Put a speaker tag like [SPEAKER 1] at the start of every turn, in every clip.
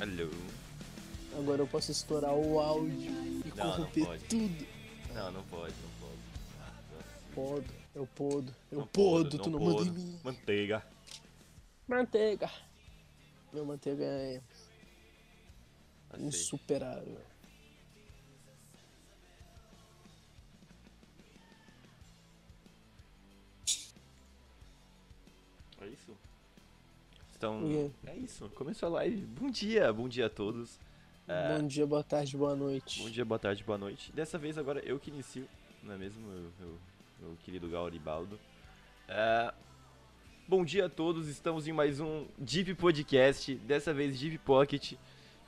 [SPEAKER 1] Alô?
[SPEAKER 2] Agora eu posso estourar o áudio e
[SPEAKER 1] Não, não
[SPEAKER 2] corromper
[SPEAKER 1] pode.
[SPEAKER 2] tudo.
[SPEAKER 1] Não, não pode, não pode.
[SPEAKER 2] Podo, eu podo, eu
[SPEAKER 1] Não
[SPEAKER 2] podo,
[SPEAKER 1] podo,
[SPEAKER 2] tu não manda
[SPEAKER 1] podo.
[SPEAKER 2] em mim.
[SPEAKER 1] Manteiga.
[SPEAKER 2] Manteiga. Meu manteiga é Um
[SPEAKER 1] Achei.
[SPEAKER 2] insuperável.
[SPEAKER 1] É isso? Então,
[SPEAKER 2] O
[SPEAKER 1] é isso. Começou a live. Bom dia, bom dia a todos. É,
[SPEAKER 2] Bom dia, boa tarde, boa noite.
[SPEAKER 1] bom dia, boa tarde, boa noite. Dessa vez agora eu que inicio, não é mesmo? Meu, meu, meu querido Gauribaldo. É, bom dia a todos, estamos em mais um Deep Podcast, dessa vez Deep Pocket.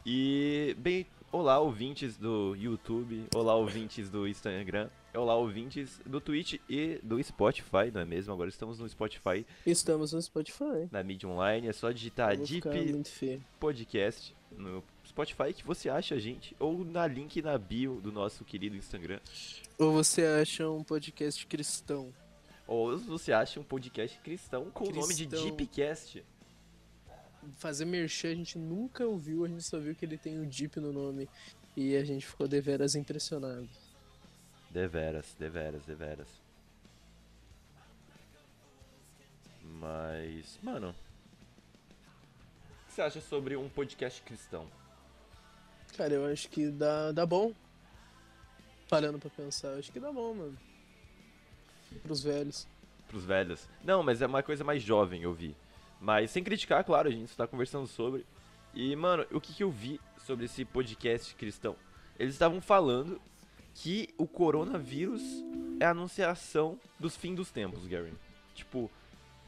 [SPEAKER 1] E, bem, olá ouvintes do YouTube, olá ouvintes do Instagram, olá ouvintes do Twitch e do Spotify, não é mesmo? Agora estamos no Spotify
[SPEAKER 2] Estamos no Spotify.
[SPEAKER 1] na mídia online, é só digitar
[SPEAKER 2] Eu vou
[SPEAKER 1] Deep
[SPEAKER 2] ficar muito feio.
[SPEAKER 1] Podcast no Spotify que você acha a gente, ou na link na bio do nosso querido Instagram,
[SPEAKER 2] Ou você acha um podcast cristão?
[SPEAKER 1] ou você acha um podcast cristão com o nome de
[SPEAKER 2] Cristão.
[SPEAKER 1] Deepcast.
[SPEAKER 2] Fazer merchan a gente nunca ouviu, a gente só viu que ele tem o Deep no nome. E a gente ficou deveras impressionado.
[SPEAKER 1] Deveras, deveras, deveras. Mas, mano, o que você acha sobre um podcast cristão?
[SPEAKER 2] Cara, eu acho que dá, dá bom. Parando pra pensar, eu acho que dá bom, mano. Pros velhos.
[SPEAKER 1] Pros velhos. Não, mas é uma coisa mais jovem, eu vi. Mas sem criticar, claro, a gente tá conversando sobre. E, mano, o que, que eu vi sobre esse podcast cristão? Eles estavam falando que o coronavírus é a anunciação dos fins dos tempos, Gary. Tipo,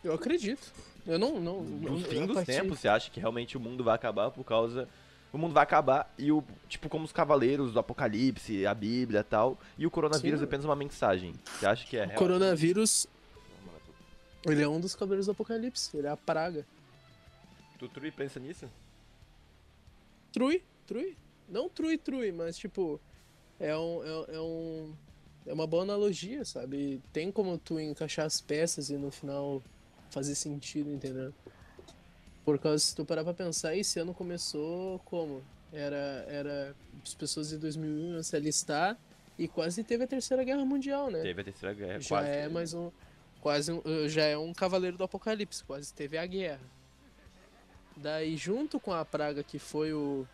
[SPEAKER 2] Eu acredito. Eu não. não não-
[SPEAKER 1] dos fins
[SPEAKER 2] a
[SPEAKER 1] dos
[SPEAKER 2] partir-
[SPEAKER 1] tempos, você acha que realmente o mundo vai acabar por causa. O mundo vai acabar e o. Tipo, como os cavaleiros do apocalipse, a Bíblia e tal. E o coronavírus
[SPEAKER 2] Sim.
[SPEAKER 1] é apenas uma mensagem. Você acha que é
[SPEAKER 2] O
[SPEAKER 1] real?
[SPEAKER 2] coronavírus, ele é um dos cavaleiros do apocalipse. Ele é a praga.
[SPEAKER 1] Tu, Trui, pensa nisso?
[SPEAKER 2] Trui, trui. Não trui, trui, mas tipo. É um. É, é um. É uma boa analogia, sabe? Tem como tu encaixar as peças e no final fazer sentido, entendeu? Por causa, se tu parar pra pensar, esse ano começou como? Era, era as pessoas de 2001 iam um se alistar e quase teve a Terceira Guerra Mundial, né?
[SPEAKER 1] Teve a terceira guerra.
[SPEAKER 2] já
[SPEAKER 1] quase
[SPEAKER 2] é
[SPEAKER 1] teve.
[SPEAKER 2] mais um quase um, uh, já é um cavaleiro do apocalipse quase teve a guerra daí junto com a praga que foi o,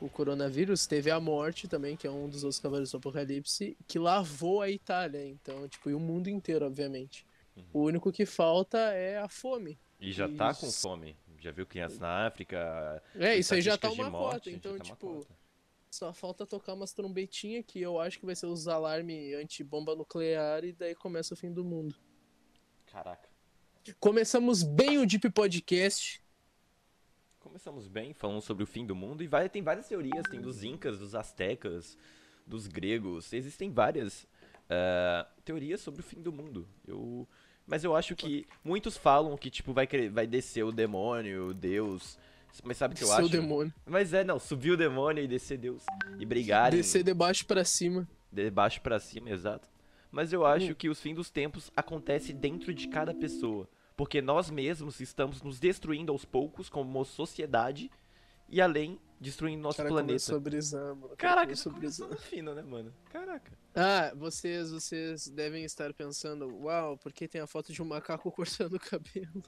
[SPEAKER 2] o coronavírus teve a morte também que é um dos outros cavaleiros do apocalipse que lavou a Itália então tipo e o mundo inteiro obviamente
[SPEAKER 1] Uhum.
[SPEAKER 2] o único que falta é a fome
[SPEAKER 1] E já tá com
[SPEAKER 2] Isso.
[SPEAKER 1] fome. Já viu crianças na África.
[SPEAKER 2] é isso aí já tá
[SPEAKER 1] estatísticas de
[SPEAKER 2] uma
[SPEAKER 1] morte,
[SPEAKER 2] cota
[SPEAKER 1] já
[SPEAKER 2] então
[SPEAKER 1] tá uma
[SPEAKER 2] tipo
[SPEAKER 1] cota.
[SPEAKER 2] Só falta tocar umas trombetinhas que eu acho que vai ser os alarme antibomba nuclear e daí começa o fim do mundo.
[SPEAKER 1] Caraca.
[SPEAKER 2] Começamos bem o Deep Podcast.
[SPEAKER 1] Começamos bem falando sobre o fim do mundo. E vai, tem várias teorias. Tem dos incas, dos astecas, dos gregos. Existem várias ah, teorias sobre o fim do mundo. Eu... Mas eu acho que muitos falam que tipo vai, cre- vai descer o demônio, Deus. Mas sabe o que eu
[SPEAKER 2] Seu
[SPEAKER 1] acho?
[SPEAKER 2] demônio.
[SPEAKER 1] Mas é, não. Subiu o demônio e descer Deus. E brigarem.
[SPEAKER 2] Descer de baixo pra cima.
[SPEAKER 1] De baixo pra cima, exato. Mas eu acho que os fins dos tempos acontece dentro de cada pessoa. Porque nós mesmos estamos nos destruindo aos poucos como sociedade e além destruindo nosso
[SPEAKER 2] Cara, começou
[SPEAKER 1] planeta.
[SPEAKER 2] a brisar, mano. Cara,
[SPEAKER 1] Caraca, isso
[SPEAKER 2] começou a brisar.
[SPEAKER 1] começando fino, né, mano? Caraca.
[SPEAKER 2] Ah, vocês, vocês devem estar pensando, uau, por que tem a foto de um macaco cortando o cabelo?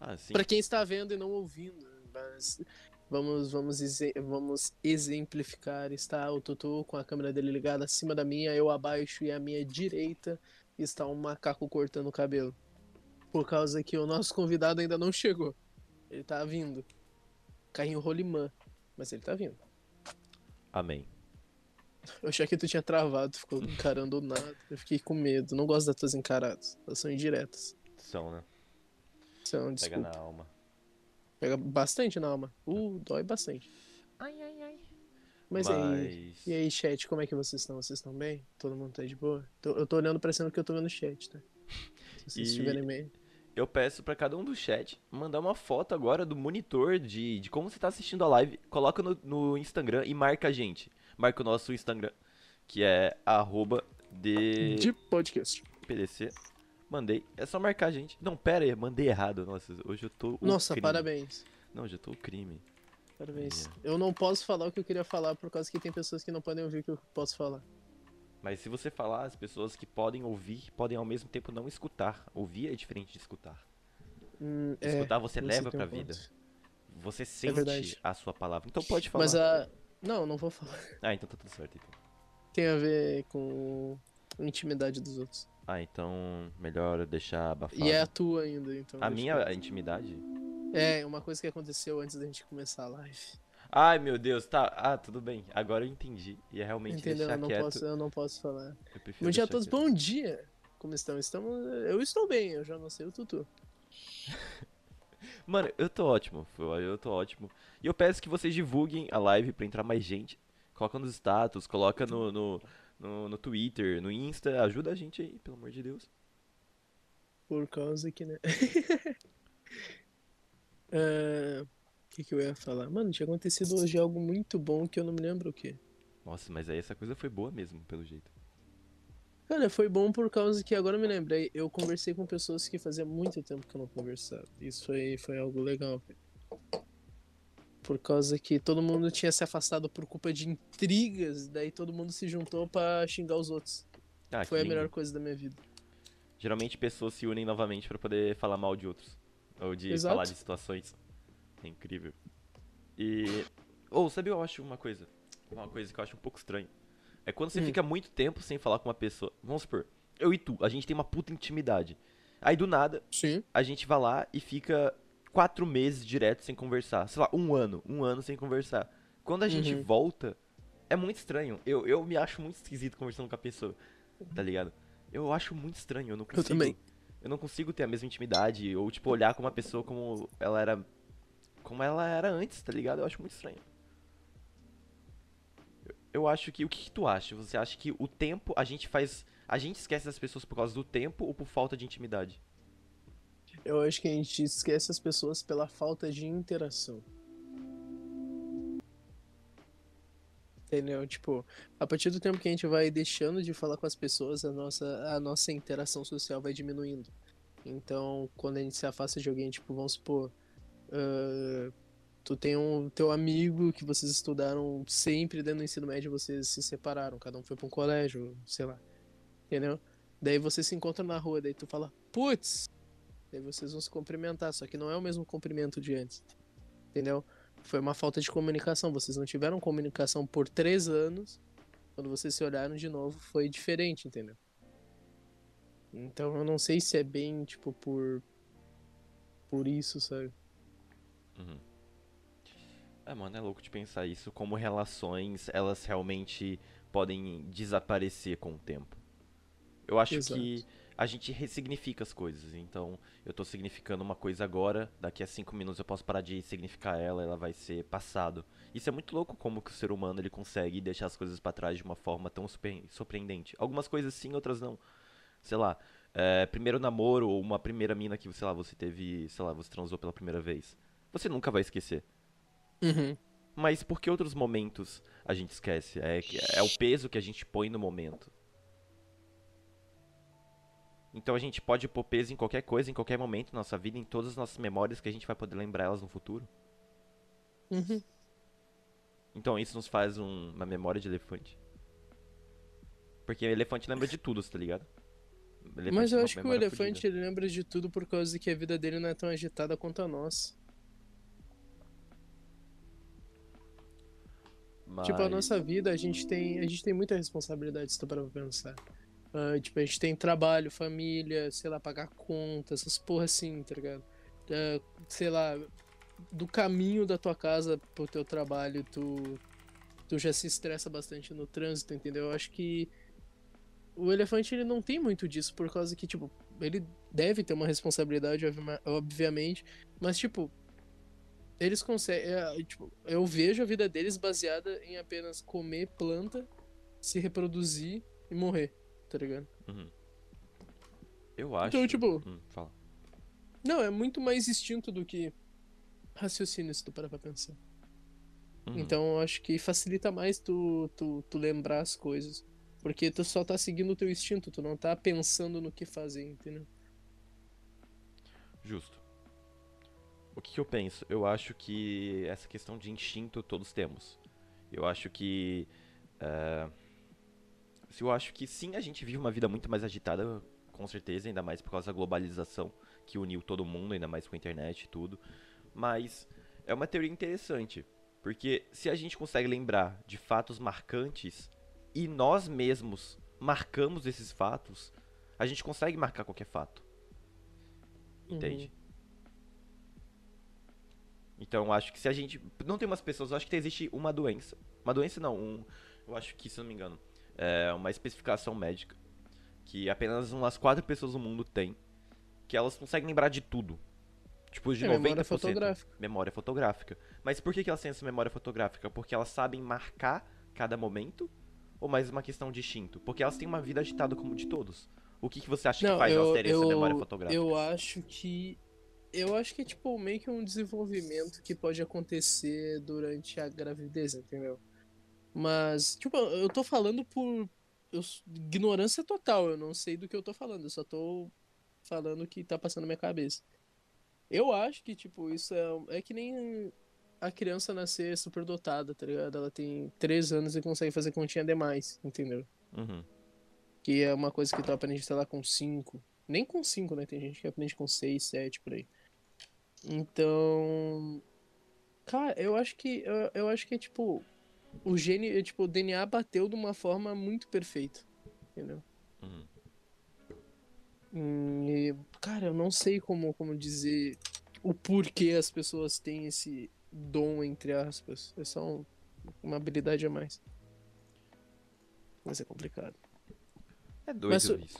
[SPEAKER 1] Ah, sim.
[SPEAKER 2] Pra quem está vendo e não ouvindo, mas vamos, vamos, exe- vamos exemplificar. Está o Tutu com a câmera dele ligada acima da minha, eu abaixo e à minha direita está um macaco cortando o cabelo. Por causa que o nosso convidado ainda não chegou. Ele tá vindo. Carrinho rolimã. Mas ele tá vindo.
[SPEAKER 1] Amém.
[SPEAKER 2] Eu achei que tu tinha travado, tu ficou encarando do nada. Eu fiquei com medo. Não gosto das tuas encaradas. Elas são indiretas.
[SPEAKER 1] São, né?
[SPEAKER 2] São, desculpa.
[SPEAKER 1] Pega na alma.
[SPEAKER 2] Pega bastante na alma.
[SPEAKER 1] É.
[SPEAKER 2] Uh, dói bastante.
[SPEAKER 1] Ai, ai, ai.
[SPEAKER 2] Mas, aí.
[SPEAKER 1] Mas...
[SPEAKER 2] E aí, chat, como é que vocês estão? Vocês estão bem? Todo mundo tá de boa? Tô- eu tô olhando parecendo que eu tô vendo o chat, tá? Se vocês
[SPEAKER 1] E-
[SPEAKER 2] estiverem bem.
[SPEAKER 1] Eu peço pra cada um do chat mandar uma foto agora do monitor de, de como você tá assistindo a live. Coloca no, no Instagram e marca a gente. Marca o nosso Instagram, que é arroba de...
[SPEAKER 2] De podcast.
[SPEAKER 1] PDC. Mandei. É só marcar a gente. Não, pera aí, mandei errado. Nossa, hoje eu tô. o
[SPEAKER 2] Nossa,
[SPEAKER 1] crime. É.
[SPEAKER 2] parabéns.
[SPEAKER 1] Não, hoje eu tô o um crime.
[SPEAKER 2] Quero ver isso. Eu não posso falar o que eu queria falar por causa que tem pessoas que não podem ouvir o que eu posso falar.
[SPEAKER 1] Mas se você falar, as pessoas que podem ouvir podem ao mesmo tempo não escutar. Ouvir é diferente de escutar.
[SPEAKER 2] Hum, é,
[SPEAKER 1] escutar você leva
[SPEAKER 2] tem
[SPEAKER 1] pra
[SPEAKER 2] um
[SPEAKER 1] vida.
[SPEAKER 2] ponto. É
[SPEAKER 1] Você
[SPEAKER 2] verdade.
[SPEAKER 1] sente a sua palavra. Então pode falar.
[SPEAKER 2] Mas a. Não, não vou falar.
[SPEAKER 1] Ah, então tá tudo certo. Então.
[SPEAKER 2] Tem a ver com intimidade dos outros.
[SPEAKER 1] Ah, então melhor deixar abafado.
[SPEAKER 2] E é a tua ainda, então.
[SPEAKER 1] A
[SPEAKER 2] deixa
[SPEAKER 1] minha intimidade? Uhum.
[SPEAKER 2] É, uma coisa que aconteceu antes da gente começar a live.
[SPEAKER 1] Ai, meu Deus, tá. Ah, tudo bem. Agora eu entendi. E é realmente
[SPEAKER 2] Entendeu?
[SPEAKER 1] deixar
[SPEAKER 2] Eu não,
[SPEAKER 1] quieto.
[SPEAKER 2] posso, eu não posso falar.
[SPEAKER 1] Eu prefiro
[SPEAKER 2] Bom dia
[SPEAKER 1] deixar
[SPEAKER 2] a todos, um
[SPEAKER 1] quieto.
[SPEAKER 2] bom dia! Como estão? Estamos. Eu estou bem, eu já não sei o Tutu.
[SPEAKER 1] Mano, eu tô ótimo. foi- Eu tô ótimo. E eu peço que vocês divulguem a live pra entrar mais gente. Coloca nos status, coloca no, no, no, no Twitter, no Insta. Ajuda a gente aí, pelo amor de Deus.
[SPEAKER 2] Por causa que, né? Ah, O que, que eu ia falar? Mano, tinha acontecido hoje algo muito bom que eu não me lembro o que.
[SPEAKER 1] Nossa, mas aí essa coisa foi boa mesmo, pelo jeito.
[SPEAKER 2] Cara, foi bom por causa que agora eu me lembrei. Eu conversei com pessoas que fazia muito tempo que eu não conversava. Isso foi, foi algo legal. cara. Por causa que todo mundo tinha se afastado por culpa de intrigas, daí todo mundo se juntou pra xingar os outros.
[SPEAKER 1] Ah, que
[SPEAKER 2] Foi a
[SPEAKER 1] lindo.
[SPEAKER 2] melhor coisa da minha vida.
[SPEAKER 1] Geralmente pessoas se unem novamente pra poder falar mal de outros. Ou de
[SPEAKER 2] Exato.
[SPEAKER 1] falar de situações. É incrível. E. Ou, sabe, eu acho uma coisa. Uma coisa que eu acho um pouco estranho. É quando você
[SPEAKER 2] Hum.
[SPEAKER 1] fica muito tempo sem falar com uma pessoa. Vamos supor, eu e tu, a gente tem uma puta intimidade. Aí do nada,
[SPEAKER 2] Sim.
[SPEAKER 1] a gente vai lá e fica quatro meses direto sem conversar. Sei lá, um ano. Um ano sem conversar. Quando a gente
[SPEAKER 2] Uhum.
[SPEAKER 1] volta, é muito estranho. Eu, eu me acho muito esquisito conversando com a pessoa. Tá ligado? Eu acho muito estranho. Eu não consigo.
[SPEAKER 2] também.
[SPEAKER 1] eu não consigo ter a mesma intimidade. Ou, tipo, olhar com uma pessoa como ela era. Como ela era antes, tá ligado? Eu acho muito estranho. Eu- Eu acho que. O que, que tu acha? Você acha que o tempo a gente faz. A gente esquece das pessoas por causa do tempo ou por falta de intimidade?
[SPEAKER 2] Eu acho que a gente esquece as pessoas pela falta de interação. Entendeu? Tipo, a partir do tempo que a gente vai deixando de falar com as pessoas, a nossa, a nossa interação social vai diminuindo. Então, quando a gente se afasta de alguém, tipo, vamos supor, ah, tu tem um teu amigo que vocês estudaram sempre dentro do ensino médio, vocês se separaram, cada um foi pra um colégio, sei lá. Entendeu? Daí vocês se encontram na rua, daí tu fala, putz, Daí vocês vão se cumprimentar, só que não é o mesmo cumprimento de antes. Entendeu? Foi uma falta de comunicação. Vocês não tiveram comunicação por três anos. Quando vocês se olharam de novo, foi diferente, entendeu? Então eu não sei se é bem, tipo, por. Por isso, sabe?
[SPEAKER 1] Uhum. É, mano, é louco de pensar isso, como relações, elas realmente podem desaparecer com o tempo. Eu acho
[SPEAKER 2] Exato.
[SPEAKER 1] que a gente ressignifica as coisas, então eu tô significando uma coisa agora, daqui a cinco minutos eu posso parar de significar ela, ela vai ser passado. Isso é muito louco como que o ser humano ele consegue deixar as coisas pra trás de uma forma tão surpre- surpreendente. Algumas coisas sim, outras não. Sei lá, é, primeiro namoro ou uma primeira mina que, sei lá, você teve, sei lá, você transou pela primeira vez. Você nunca vai esquecer.
[SPEAKER 2] Uhum.
[SPEAKER 1] Mas por que outros momentos a gente esquece? É, que- é o peso que a gente põe no momento. Então a gente pode pôr peso em qualquer coisa, em qualquer momento da nossa vida, em todas as nossas memórias que a gente vai poder lembrar elas no futuro.
[SPEAKER 2] Uhum.
[SPEAKER 1] Então isso nos faz um- uma memória de elefante. Porque elefante lembra de tudo, tá ligado? Elefante
[SPEAKER 2] Mas
[SPEAKER 1] tem
[SPEAKER 2] eu
[SPEAKER 1] uma
[SPEAKER 2] acho que o
[SPEAKER 1] memória
[SPEAKER 2] elefante
[SPEAKER 1] fodida.
[SPEAKER 2] ele lembra de tudo por causa que a vida dele não é tão agitada quanto a nossa. Tipo, a
[SPEAKER 1] Mas-
[SPEAKER 2] nossa vida, a gente tem, a gente tem muita responsabilidade, se tu parar pra pensar. Ah, tipo, a gente tem trabalho, família, sei lá, pagar contas, essas porra assim, tá ligado? Ah, sei lá, do caminho da tua casa pro teu trabalho, tu, tu já se estressa bastante no trânsito, entendeu? Eu acho que o elefante, ele não tem muito disso, por causa que, tipo, ele deve ter uma responsabilidade, obvi- obviamente, mas, tipo, eles conseguem. é, tipo, eu vejo a vida deles baseada em apenas comer planta, se reproduzir e morrer, tá ligado?
[SPEAKER 1] Uhum. Eu acho.
[SPEAKER 2] tipo-
[SPEAKER 1] Hum, fala.
[SPEAKER 2] Não, é muito mais instinto do que raciocínio, se tu parar pra pensar.
[SPEAKER 1] Uhum.
[SPEAKER 2] Então eu acho que facilita mais tu, tu, tu lembrar as coisas. Porque tu só tá seguindo o teu instinto, tu não tá pensando no que fazer, entendeu?
[SPEAKER 1] Justo. o que, que eu penso? Eu acho que essa questão de instinto todos temos. Eu acho que. eh, se eu acho que sim, a gente vive uma vida muito mais agitada, com certeza, ainda mais por causa da globalização que uniu todo mundo, ainda mais com a internet e tudo. Mas é uma teoria interessante, porque se a gente consegue lembrar de fatos marcantes e nós mesmos marcamos esses fatos, a gente consegue marcar qualquer fato. Entende? Então, eu acho que se a gente. Não tem umas pessoas, eu acho que existe uma doença. Uma doença não, um. Eu acho que, se eu não me engano, é uma especificação médica que apenas umas quatro pessoas no mundo têm. Que elas conseguem lembrar de tudo. Tipo, de
[SPEAKER 2] É,
[SPEAKER 1] 90%.
[SPEAKER 2] memória fotográfica.
[SPEAKER 1] Memória fotográfica. Mas por que, que elas têm essa memória fotográfica? Porque elas sabem marcar cada momento? Ou mais uma questão de instinto? Porque elas têm uma vida agitada como de todos. O que, que você acha que faz elas terem essa memória fotográfica?
[SPEAKER 2] Eu acho que. Eu acho que é tipo meio que um desenvolvimento que pode acontecer durante a gravidez, entendeu? Mas, tipo, eu tô falando por eu s- ignorância total, eu não sei do que eu tô falando, eu só tô falando o que tá passando na minha cabeça. Eu acho que, tipo, isso é, é que nem a criança nascer superdotada, tá ligado? Ela tem 3 anos e consegue fazer continha demais, entendeu?
[SPEAKER 1] Uhum.
[SPEAKER 2] Que é uma coisa que tu aprende, sei lá, com 5. Nem com 5, né? Tem gente que aprende com 6, 7, por aí. Então. Cara, eu acho que. Eu, eu acho que é tipo. O gene. é, Tipo, o DNA bateu de uma forma muito perfeita. Entendeu?
[SPEAKER 1] Uhum.
[SPEAKER 2] Hum, e, cara, eu não sei como, como dizer o porquê as pessoas têm esse dom, entre aspas. É só um- uma habilidade a mais. Mas é complicado.
[SPEAKER 1] É
[SPEAKER 2] Mas
[SPEAKER 1] doido
[SPEAKER 2] su-
[SPEAKER 1] isso.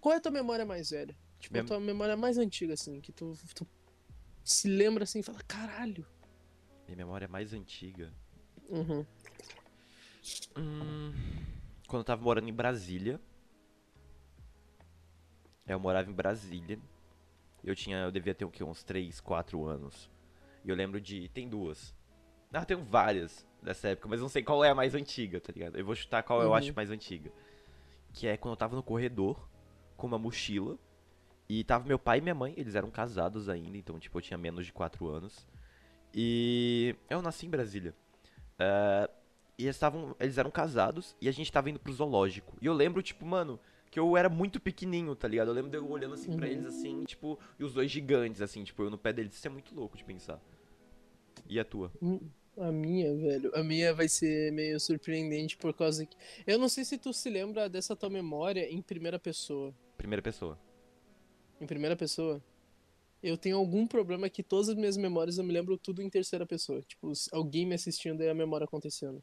[SPEAKER 2] Qual é a tua memória mais velha? Tipo, a
[SPEAKER 1] Mem-
[SPEAKER 2] tua memória mais antiga, assim, que tu, tu se lembra assim e fala, caralho.
[SPEAKER 1] Minha memória é mais antiga.
[SPEAKER 2] Uhum.
[SPEAKER 1] Hum, quando eu tava morando em Brasília. Eu morava em Brasília. Eu tinha. Eu devia ter o quê? Uns 3, 4 anos. E eu lembro de. Tem duas. Ah, tem várias dessa época, mas eu não sei qual é a mais antiga, tá ligado? Eu vou chutar qual eu
[SPEAKER 2] Uhum.
[SPEAKER 1] acho mais antiga. Que é quando eu tava no corredor com uma mochila. E tava meu pai e minha mãe, eles eram casados ainda, então tipo, eu tinha menos de 4 anos. E eu nasci em Brasília. É, e eles estavam. Eles eram casados e a gente tava indo pro zoológico. E eu lembro, tipo, mano, que eu era muito pequenininho, tá ligado? Eu lembro de eu olhando assim pra
[SPEAKER 2] Uhum.
[SPEAKER 1] eles assim, tipo, e os dois gigantes, assim, tipo, eu no pé deles. Isso é muito louco de pensar. E a tua?
[SPEAKER 2] Hum, A minha, velho. A minha vai ser meio surpreendente por causa que. Eu não sei se tu se lembra dessa tua memória em primeira pessoa.
[SPEAKER 1] Primeira pessoa.
[SPEAKER 2] Em primeira pessoa. Eu tenho algum problema que todas as minhas memórias eu me lembro tudo em terceira pessoa. Tipo, se alguém me assistindo e a memória acontecendo.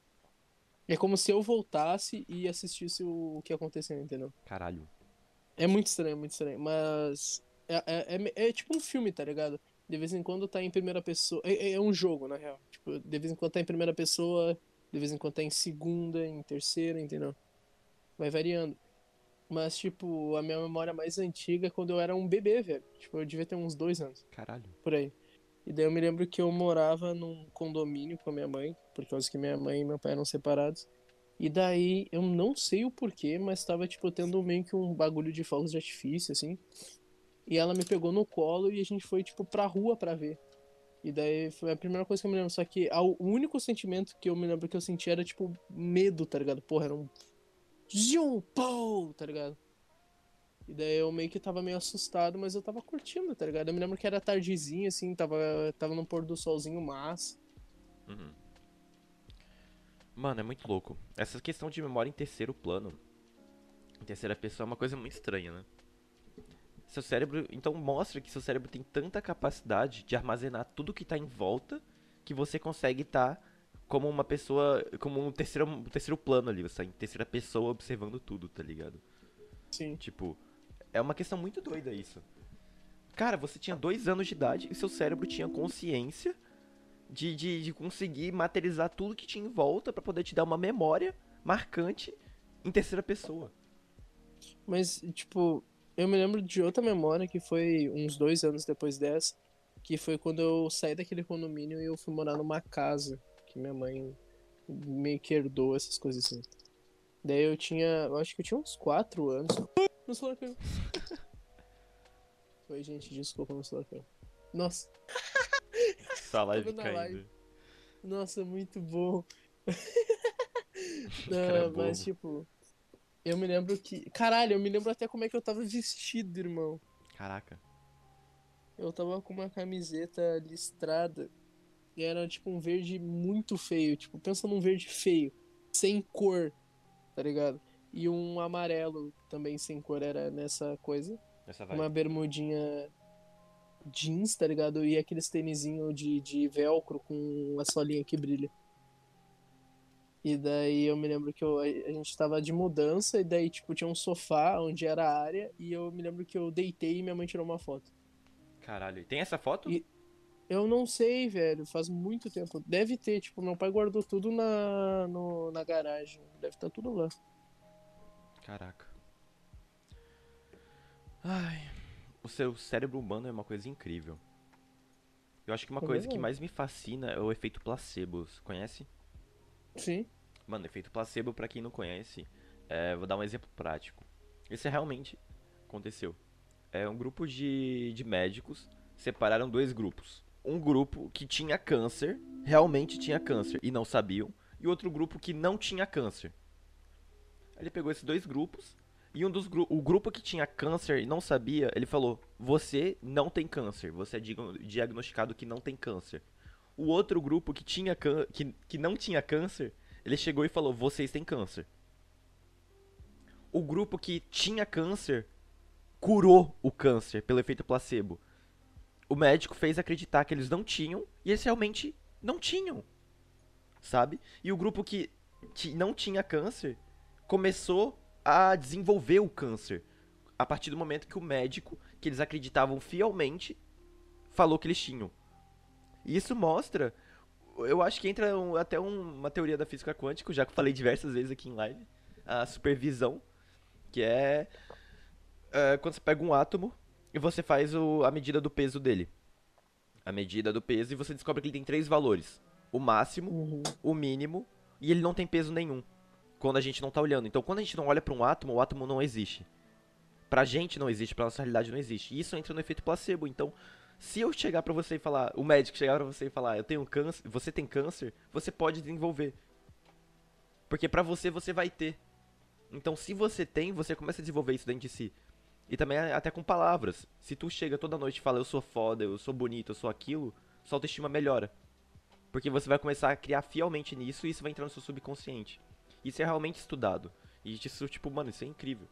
[SPEAKER 2] É como se eu voltasse e assistisse o que aconteceu, entendeu?
[SPEAKER 1] Caralho.
[SPEAKER 2] É muito estranho, muito estranho. Mas. É, é, é- é tipo um filme, tá ligado? De vez em quando tá em primeira pessoa. É, é- é um jogo, na real. Tipo, de vez em quando tá em primeira pessoa, de vez em quando tá em segunda, em terceira, entendeu? Vai variando. Mas, tipo, a minha memória mais antiga é quando eu era um bebê, velho. Tipo, eu devia ter uns dois anos
[SPEAKER 1] Caralho.
[SPEAKER 2] por aí. E daí eu me lembro que eu morava num condomínio com a minha mãe, por causa que minha mãe e meu pai eram separados. E daí eu não sei o porquê, mas tava tipo tendo meio que um bagulho de fogos de artifício assim. E ela me pegou no colo e a gente foi tipo pra rua pra ver. E daí foi a primeira coisa que eu me lembro, só que a- o único sentimento que eu me lembro que eu senti era tipo medo, tá ligado? Porra, era um zium, pou, tá ligado? E daí eu meio que tava meio assustado, mas eu tava curtindo, tá ligado? Eu me lembro que era tardezinha, assim, tava, tava no pôr do solzinho massa.
[SPEAKER 1] Uhum. Mano, é muito louco. Essa questão de memória em terceiro plano, em terceira pessoa, é uma coisa muito estranha, né? Seu cérebro. Então mostra que seu cérebro tem tanta capacidade de armazenar tudo que tá em volta que você consegue estar como uma pessoa. como um terceiro, um terceiro plano ali, você tá em terceira pessoa observando tudo, tá ligado?
[SPEAKER 2] Sim.
[SPEAKER 1] Tipo, é uma questão muito doida isso. Cara, você tinha dois anos de idade e seu cérebro tinha consciência de, de, de conseguir materializar tudo que tinha em volta pra poder te dar uma memória marcante em terceira pessoa.
[SPEAKER 2] Mas, tipo, eu me lembro de outra memória que foi uns dois anos depois dessa, que foi quando eu saí daquele condomínio e eu fui morar numa casa que minha mãe meio que herdou essas coisas assim. Daí eu tinha, eu acho que eu tinha uns quatro anos. Meu celular caiu. Foi, gente, desculpa, meu celular caiu. Nossa.
[SPEAKER 1] Tá a live
[SPEAKER 2] Tava na
[SPEAKER 1] caindo.
[SPEAKER 2] live. Nossa, muito bom.
[SPEAKER 1] cara é
[SPEAKER 2] Não, mas
[SPEAKER 1] bobo.
[SPEAKER 2] tipo, eu me lembro que. Caralho, eu me lembro até como é que eu tava vestido, irmão.
[SPEAKER 1] Caraca.
[SPEAKER 2] Eu tava com uma camiseta listrada. E era tipo um verde muito feio. Tipo, pensa num verde feio. Sem cor, tá ligado? E um amarelo também sem cor era nessa coisa.
[SPEAKER 1] Essa vai.
[SPEAKER 2] Uma bermudinha jeans, tá ligado? E aqueles tênisinho de, de velcro com a solinha que brilha. E daí eu me lembro que eu, a a gente tava de mudança e daí, tipo, tinha um sofá onde era a área e eu me lembro que eu deitei e minha mãe tirou uma foto.
[SPEAKER 1] Caralho. e Tem essa foto?
[SPEAKER 2] E- Eu não sei, velho. Faz muito tempo. Deve ter, tipo, meu pai guardou tudo na, no- na garagem. Deve estar tudo lá.
[SPEAKER 1] Caraca. Ai. O seu cérebro humano é uma coisa incrível. Eu acho que uma
[SPEAKER 2] É
[SPEAKER 1] coisa que
[SPEAKER 2] verdade.
[SPEAKER 1] mais me fascina é o efeito placebo. Você conhece?
[SPEAKER 2] Sim.
[SPEAKER 1] Mano, efeito placebo, pra quem não conhece, é, vou dar um exemplo prático. Isso realmente aconteceu. É um grupo de, de médicos separaram dois grupos. Um grupo que tinha câncer, realmente tinha câncer e não sabiam, e outro grupo que não tinha câncer. Ele pegou esses dois grupos e um dos gru o grupo que tinha câncer e não sabia, ele falou: "Você não tem câncer, você é digo- diagnosticado que não tem câncer". O outro grupo que tinha cân- que, que não tinha câncer ele chegou e falou: Vocês têm câncer. O grupo que tinha câncer curou o câncer pelo efeito placebo. O médico fez acreditar que eles não tinham e eles realmente não tinham. Sabe? E o grupo que ti- não tinha câncer começou a desenvolver o câncer a partir do momento que o médico, que eles acreditavam fielmente, falou que eles tinham. E isso mostra eu acho que entra um- até um- uma teoria da física quântica, já que eu falei diversas vezes aqui em live, a supervisão, que é, é, quando você pega um átomo e você faz o- a medida do peso dele. A medida do peso e você descobre que ele tem três valores: o máximo,
[SPEAKER 2] Uhum.
[SPEAKER 1] o mínimo e ele não tem peso nenhum quando a gente não tá olhando. Então, quando a gente não olha pra um átomo, o átomo não existe. Pra gente não existe, pra nossa realidade não existe. E isso entra no efeito placebo. Então, se eu chegar pra você e falar, o médico chegar pra você e falar, eu tenho câncer, você tem câncer, você pode desenvolver. Porque pra você você vai ter. Então, se você tem, você começa a desenvolver isso dentro de si. E também até com palavras. Se tu chega toda noite e fala, eu sou foda, eu sou bonito, eu sou aquilo, sua autoestima melhora. Porque você vai começar a criar fielmente nisso e isso vai entrar no seu subconsciente. Isso é realmente estudado. E isso, tipo, mano, isso é incrível.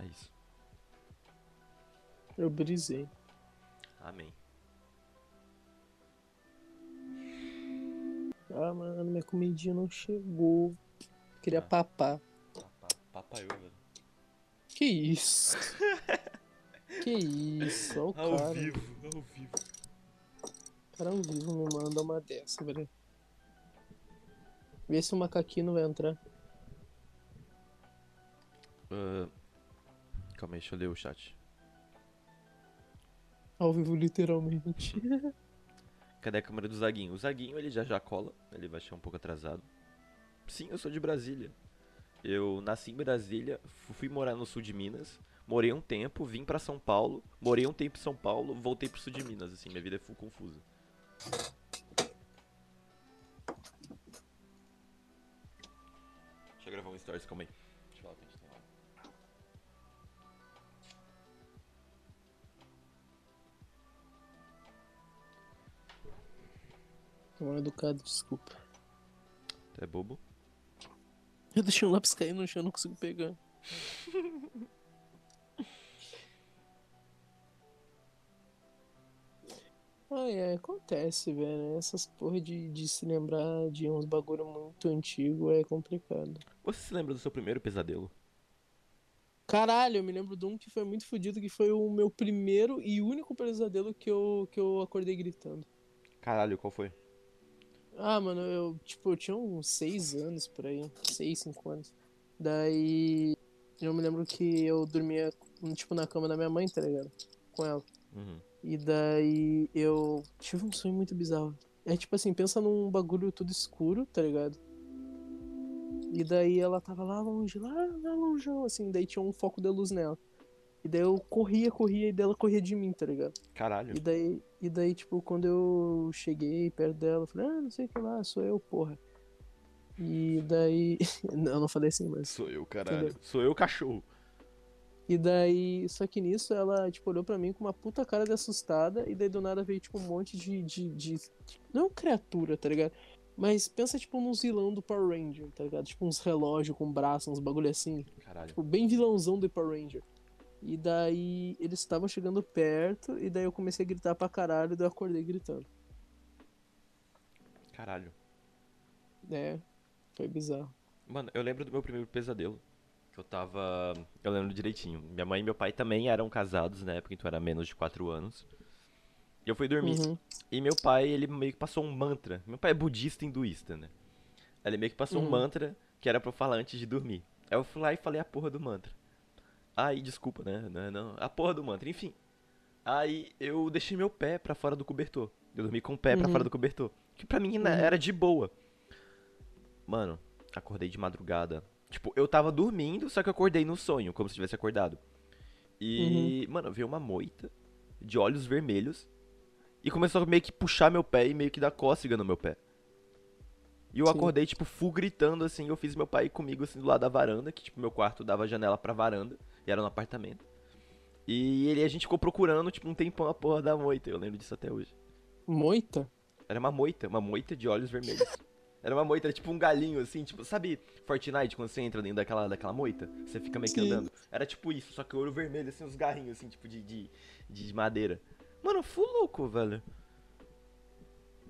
[SPEAKER 1] É isso.
[SPEAKER 2] Eu brisei.
[SPEAKER 1] Amém.
[SPEAKER 2] Ah, mano, minha comidinha não chegou. Queria papar.
[SPEAKER 1] Papaiô, velho.
[SPEAKER 2] Que isso? que isso? Olha o cara.
[SPEAKER 1] vivo, ao vivo.
[SPEAKER 2] O cara ao vivo me manda uma dessa, velho. Vê se o macaquinho não vai entrar.
[SPEAKER 1] Ah, calma aí, deixa eu ler o chat.
[SPEAKER 2] Ao vivo, literalmente.
[SPEAKER 1] Cadê a câmera do Zaguinho? O Zaguinho, ele já já cola. Ele vai chegar um pouco atrasado. Sim, eu sou de Brasília. Eu nasci em Brasília, fu- fui morar no sul de Minas, morei um tempo, vim pra São Paulo, morei um tempo em São Paulo, voltei pro sul de Minas, assim, minha vida é full confusa. Deixa eu gravar um stories, calma aí. Deixa eu falar o que a gente tem lá.
[SPEAKER 2] Tô mal educado, desculpa.
[SPEAKER 1] Tu é bobo?
[SPEAKER 2] Eu deixei o lápis cair no chão, não consigo pegar. Ai, ai, acontece, velho. Essas porra de, de se lembrar de uns bagulho muito antigo é complicado.
[SPEAKER 1] Você se lembra do seu primeiro pesadelo?
[SPEAKER 2] Caralho, eu me lembro de um que foi muito fodido, que foi o meu primeiro e único pesadelo que eu, que eu acordei gritando.
[SPEAKER 1] Caralho, qual foi?
[SPEAKER 2] Ah, mano, eu, tipo, eu tinha uns seis anos por aí, seis, cinco anos. Daí eu me lembro que eu dormia, tipo, na cama da minha mãe, tá ligado? Com ela.
[SPEAKER 1] Uhum.
[SPEAKER 2] E daí eu tive um sonho muito bizarro. É tipo assim, pensa num bagulho tudo escuro, tá ligado? E daí ela tava lá longe, lá, lá longe, assim, daí tinha um foco de luz nela. E daí eu corria, corria, e dela corria de mim, tá ligado?
[SPEAKER 1] Caralho.
[SPEAKER 2] E daí, e daí, tipo, quando eu cheguei perto dela, eu falei, ah, não sei o que lá, sou eu, porra. E daí. não, eu não falei assim, mas.
[SPEAKER 1] Sou eu, caralho. Sou eu, cachorro.
[SPEAKER 2] E daí, só que nisso ela, tipo, olhou pra mim com uma puta cara de assustada, e daí do nada veio, tipo, um monte de. de, de... Não criatura, tá ligado? Mas pensa, tipo, num vilão do Power Ranger, tá ligado? Tipo, uns relógios com braço, uns bagulho assim.
[SPEAKER 1] Caralho.
[SPEAKER 2] Tipo, bem vilãozão do Power Ranger. E daí eles estavam chegando perto, e daí eu comecei a gritar pra caralho, e daí eu acordei gritando.
[SPEAKER 1] Caralho.
[SPEAKER 2] É, foi bizarro.
[SPEAKER 1] Mano, eu lembro do meu primeiro pesadelo. Que eu tava. Eu lembro direitinho. Minha mãe e meu pai também eram casados na época, então era menos de 4 anos. E eu fui dormir.
[SPEAKER 2] Uhum.
[SPEAKER 1] E meu pai, ele meio que passou um mantra. Meu pai é budista hinduísta, né? Ele meio que passou um
[SPEAKER 2] Uhum.
[SPEAKER 1] mantra que era pra eu falar antes de dormir. Aí eu fui lá e falei a porra do mantra. Aí, desculpa, né? Não, não, a porra do mantra, enfim. Aí eu deixei meu pé pra fora do cobertor. Eu dormi com o pé pra
[SPEAKER 2] Uhum.
[SPEAKER 1] fora do cobertor. Que pra mim na-
[SPEAKER 2] Uhum.
[SPEAKER 1] era de boa. Mano, acordei de madrugada. Tipo, eu tava dormindo, só que eu acordei no sonho, como se tivesse acordado. E,
[SPEAKER 2] Uhum.
[SPEAKER 1] mano, veio uma moita de olhos vermelhos e começou a meio que puxar meu pé e meio que dar cócega no meu pé. E eu
[SPEAKER 2] Sim.
[SPEAKER 1] acordei, tipo, full gritando, assim, eu fiz meu pai ir comigo, assim, do lado da varanda, que, tipo, meu quarto dava janela pra varanda, e era no apartamento. E ele, a gente ficou procurando, tipo, um tempão a porra da moita, eu lembro disso até hoje.
[SPEAKER 2] Moita?
[SPEAKER 1] Era uma moita, uma moita de olhos vermelhos. Era uma moita, era tipo um galinho, assim, tipo, sabe Fortnite, quando você entra dentro daquela, daquela moita? Você fica meio que
[SPEAKER 2] Sim.
[SPEAKER 1] andando. Era tipo isso, só que ouro vermelho, assim, os garrinhos, assim, tipo, de, de, de madeira. Mano, fui louco, velho.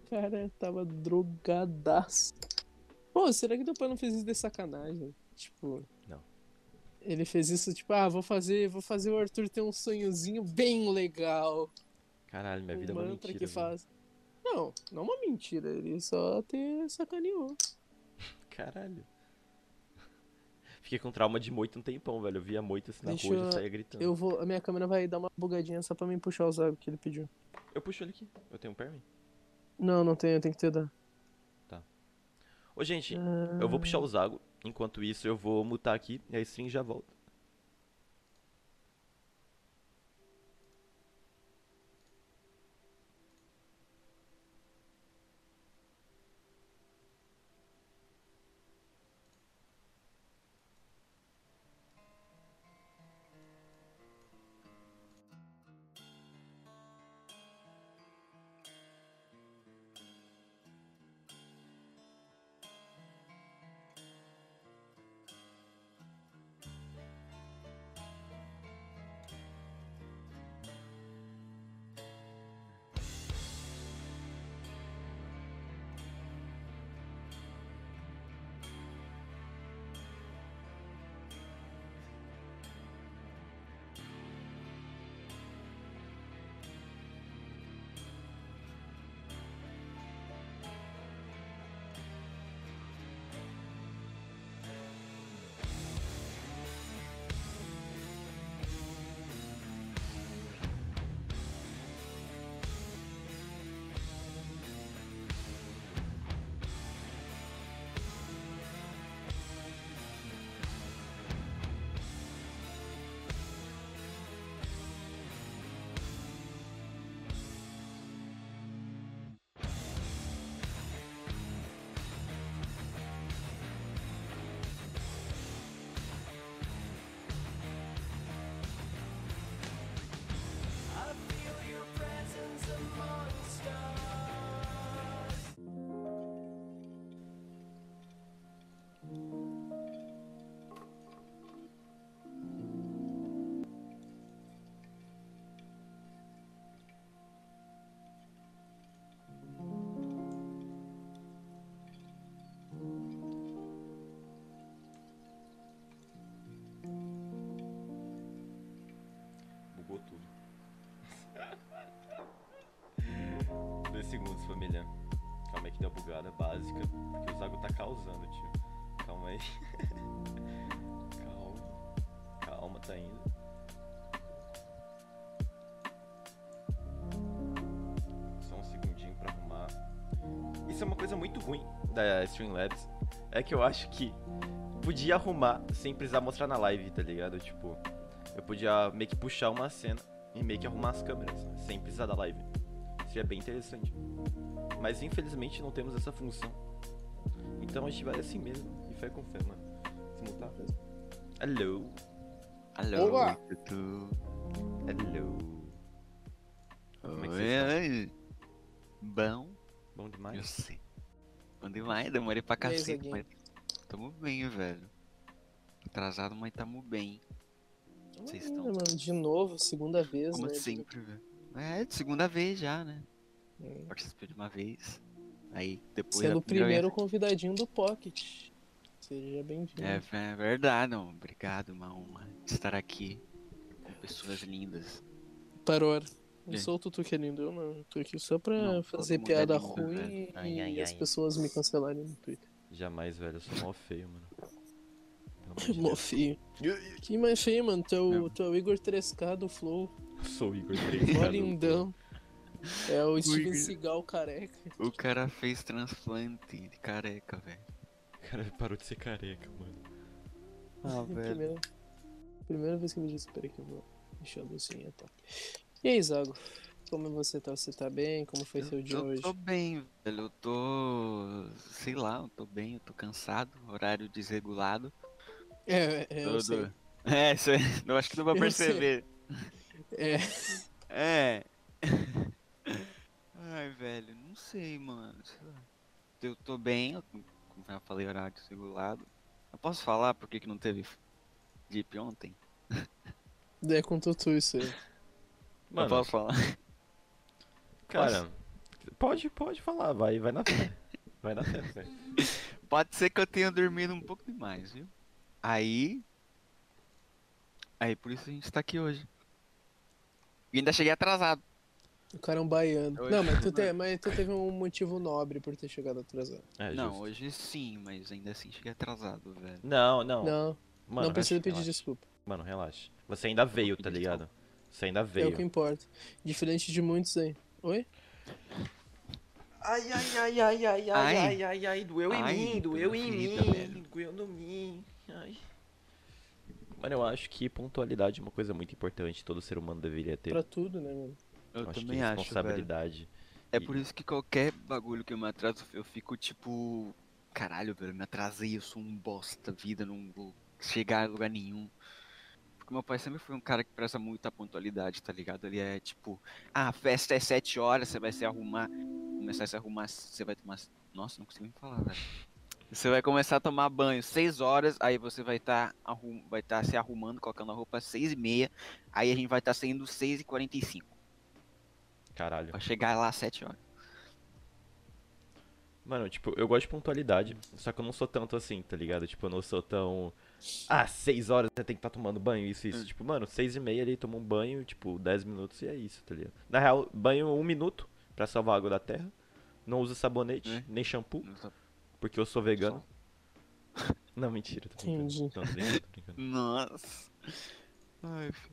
[SPEAKER 2] Cara, eu tava drogadaço. Pô, será que teu pai não fez isso de sacanagem? Tipo.
[SPEAKER 1] Não.
[SPEAKER 2] Ele fez isso, tipo, ah, vou fazer, vou fazer o Arthur ter um sonhozinho bem legal.
[SPEAKER 1] Caralho, minha
[SPEAKER 2] um
[SPEAKER 1] vida é uma
[SPEAKER 2] mantra
[SPEAKER 1] mentira.
[SPEAKER 2] que
[SPEAKER 1] velho.
[SPEAKER 2] faz. Não, não é uma mentira, ele só te sacaneou.
[SPEAKER 1] Caralho. Fiquei com trauma de moita um tempão, velho. Eu via moita assim na
[SPEAKER 2] Deixa
[SPEAKER 1] rua e eu
[SPEAKER 2] eu-
[SPEAKER 1] saía gritando. Eu...
[SPEAKER 2] Eu vou. A minha câmera vai dar uma bugadinha só pra mim puxar os águas que ele pediu.
[SPEAKER 1] puxo ele aqui. Eu tenho um permin.
[SPEAKER 2] Não, não tenho, tem que te dar.
[SPEAKER 1] Ô, gente, eu vou
[SPEAKER 2] Ah.
[SPEAKER 1] puxar o Zago. Enquanto isso, eu vou mutar aqui e a string já volta. Bugou tudo. Dois segundos, família. Calma aí que deu uma bugada básica. Porque o Zago tá causando, tio. Calma aí. Calma. Calma, tá indo. Só um segundinho pra arrumar. Isso é uma coisa muito ruim da Streamlabs. É que eu acho que podia arrumar sem precisar mostrar na live, tá ligado? Tipo. eu podia meio que puxar uma cena e meio que arrumar as câmeras, né, sem precisar da live. Seria bem interessante. Mas infelizmente não temos essa função. Então a gente vai assim mesmo, e fé com fé, mano. Se mutar mesmo. Alô?
[SPEAKER 3] Alô, é
[SPEAKER 2] Olá.
[SPEAKER 3] Tutu.
[SPEAKER 1] Alô? Como é que vocês
[SPEAKER 3] Oi. Bom,
[SPEAKER 1] Bom
[SPEAKER 3] eu
[SPEAKER 1] demais?
[SPEAKER 3] sei. Bom demais, demorei pra
[SPEAKER 2] E aí,
[SPEAKER 3] cacete,
[SPEAKER 2] Zaguinho?
[SPEAKER 3] mas tamo bem, velho. Atrasado, mas tamo bem. Vocês
[SPEAKER 2] Olha,
[SPEAKER 3] estão-
[SPEAKER 2] é mano, de novo, segunda vez,
[SPEAKER 3] Como
[SPEAKER 2] né?
[SPEAKER 1] assim?
[SPEAKER 3] sempre, velho. É, de segunda vez já, né?
[SPEAKER 2] Hum.
[SPEAKER 3] Participei de uma vez. Aí, depois da
[SPEAKER 2] Sendo o
[SPEAKER 3] primeira vez-
[SPEAKER 2] primeiro convidadinho do Pocket. Seja bem-vindo.
[SPEAKER 3] É, é verdade, não. obrigado, uma honra estar aqui com pessoas lindas.
[SPEAKER 2] Paror. Não
[SPEAKER 3] É.
[SPEAKER 2] sou o Tutu que é lindo, eu não. Eu tô aqui só pra
[SPEAKER 3] Não, todo
[SPEAKER 2] fazer
[SPEAKER 3] mundo é
[SPEAKER 2] piada
[SPEAKER 3] lindo,
[SPEAKER 2] ruim
[SPEAKER 3] velho. Ai,
[SPEAKER 2] e
[SPEAKER 3] ai,
[SPEAKER 2] as
[SPEAKER 3] ai.
[SPEAKER 2] pessoas me cancelarem no Twitter.
[SPEAKER 1] Jamais, velho, eu sou mó feio, mano. Pelo amor de
[SPEAKER 2] Mó
[SPEAKER 1] Deus.
[SPEAKER 2] feio. Que mais feio, mano. Tu é o,
[SPEAKER 3] Não.
[SPEAKER 2] tu é o Igor 3K do Flow.
[SPEAKER 1] Eu sou o Igor 3.
[SPEAKER 2] Mó lindão. É o Steven
[SPEAKER 3] Igor.
[SPEAKER 2] Seagal careca.
[SPEAKER 3] O cara fez transplante de careca, velho.
[SPEAKER 1] O cara parou de ser careca, mano.
[SPEAKER 3] Ah,
[SPEAKER 2] Primeira, primeira vez que eu me disse, peraí que eu vou deixar a luzinha, tá? E aí, Zago? Como você tá? Você tá bem? Como foi seu dia
[SPEAKER 3] eu
[SPEAKER 2] hoje?
[SPEAKER 3] tô bem, velho. Eu tô. Sei lá, eu tô bem, eu tô cansado, horário desregulado.
[SPEAKER 2] É, é, eu
[SPEAKER 3] Todo-
[SPEAKER 2] sei.
[SPEAKER 3] É, isso aí, eu acho que não vai
[SPEAKER 2] Eu sei.
[SPEAKER 3] perceber.
[SPEAKER 2] É,
[SPEAKER 3] É. Ai, velho, não sei, mano. sei lá. Eu tô bem, eu- como já falei, horário desregulado. Eu posso falar por que que não teve Deep ontem?
[SPEAKER 2] é com tutu isso aí.
[SPEAKER 3] eu posso falar.
[SPEAKER 1] Cara, pode, pode falar, vai, vai na fé. Vai na fé, velho.
[SPEAKER 3] Pode ser que eu tenha dormido um pouco demais, viu? Aí. Aí por isso a gente tá aqui hoje. E ainda cheguei atrasado.
[SPEAKER 2] O cara é um baiano.
[SPEAKER 3] Oi.
[SPEAKER 2] Não, mas tu, te, mas tu teve um motivo nobre por ter chegado atrasado.
[SPEAKER 1] É,
[SPEAKER 3] não,
[SPEAKER 1] justo.
[SPEAKER 3] hoje sim, mas ainda assim cheguei atrasado, velho.
[SPEAKER 1] Não, não.
[SPEAKER 2] Não,
[SPEAKER 1] Mano,
[SPEAKER 2] não
[SPEAKER 1] relaxa,
[SPEAKER 2] precisa pedir
[SPEAKER 1] relaxa.
[SPEAKER 2] desculpa.
[SPEAKER 1] Mano, relaxa. Você ainda veio, tá
[SPEAKER 3] pedir
[SPEAKER 1] ligado? Você ainda
[SPEAKER 2] É o que
[SPEAKER 1] veio.
[SPEAKER 2] importa. Diferente de muitos aí. Oi?
[SPEAKER 1] Ai, ai, ai, ai, ai,
[SPEAKER 3] Ai.
[SPEAKER 1] ai, ai, doeu
[SPEAKER 3] Ai, pela ferida, velho.
[SPEAKER 1] doeu no mim. Ai. Mano, eu acho que pontualidade é uma coisa muito importante, todo ser humano deveria ter.
[SPEAKER 2] Pra tudo, né, mano?
[SPEAKER 3] Eu
[SPEAKER 1] acho
[SPEAKER 3] também
[SPEAKER 1] que
[SPEAKER 3] acho, velho.
[SPEAKER 1] responsabilidade.
[SPEAKER 3] É
[SPEAKER 1] E-
[SPEAKER 3] por isso que qualquer bagulho que eu me atraso, eu fico tipo. Caralho, velho, me atrasei, eu sou um bosta, vida, não vou chegar a lugar nenhum. Porque meu pai sempre foi um cara que presta muita pontualidade, tá ligado? Ele é tipo, ah, a festa é 7 horas, você vai se arrumar. Começar a se arrumar, você vai tomar. Nossa, não consigo nem falar, velho. Você vai começar a tomar banho 6 horas, aí você vai estar vai tá se arrumando, colocando a roupa 6 e meia, aí a gente vai estar saindo 6 e 45
[SPEAKER 1] Caralho.
[SPEAKER 3] pra chegar lá às 7 horas.
[SPEAKER 1] Mano, tipo, eu gosto de pontualidade, só que eu não sou tanto assim, tá ligado? Tipo, eu não sou tão. Ah, seis horas você tem que estar tomando banho, isso, isso.
[SPEAKER 3] Hum.
[SPEAKER 1] Tipo, mano, seis e meia ele toma um banho, tipo, dez minutos e é isso, tá ligado? Na real, banho um minuto pra salvar a água da terra. Não uso sabonete,
[SPEAKER 3] É.
[SPEAKER 1] nem shampoo, porque eu sou vegano. Não, mentira, tô brincando.
[SPEAKER 2] Entendi.
[SPEAKER 1] Não, tô brincando, tô brincando.
[SPEAKER 3] Nossa. Ai, fi-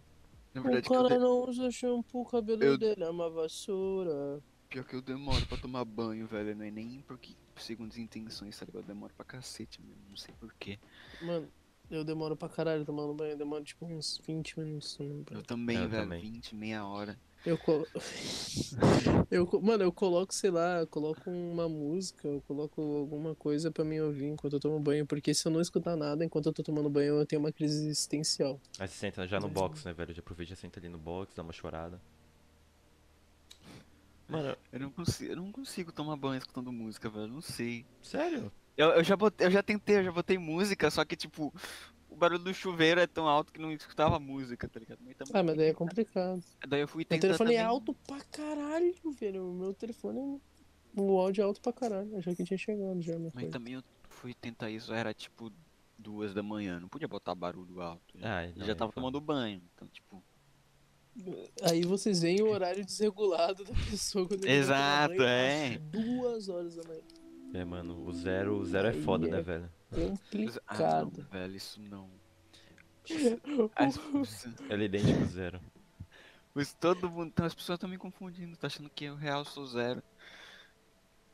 [SPEAKER 3] Na
[SPEAKER 2] O
[SPEAKER 3] verdade, que eu
[SPEAKER 2] cara
[SPEAKER 3] de-
[SPEAKER 2] não usa shampoo, o cabelo
[SPEAKER 3] Eu-
[SPEAKER 2] dele é uma vassoura.
[SPEAKER 3] pior que eu demoro pra tomar banho, velho. Não é nem porque, segundo as intenções, tá ligado? Eu demoro pra cacete mesmo. Não sei porquê.
[SPEAKER 2] Mano, eu demoro pra caralho tomando banho. Eu demoro tipo uns 20 minutos tomando banho.
[SPEAKER 3] Eu também,
[SPEAKER 1] Eu
[SPEAKER 3] velho.
[SPEAKER 1] também.
[SPEAKER 3] 20, meia hora.
[SPEAKER 2] Eu colo... eu, co- mano, eu coloco, sei lá, eu coloco uma música, eu coloco alguma coisa pra mim ouvir enquanto eu tomo banho, porque se eu não escutar nada enquanto eu tô tomando banho, eu tenho uma crise existencial.
[SPEAKER 1] Aí você senta já no box, né, velho? Já aproveita, já senta ali no box, dá uma chorada. Mano,
[SPEAKER 3] Eu não consigo, eu não consigo tomar banho escutando música, velho. eu Não sei.
[SPEAKER 1] sério?
[SPEAKER 3] Eu, eu, já botei, eu já tentei, eu já botei música, só que, tipo, o barulho do chuveiro é tão alto que não escutava música, tá ligado? Mas também-
[SPEAKER 2] Ah, mas daí é complicado.
[SPEAKER 3] Daí eu fui
[SPEAKER 2] Meu
[SPEAKER 3] tentar
[SPEAKER 2] telefone é
[SPEAKER 3] também-
[SPEAKER 2] alto pra caralho, velho. O meu telefone, é- o áudio é alto pra caralho. Eu achei que tinha chegado já, minha
[SPEAKER 3] Mas
[SPEAKER 2] coisa.
[SPEAKER 3] também eu fui tentar isso, era tipo duas da manhã, não podia botar barulho alto. né?
[SPEAKER 1] Ah,
[SPEAKER 3] Eu
[SPEAKER 1] não,
[SPEAKER 3] já
[SPEAKER 1] é
[SPEAKER 3] tava
[SPEAKER 1] foda.
[SPEAKER 3] tomando banho, então tipo.
[SPEAKER 2] Aí vocês veem o horário desregulado da pessoa quando ele vai tomar
[SPEAKER 3] Exato,
[SPEAKER 2] banho,
[SPEAKER 3] é.
[SPEAKER 2] Duas horas da manhã.
[SPEAKER 1] É, mano, o zero, o zero é
[SPEAKER 2] Aí
[SPEAKER 1] foda,
[SPEAKER 2] é
[SPEAKER 1] né, velho?
[SPEAKER 3] Ah, não,
[SPEAKER 2] Complicado.
[SPEAKER 3] velho, isso não. As
[SPEAKER 2] O
[SPEAKER 3] pessoas-
[SPEAKER 1] Ele é idêntico ao zero.
[SPEAKER 3] Mas todo mundo. Então, as pessoas estão me confundindo, tá achando que eu real sou zero.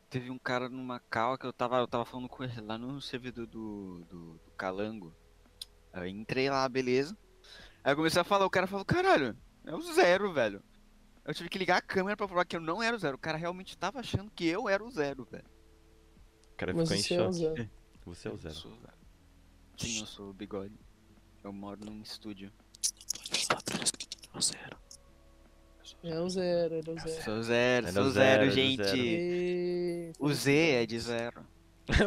[SPEAKER 3] Teve um cara numa cal que eu tava, eu tava falando com ele lá no servidor do, do, do Calango. Aí entrei lá, beleza. Aí eu comecei a falar, o cara falou, caralho, é o zero, velho. Eu tive que ligar a câmera pra provar que eu não era o zero. O cara realmente tava achando que eu era o zero, velero.
[SPEAKER 1] O cara
[SPEAKER 2] Mas
[SPEAKER 1] ficou em
[SPEAKER 2] você é o
[SPEAKER 1] choque.
[SPEAKER 2] zero.
[SPEAKER 1] Você é o
[SPEAKER 3] Eu
[SPEAKER 1] zero.
[SPEAKER 3] sou o zero. Sim, eu sou o bigode. Eu moro num estúdio.
[SPEAKER 2] É o zero, era o zero.
[SPEAKER 3] Sou um zero,
[SPEAKER 1] Era
[SPEAKER 3] sou
[SPEAKER 1] o É zero,
[SPEAKER 3] zero,
[SPEAKER 1] era o
[SPEAKER 3] gente.
[SPEAKER 1] zero.
[SPEAKER 2] E...
[SPEAKER 3] O Z é de zero.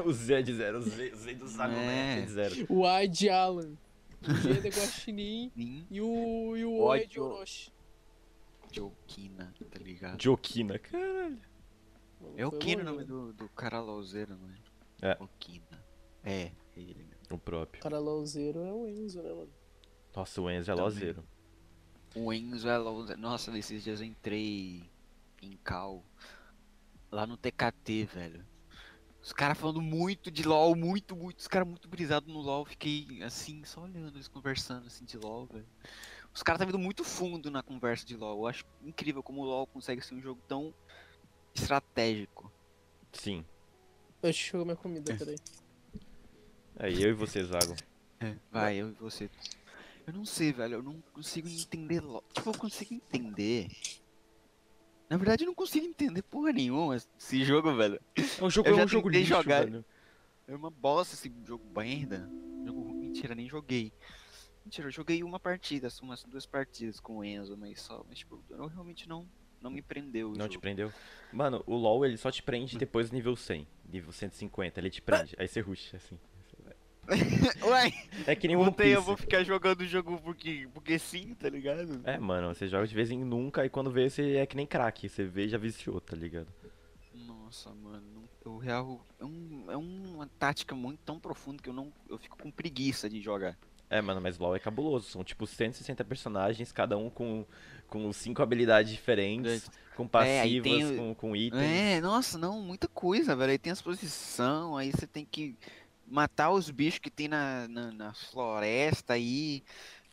[SPEAKER 1] o Z é de zero, o Z, o Z do Zago
[SPEAKER 3] É.
[SPEAKER 1] é de zero.
[SPEAKER 2] O A é de Alan. O G é de Guaxinim.
[SPEAKER 3] Nin,
[SPEAKER 2] E o, e o O é de
[SPEAKER 3] Ódio.
[SPEAKER 2] Orochi.
[SPEAKER 3] Joquina, tá ligado?
[SPEAKER 1] Joquina, caralho.
[SPEAKER 3] É o
[SPEAKER 2] Foi
[SPEAKER 3] Kino o
[SPEAKER 2] longe,
[SPEAKER 3] nome
[SPEAKER 2] né?
[SPEAKER 3] do, do cara lauzeiro, não é?
[SPEAKER 1] É.
[SPEAKER 3] O Kina. É, ele mesmo.
[SPEAKER 1] O próprio.
[SPEAKER 2] Paralauzeiro é o Enzo, né, mano?
[SPEAKER 1] Nossa, o Enzo é
[SPEAKER 3] Também.
[SPEAKER 1] lozeiro.
[SPEAKER 3] O Enzo é lauzeiro. Nossa, nesses dias eu entrei em Cal. Lá no TKT, velho. Os caras falando muito de LOL, muito, muito. Os caras muito brisados no LOL. Fiquei assim, só olhando eles conversando assim de LOL, velho. Os caras tá vindo muito fundo na conversa de LOL. Eu acho incrível como o LOL consegue ser um jogo tão estratégico.
[SPEAKER 1] Sim.
[SPEAKER 2] Eu chego minha
[SPEAKER 1] É.
[SPEAKER 2] comida, peraí.
[SPEAKER 1] Aí É, eu e você, Zago.
[SPEAKER 3] Vai, eu e você. Eu não sei, velho. Eu não consigo entender. lo- Tipo, eu consigo entender. Na verdade, eu não consigo entender porra nenhuma esse jogo, velho.
[SPEAKER 1] É um jogo,
[SPEAKER 3] Eu
[SPEAKER 1] é
[SPEAKER 3] já
[SPEAKER 1] um jogo
[SPEAKER 3] tentei
[SPEAKER 1] lixo,
[SPEAKER 3] jogar.
[SPEAKER 1] velho.
[SPEAKER 3] É uma bosta esse jogo, merda. Jogo ruim. Mentira, nem joguei. Mentira, eu joguei uma partida, só umas duas partidas com o Enzo, mas só. Mas, tipo, eu realmente não, não me prendeu. o
[SPEAKER 1] Não te
[SPEAKER 3] jogo.
[SPEAKER 1] prendeu? Mano, o LoL ele só te prende depois do nível 100. Nível 150, ele te prende. Aí você rush, assim.
[SPEAKER 3] Ué,
[SPEAKER 1] É que nem
[SPEAKER 3] não
[SPEAKER 1] One
[SPEAKER 3] tem, eu vou
[SPEAKER 1] Piece.
[SPEAKER 3] ficar jogando o jogo porque, porque sim, tá ligado?
[SPEAKER 1] É, mano, você joga de vez em nunca e quando vê, você é que nem craque. Você vê e já viciou, tá ligado?
[SPEAKER 3] Nossa, mano, não- o real é, um, é uma tática muito tão profunda que eu não eu fico com preguiça de jogar.
[SPEAKER 1] É, mano, mas LoL é cabuloso. São tipo 160 personagens, cada um com, com cinco habilidades diferentes, com
[SPEAKER 3] É, aí
[SPEAKER 1] passivas,
[SPEAKER 3] tem o-
[SPEAKER 1] com, com itens.
[SPEAKER 3] É, nossa, não, muita coisa, velho. Aí tem as posição, aí você tem que matar os bichos que tem na, na, na floresta aí.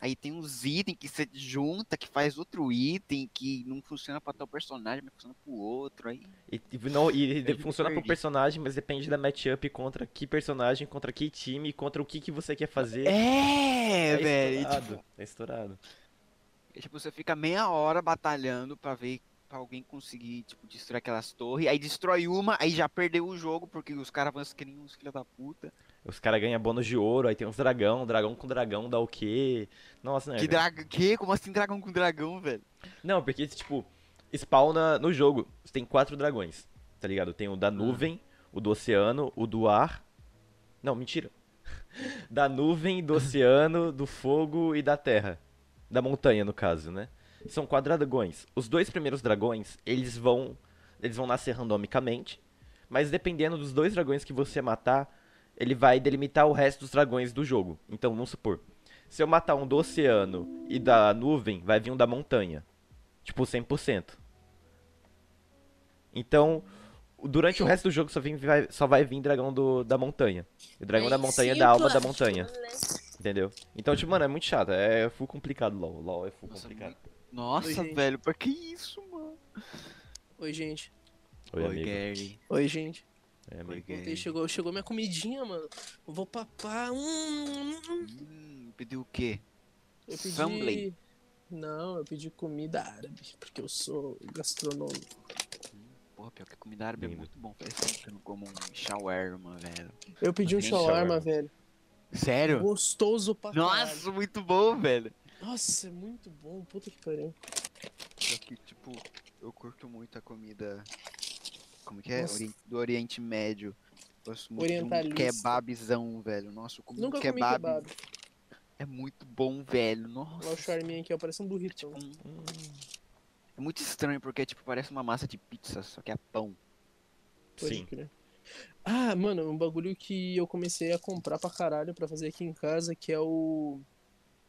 [SPEAKER 3] Aí tem uns itens que você junta, que faz outro item, que não funciona pra tal personagem, mas funciona pro outro. Aí
[SPEAKER 1] E, e não, e de-
[SPEAKER 3] Eu me
[SPEAKER 1] funciona pro
[SPEAKER 3] perdi.
[SPEAKER 1] personagem, mas depende da matchup contra que personagem, contra que time, contra o que, que você quer fazer.
[SPEAKER 3] É, velho. e,
[SPEAKER 1] estourado.
[SPEAKER 3] tipo,
[SPEAKER 1] É estourado.
[SPEAKER 3] E, tipo, você fica meia hora batalhando pra ver pra alguém conseguir, tipo, destruir aquelas torres. Aí destrói uma, aí já perdeu o jogo, porque os caras avançam que nem uns filha da puta.
[SPEAKER 1] Os caras ganham bônus de ouro, aí tem uns dragão, dragão com dragão dá o quê? Nossa, né?
[SPEAKER 3] Que
[SPEAKER 1] velho?
[SPEAKER 3] dragão. Que? Como assim dragão com dragão, velho?
[SPEAKER 1] Não, porque, tipo, spawna no jogo. Você tem quatro dragões, tá ligado? Tem o da nuvem, o do oceano, o do ar. Não, mentira. Da nuvem, do oceano, do fogo e da terra. Da montanha, no caso, né? São quatro dragões. Os dois primeiros dragões, eles vão. Eles vão nascer randomicamente. Mas dependendo dos dois dragões que você matar, ele vai delimitar o resto dos dragões do jogo. Então, vamos supor. Se eu matar um do oceano e da nuvem, vai vir um da montanha. Tipo, 100%. Então, o- durante o resto do jogo só, vem- vai, só vai vir dragão do, da montanha. E o dragão da montanha é da alma da montanha. Entendeu? Então, tipo, mano, é muito chato. É full complicado, LOL. LOL é full
[SPEAKER 3] Nossa,
[SPEAKER 1] complicado.
[SPEAKER 3] Nossa,
[SPEAKER 2] gente.
[SPEAKER 3] velho, pra que isso, mano?
[SPEAKER 2] Oi, gente.
[SPEAKER 1] Oi, amigo.
[SPEAKER 3] Gary.
[SPEAKER 2] Oi, gente.
[SPEAKER 1] É,
[SPEAKER 3] Oi,
[SPEAKER 1] amigo.
[SPEAKER 2] Voltei,
[SPEAKER 3] Gary.
[SPEAKER 2] chegou, chegou minha comidinha, mano. Eu vou papar. Hum, hum, hum.
[SPEAKER 3] Hum, pediu o quê?
[SPEAKER 2] eu pedi.
[SPEAKER 3] Family.
[SPEAKER 2] Não, eu pedi comida árabe, porque eu sou gastronômico.
[SPEAKER 3] Porra, pior que comida árabe é
[SPEAKER 1] Lindo.
[SPEAKER 3] muito bom. Faz tempo que eu não como um shawarma, velho.
[SPEAKER 2] Eu pedi um
[SPEAKER 3] Tem
[SPEAKER 2] shawarma,
[SPEAKER 1] shawarma.
[SPEAKER 2] velho.
[SPEAKER 3] Sério?
[SPEAKER 2] Gostoso pra caralho.
[SPEAKER 3] Nossa, muito bom, velho.
[SPEAKER 2] Nossa, é muito bom. Puta que pariu.
[SPEAKER 3] Só que, tipo, eu curto muito a comida. Como que é?
[SPEAKER 2] Nossa.
[SPEAKER 3] Ori- Do Oriente Médio. Gosto muito de um
[SPEAKER 2] Orientalista.
[SPEAKER 3] kebabzão, velho. Nossa, eu comi
[SPEAKER 2] Nunca
[SPEAKER 3] um
[SPEAKER 2] comi
[SPEAKER 3] kebab.
[SPEAKER 2] kebab.
[SPEAKER 3] É muito bom, velho. Nossa.
[SPEAKER 2] Olha o charminho aqui, ó. Parece um
[SPEAKER 3] é,
[SPEAKER 2] burrito.
[SPEAKER 3] tipo, um- é muito estranho, porque tipo, parece uma massa de pizza, só que é pão.
[SPEAKER 2] Pode
[SPEAKER 1] Sim.
[SPEAKER 2] crer. Ah, mano, um bagulho que eu comecei a comprar pra caralho pra fazer aqui em casa, que é o.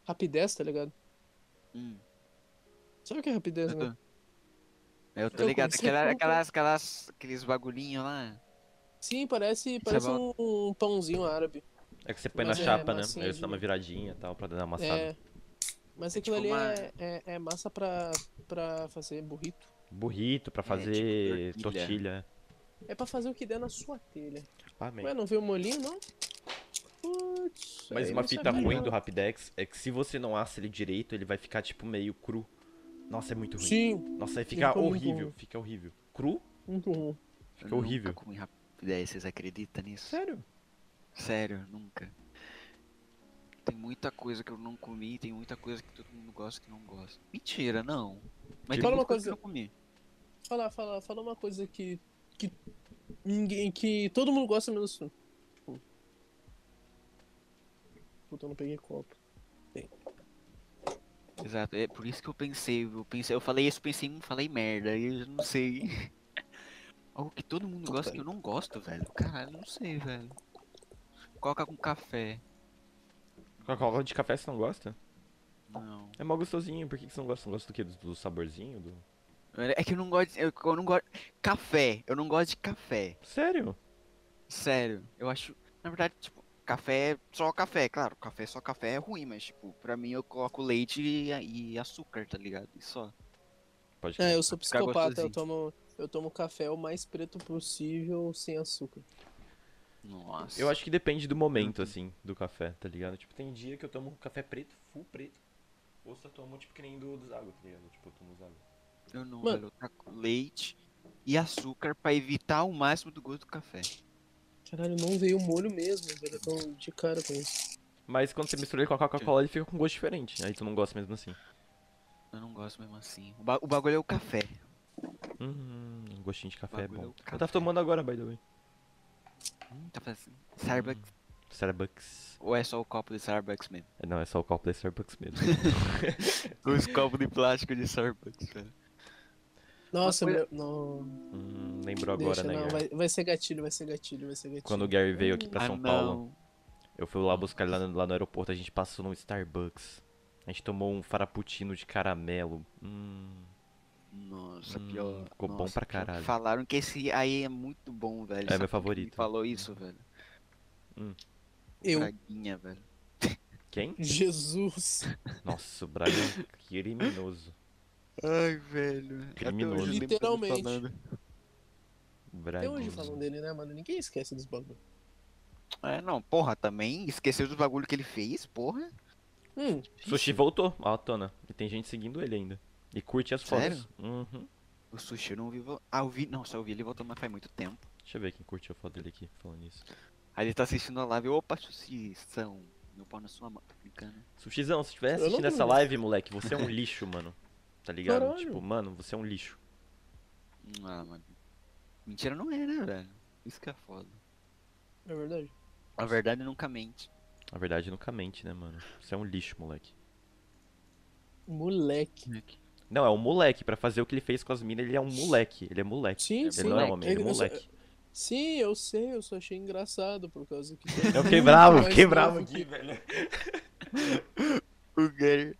[SPEAKER 2] Rapidez, tá ligado?
[SPEAKER 3] Hum,
[SPEAKER 2] Sabe o que é rapidez,
[SPEAKER 3] eu
[SPEAKER 2] né?
[SPEAKER 3] tô... Eu tô
[SPEAKER 2] Eu
[SPEAKER 3] ligado.
[SPEAKER 2] comecei a
[SPEAKER 3] Aquela-
[SPEAKER 2] comprar.
[SPEAKER 3] aquelas, aquelas, aqueles bagulhinhos lá.
[SPEAKER 2] Sim, parece, parece
[SPEAKER 3] é
[SPEAKER 2] um, um pãozinho árabe.
[SPEAKER 1] É que você põe
[SPEAKER 2] Mas
[SPEAKER 1] na
[SPEAKER 2] é
[SPEAKER 1] chapa, né?
[SPEAKER 2] massinha
[SPEAKER 1] Aí você dá uma
[SPEAKER 2] de-
[SPEAKER 1] viradinha e tal pra dar uma amassada.
[SPEAKER 2] É. Mas aquilo ali
[SPEAKER 3] tipo uma-
[SPEAKER 2] é, é, é massa pra, pra fazer burrito.
[SPEAKER 1] Burrito pra
[SPEAKER 3] tipo
[SPEAKER 1] fazer É,
[SPEAKER 3] tortilha.
[SPEAKER 1] tortilha.
[SPEAKER 2] É pra fazer o que der na sua telha.
[SPEAKER 1] Amém.
[SPEAKER 2] Ué, não veio o molinho, não?
[SPEAKER 4] Putz,
[SPEAKER 1] Mas
[SPEAKER 4] aí
[SPEAKER 1] uma
[SPEAKER 4] não
[SPEAKER 1] fita
[SPEAKER 4] sabia,
[SPEAKER 1] ruim
[SPEAKER 4] não.
[SPEAKER 1] do Rapidex é que se você não assa ele direito, ele vai ficar tipo meio cru. Nossa, é muito ruim.
[SPEAKER 4] Sim,
[SPEAKER 1] Nossa, aí fica
[SPEAKER 4] Fica muito
[SPEAKER 1] horrível.
[SPEAKER 4] ruim.
[SPEAKER 1] Fica horrível. Cru?
[SPEAKER 4] muito ruim.
[SPEAKER 1] Fica horrível.
[SPEAKER 3] Nunca comi rapidez, vocês acreditam nisso?
[SPEAKER 1] Sério?
[SPEAKER 3] Sério, nunca. Tem muita coisa que eu não comi, tem muita coisa que todo mundo gosta que não gosta. Mentira, não. Mas tem
[SPEAKER 4] Fala uma
[SPEAKER 3] muita que eu
[SPEAKER 4] coisa-
[SPEAKER 3] não comi.
[SPEAKER 4] Fala, fala, fala uma coisa que. que ninguém. que todo mundo gosta menos tu. Tipo, Puta, eu não peguei copo.
[SPEAKER 3] Exato, é por isso que eu pensei, eu pensei, eu falei isso, pensei, hum, falei merda, e eu não sei. Algo que todo mundo gosta que eu não gosto, velho. Caralho, não sei, velho. Coca com café.
[SPEAKER 1] Coca-Cola de café você não gosta?
[SPEAKER 3] Não.
[SPEAKER 1] É mó gostosinho. Por que, que você não gosta? Não gosta do quê? Do, do saborzinho? Do...
[SPEAKER 3] É que eu não gosto, de- eu, eu não gosto café. Eu não gosto de café.
[SPEAKER 1] Sério?
[SPEAKER 3] Sério. Eu acho, na verdade, tipo, café é só café, claro, café só café é ruim, mas tipo, pra mim eu coloco leite e, e açúcar, tá ligado? E só.
[SPEAKER 1] Pode crer.
[SPEAKER 4] É, eu sou
[SPEAKER 3] Ficar
[SPEAKER 4] psicopata,
[SPEAKER 3] gostosinho.
[SPEAKER 4] eu tomo. Eu tomo café o mais preto possível sem açúcar.
[SPEAKER 3] Nossa.
[SPEAKER 1] Eu acho que depende do momento,
[SPEAKER 3] Uhum.
[SPEAKER 1] assim, do café, tá ligado? Tipo, tem dia que eu tomo café preto, full preto. Ou se eu tomo, tipo, que nem do, do Zago, tá ligado? Tipo, eu tomo Zago.
[SPEAKER 3] Eu não,
[SPEAKER 4] Mano.
[SPEAKER 3] velho. Eu taco leite e açúcar pra evitar o máximo do gosto do café.
[SPEAKER 4] Caralho, não veio o molho mesmo, velho. Eu tô de cara com isso.
[SPEAKER 1] Mas quando você mistura ele com a Coca-Cola, ele fica com um gosto diferente. Aí tu não gosta mesmo assim.
[SPEAKER 3] Eu não gosto mesmo assim. O, ba- o bagulho é o café.
[SPEAKER 1] Hum, um gostinho de café é
[SPEAKER 3] Bagulho é
[SPEAKER 1] bom.
[SPEAKER 3] o
[SPEAKER 1] Eu
[SPEAKER 3] café.
[SPEAKER 1] tava tomando agora, by the way.
[SPEAKER 3] Hum, tá fazendo. Starbucks.
[SPEAKER 1] Starbucks.
[SPEAKER 3] Ou é só o copo de Starbucks mesmo?
[SPEAKER 1] É, Não, é só o copo da Starbucks mesmo.
[SPEAKER 3] Os copos de plástico de Starbucks, velho.
[SPEAKER 4] Nossa,
[SPEAKER 3] coisa-
[SPEAKER 4] meu. Não.
[SPEAKER 1] hum, lembrou agora,
[SPEAKER 4] Deixa,
[SPEAKER 1] né,
[SPEAKER 4] não.
[SPEAKER 1] Gary?
[SPEAKER 4] Vai, vai ser gatilho, vai ser gatilho, vai ser gatilho.
[SPEAKER 1] Quando o Gary veio aqui pra
[SPEAKER 3] Ah,
[SPEAKER 1] São
[SPEAKER 3] não.
[SPEAKER 1] Paulo, eu fui lá buscar ele lá no, lá no aeroporto, a gente passou num Starbucks. A gente tomou um faraputino de caramelo. Hum.
[SPEAKER 3] Nossa,
[SPEAKER 1] Hum,
[SPEAKER 3] pior.
[SPEAKER 1] ficou bom
[SPEAKER 3] Nossa,
[SPEAKER 1] pra
[SPEAKER 3] pior.
[SPEAKER 1] caralho.
[SPEAKER 3] Falaram que esse aí é muito bom, velho.
[SPEAKER 1] É
[SPEAKER 3] Sabe
[SPEAKER 1] meu
[SPEAKER 3] quem que
[SPEAKER 1] favorito.
[SPEAKER 3] Me falou isso, velho.
[SPEAKER 4] Eu.
[SPEAKER 3] Braguinha, velho.
[SPEAKER 1] Quem?
[SPEAKER 4] Jesus.
[SPEAKER 1] Nossa, o Braga é criminoso.
[SPEAKER 3] Ai, velho.
[SPEAKER 1] Até hoje eu lembro
[SPEAKER 4] dele Literalmente.
[SPEAKER 1] Braga.
[SPEAKER 4] Até hoje falam dele, né, mano? Ninguém esquece dos bagulho.
[SPEAKER 3] É, não, porra, também. Esqueceu dos bagulho que ele fez, porra.
[SPEAKER 4] Hum,
[SPEAKER 1] Sushi voltou à tona. E tem gente seguindo ele ainda. E curte as fotos.
[SPEAKER 3] Sério?
[SPEAKER 1] Uhum.
[SPEAKER 3] O sushi eu não vivo. Ah, eu vi. Não, só eu vi ele voltando, mas faz muito tempo.
[SPEAKER 1] Deixa eu ver quem curtiu a foto dele aqui, falando isso.
[SPEAKER 3] Aí ele tá assistindo a live. Opa, sushi, são. Meu pau na sua mão. Tô brincando.
[SPEAKER 1] Sushizão, se estiver
[SPEAKER 4] Eu não
[SPEAKER 1] assistindo essa
[SPEAKER 4] duvido.
[SPEAKER 1] live, moleque, você é um lixo, mano. Tá ligado?
[SPEAKER 4] Caralho.
[SPEAKER 1] Tipo, mano, você é um lixo.
[SPEAKER 3] Ah, mano. Mentira não é, né, velho? Isso que é foda.
[SPEAKER 4] é verdade.
[SPEAKER 3] A verdade nunca mente.
[SPEAKER 1] Na verdade, nunca mente, né, mano? Você é um lixo, moleque.
[SPEAKER 4] Moleque.
[SPEAKER 1] Não, é um moleque. Pra fazer o que ele fez com as minas, ele é um moleque. Ele é moleque.
[SPEAKER 4] Sim,
[SPEAKER 3] É
[SPEAKER 4] sim.
[SPEAKER 1] Ele não é homem, ele é
[SPEAKER 4] Eu- eu só-
[SPEAKER 1] moleque.
[SPEAKER 4] Sim, eu sei, eu só achei engraçado por causa que.
[SPEAKER 1] Eu fiquei É bravo,
[SPEAKER 4] Mas tá
[SPEAKER 1] fiquei
[SPEAKER 4] não,
[SPEAKER 1] bravo
[SPEAKER 4] porque-
[SPEAKER 1] aqui, velho.
[SPEAKER 3] O Gary.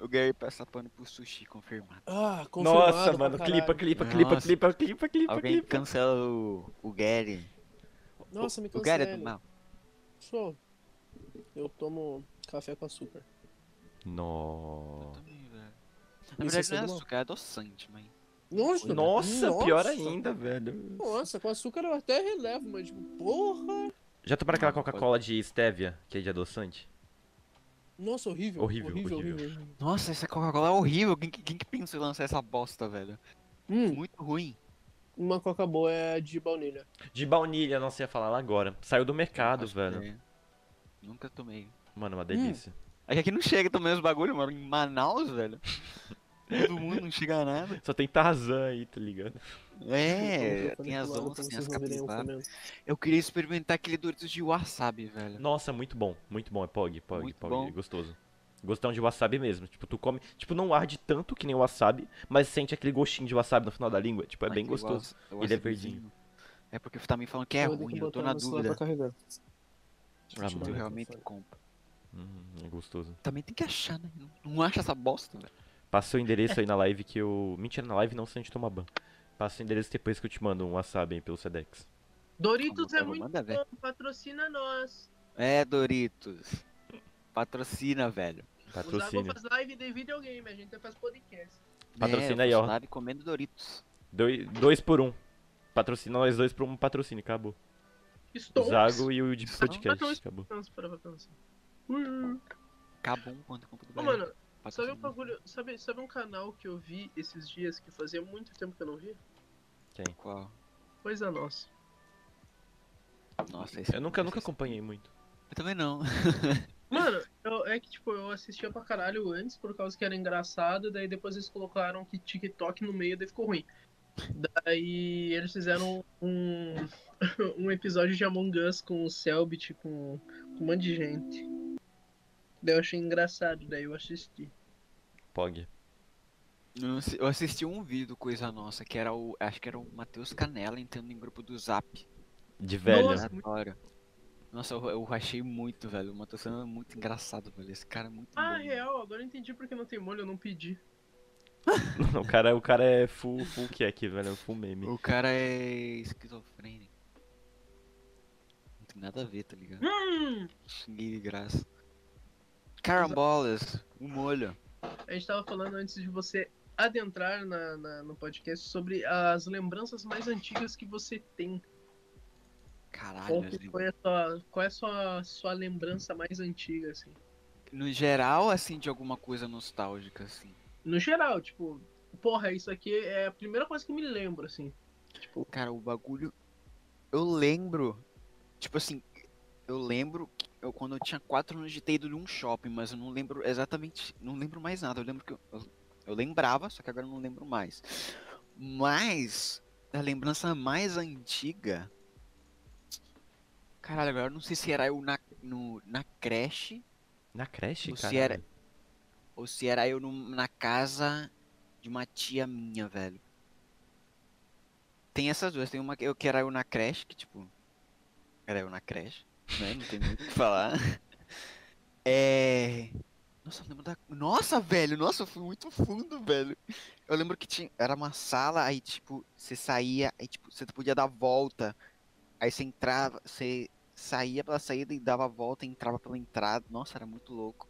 [SPEAKER 3] O Gary passa pano pro sushi, confirmado.
[SPEAKER 4] Ah, confirmado.
[SPEAKER 1] Nossa,
[SPEAKER 4] pra
[SPEAKER 1] mano,
[SPEAKER 4] caralho.
[SPEAKER 1] clipa, clipa, clipa,
[SPEAKER 3] Nossa.
[SPEAKER 1] clipa, clipa, clipa,
[SPEAKER 3] Alguém
[SPEAKER 1] clipa.
[SPEAKER 3] cancela o, o Gary.
[SPEAKER 4] Nossa, me
[SPEAKER 3] O Gary é do
[SPEAKER 4] cancela.
[SPEAKER 3] mal.
[SPEAKER 4] Sou. Eu tomo café com açúcar.
[SPEAKER 1] Nossa.
[SPEAKER 3] também, velho.
[SPEAKER 4] Isso
[SPEAKER 3] Na
[SPEAKER 4] é
[SPEAKER 3] verdade,
[SPEAKER 4] ser
[SPEAKER 3] não é
[SPEAKER 4] do mal.
[SPEAKER 3] açúcar, é adoçante, mas.
[SPEAKER 4] Nossa,
[SPEAKER 1] Nossa,
[SPEAKER 4] nossa.
[SPEAKER 1] pior ainda, velho.
[SPEAKER 4] Nossa, com açúcar eu até relevo, mas tipo, porra.
[SPEAKER 1] Já tomaram aquela
[SPEAKER 3] Não, pode-
[SPEAKER 1] Coca-Cola de Stevia, que é de adoçante?
[SPEAKER 4] Nossa, horrível.
[SPEAKER 1] Horrível,
[SPEAKER 4] horrível.
[SPEAKER 1] horrível.
[SPEAKER 4] horrível.
[SPEAKER 3] Nossa, essa Coca-Cola é horrível. Quem, que- quem que pensou em lançar essa bosta, velho?
[SPEAKER 4] Hum,
[SPEAKER 3] Muito ruim.
[SPEAKER 4] uma coca boa é a de baunilha.
[SPEAKER 1] De baunilha, nossa, ia falar lá agora. Saiu do mercado,
[SPEAKER 3] Acho que
[SPEAKER 1] velho.
[SPEAKER 3] é. Nunca tomei.
[SPEAKER 1] Mano, uma delícia.
[SPEAKER 3] É que aqui não chega também os bagulho, mano. Em Manaus, velho. Todo mundo não chega a nada.
[SPEAKER 1] Só tem Tarzan aí, tá ligado?
[SPEAKER 3] É,
[SPEAKER 4] Tipo, Eu falei
[SPEAKER 3] tem
[SPEAKER 4] pro
[SPEAKER 3] as
[SPEAKER 4] Alan pra
[SPEAKER 3] onças,
[SPEAKER 4] vocês
[SPEAKER 3] tem as
[SPEAKER 4] não virem eu
[SPEAKER 3] capivaras.
[SPEAKER 4] comendo.
[SPEAKER 3] Eu queria experimentar aquele Doritos de wasabi, velho.
[SPEAKER 1] Nossa, muito bom, muito bom. É Pog, Pog,
[SPEAKER 3] Muito
[SPEAKER 1] Pog,
[SPEAKER 3] bom.
[SPEAKER 1] é gostoso. Gostão de wasabi mesmo. Tipo, tu come. Tipo, não arde tanto que nem wasabi, mas sente aquele gostinho de wasabi no final da língua. Tipo, é bem
[SPEAKER 3] Aquele
[SPEAKER 1] gostoso.
[SPEAKER 3] was-
[SPEAKER 1] Ele é
[SPEAKER 3] wasabizinho.
[SPEAKER 1] verdinho.
[SPEAKER 3] É porque tá me falando que é
[SPEAKER 4] Eu vou ter
[SPEAKER 3] ruim,
[SPEAKER 4] que
[SPEAKER 3] eu tô
[SPEAKER 4] botar
[SPEAKER 3] na
[SPEAKER 4] meu celular
[SPEAKER 3] dúvida.
[SPEAKER 4] pra carregar.
[SPEAKER 1] Ah,
[SPEAKER 4] Deixa eu
[SPEAKER 1] mano.
[SPEAKER 3] Tu
[SPEAKER 4] ver.
[SPEAKER 3] realmente compra.
[SPEAKER 1] Hum, é gostoso.
[SPEAKER 3] Também tem que achar, né? Não, não acha essa bosta, velho.
[SPEAKER 1] Passa o endereço aí na live que eu. Mentira, na live não, se a gente tomar ban. Passa o endereço depois que eu te mando um wasabi aí pelo Sedex.
[SPEAKER 2] Doritos é
[SPEAKER 3] Eu vou
[SPEAKER 2] muito
[SPEAKER 3] mandar, velho.
[SPEAKER 2] bom, patrocina nós.
[SPEAKER 3] É, Doritos. Patrocina, velho.
[SPEAKER 2] O Zago
[SPEAKER 1] Patrocínio.
[SPEAKER 2] faz live de videogame, a gente faz podcast.
[SPEAKER 1] Patrocina
[SPEAKER 3] é,
[SPEAKER 1] aí, ó.
[SPEAKER 3] Sabe, comendo Doritos.
[SPEAKER 1] Doi- Dois por um. Patrocina nós dois por um patrocínio, acabou. O
[SPEAKER 2] Stonks.
[SPEAKER 1] Zago e o de
[SPEAKER 3] Stonks.
[SPEAKER 2] Stonks.
[SPEAKER 1] podcast. Acabou.
[SPEAKER 2] Pensa, para pra pensar. Uh,
[SPEAKER 3] Cabum.com.br.
[SPEAKER 2] Ô, mano, sabe um bagulho, sabe, sabe um canal que eu vi esses dias que fazia muito tempo que eu não via?
[SPEAKER 3] Qual?
[SPEAKER 2] Coisa nossa.
[SPEAKER 3] Nossa, esse
[SPEAKER 1] Eu nunca, nunca
[SPEAKER 3] esse-
[SPEAKER 1] acompanhei muito.
[SPEAKER 3] Eu também não.
[SPEAKER 2] Mano, eu- é que tipo, eu assistia pra caralho antes por causa que era engraçado, daí depois eles colocaram que TikTok no meio, daí ficou ruim. Daí eles fizeram um, um episódio de Among Us com o Selbit, com, com um monte de gente. Daí eu achei engraçado, daí eu assisti.
[SPEAKER 1] Pog.
[SPEAKER 3] Eu assi- Eu assisti um vídeo do Coisa Nossa, que era o. Acho que era o Matheus Canela entrando em grupo do Zap.
[SPEAKER 1] De velho.
[SPEAKER 2] Nossa.
[SPEAKER 1] né?
[SPEAKER 3] Aleatório. Nossa, eu, eu achei muito, velho. O Matheus Canela é muito engraçado, velho. Esse cara é muito.
[SPEAKER 2] Ah,
[SPEAKER 3] bom.
[SPEAKER 2] real, agora eu entendi porque não tem molho, eu não pedi.
[SPEAKER 1] o, cara, o cara é full, full que é aqui, velho. Full meme.
[SPEAKER 3] O cara é esquizofrênico. Não tem nada a ver, tá ligado?
[SPEAKER 2] Hum,
[SPEAKER 3] Ninguém de graça. Carambolas, o molho.
[SPEAKER 2] a gente tava falando antes de você adentrar na, na- no podcast sobre as lembranças mais antigas que você tem.
[SPEAKER 3] Caralho,
[SPEAKER 2] Qual
[SPEAKER 3] as
[SPEAKER 2] que
[SPEAKER 3] lembranças.
[SPEAKER 2] foi a sua, qual é a sua, sua lembrança mais antiga, assim?
[SPEAKER 3] no geral, assim, de alguma coisa nostálgica, assim.
[SPEAKER 2] No geral, tipo, porra, isso aqui é a primeira coisa que me lembro, assim.
[SPEAKER 3] Cara, o bagulho. Eu lembro. Tipo assim, eu lembro que eu, quando eu tinha 4 anos de ter ido num shopping, mas eu não lembro exatamente. Não lembro mais nada. Eu lembro que eu, eu, eu lembrava, só que agora eu não lembro mais. Mas a lembrança mais antiga. Caralho, agora eu não sei se era eu na, no, na creche
[SPEAKER 1] Na creche,
[SPEAKER 3] O
[SPEAKER 1] cara.
[SPEAKER 3] Sierra- ou se era eu num- na casa de uma tia minha, velho. Tem essas duas. Tem uma que eu que era eu na creche, que tipo. Era eu na creche, né? Não tem muito o que falar. É. Nossa, eu lembro da. Nossa, velho! Nossa, eu fui muito fundo, velho. Eu lembro que tinha. Era uma sala, aí tipo, você saía, aí tipo, você podia dar volta. Aí você entrava, você saía pela saída e dava a volta e entrava pela entrada. Nossa, era muito louco.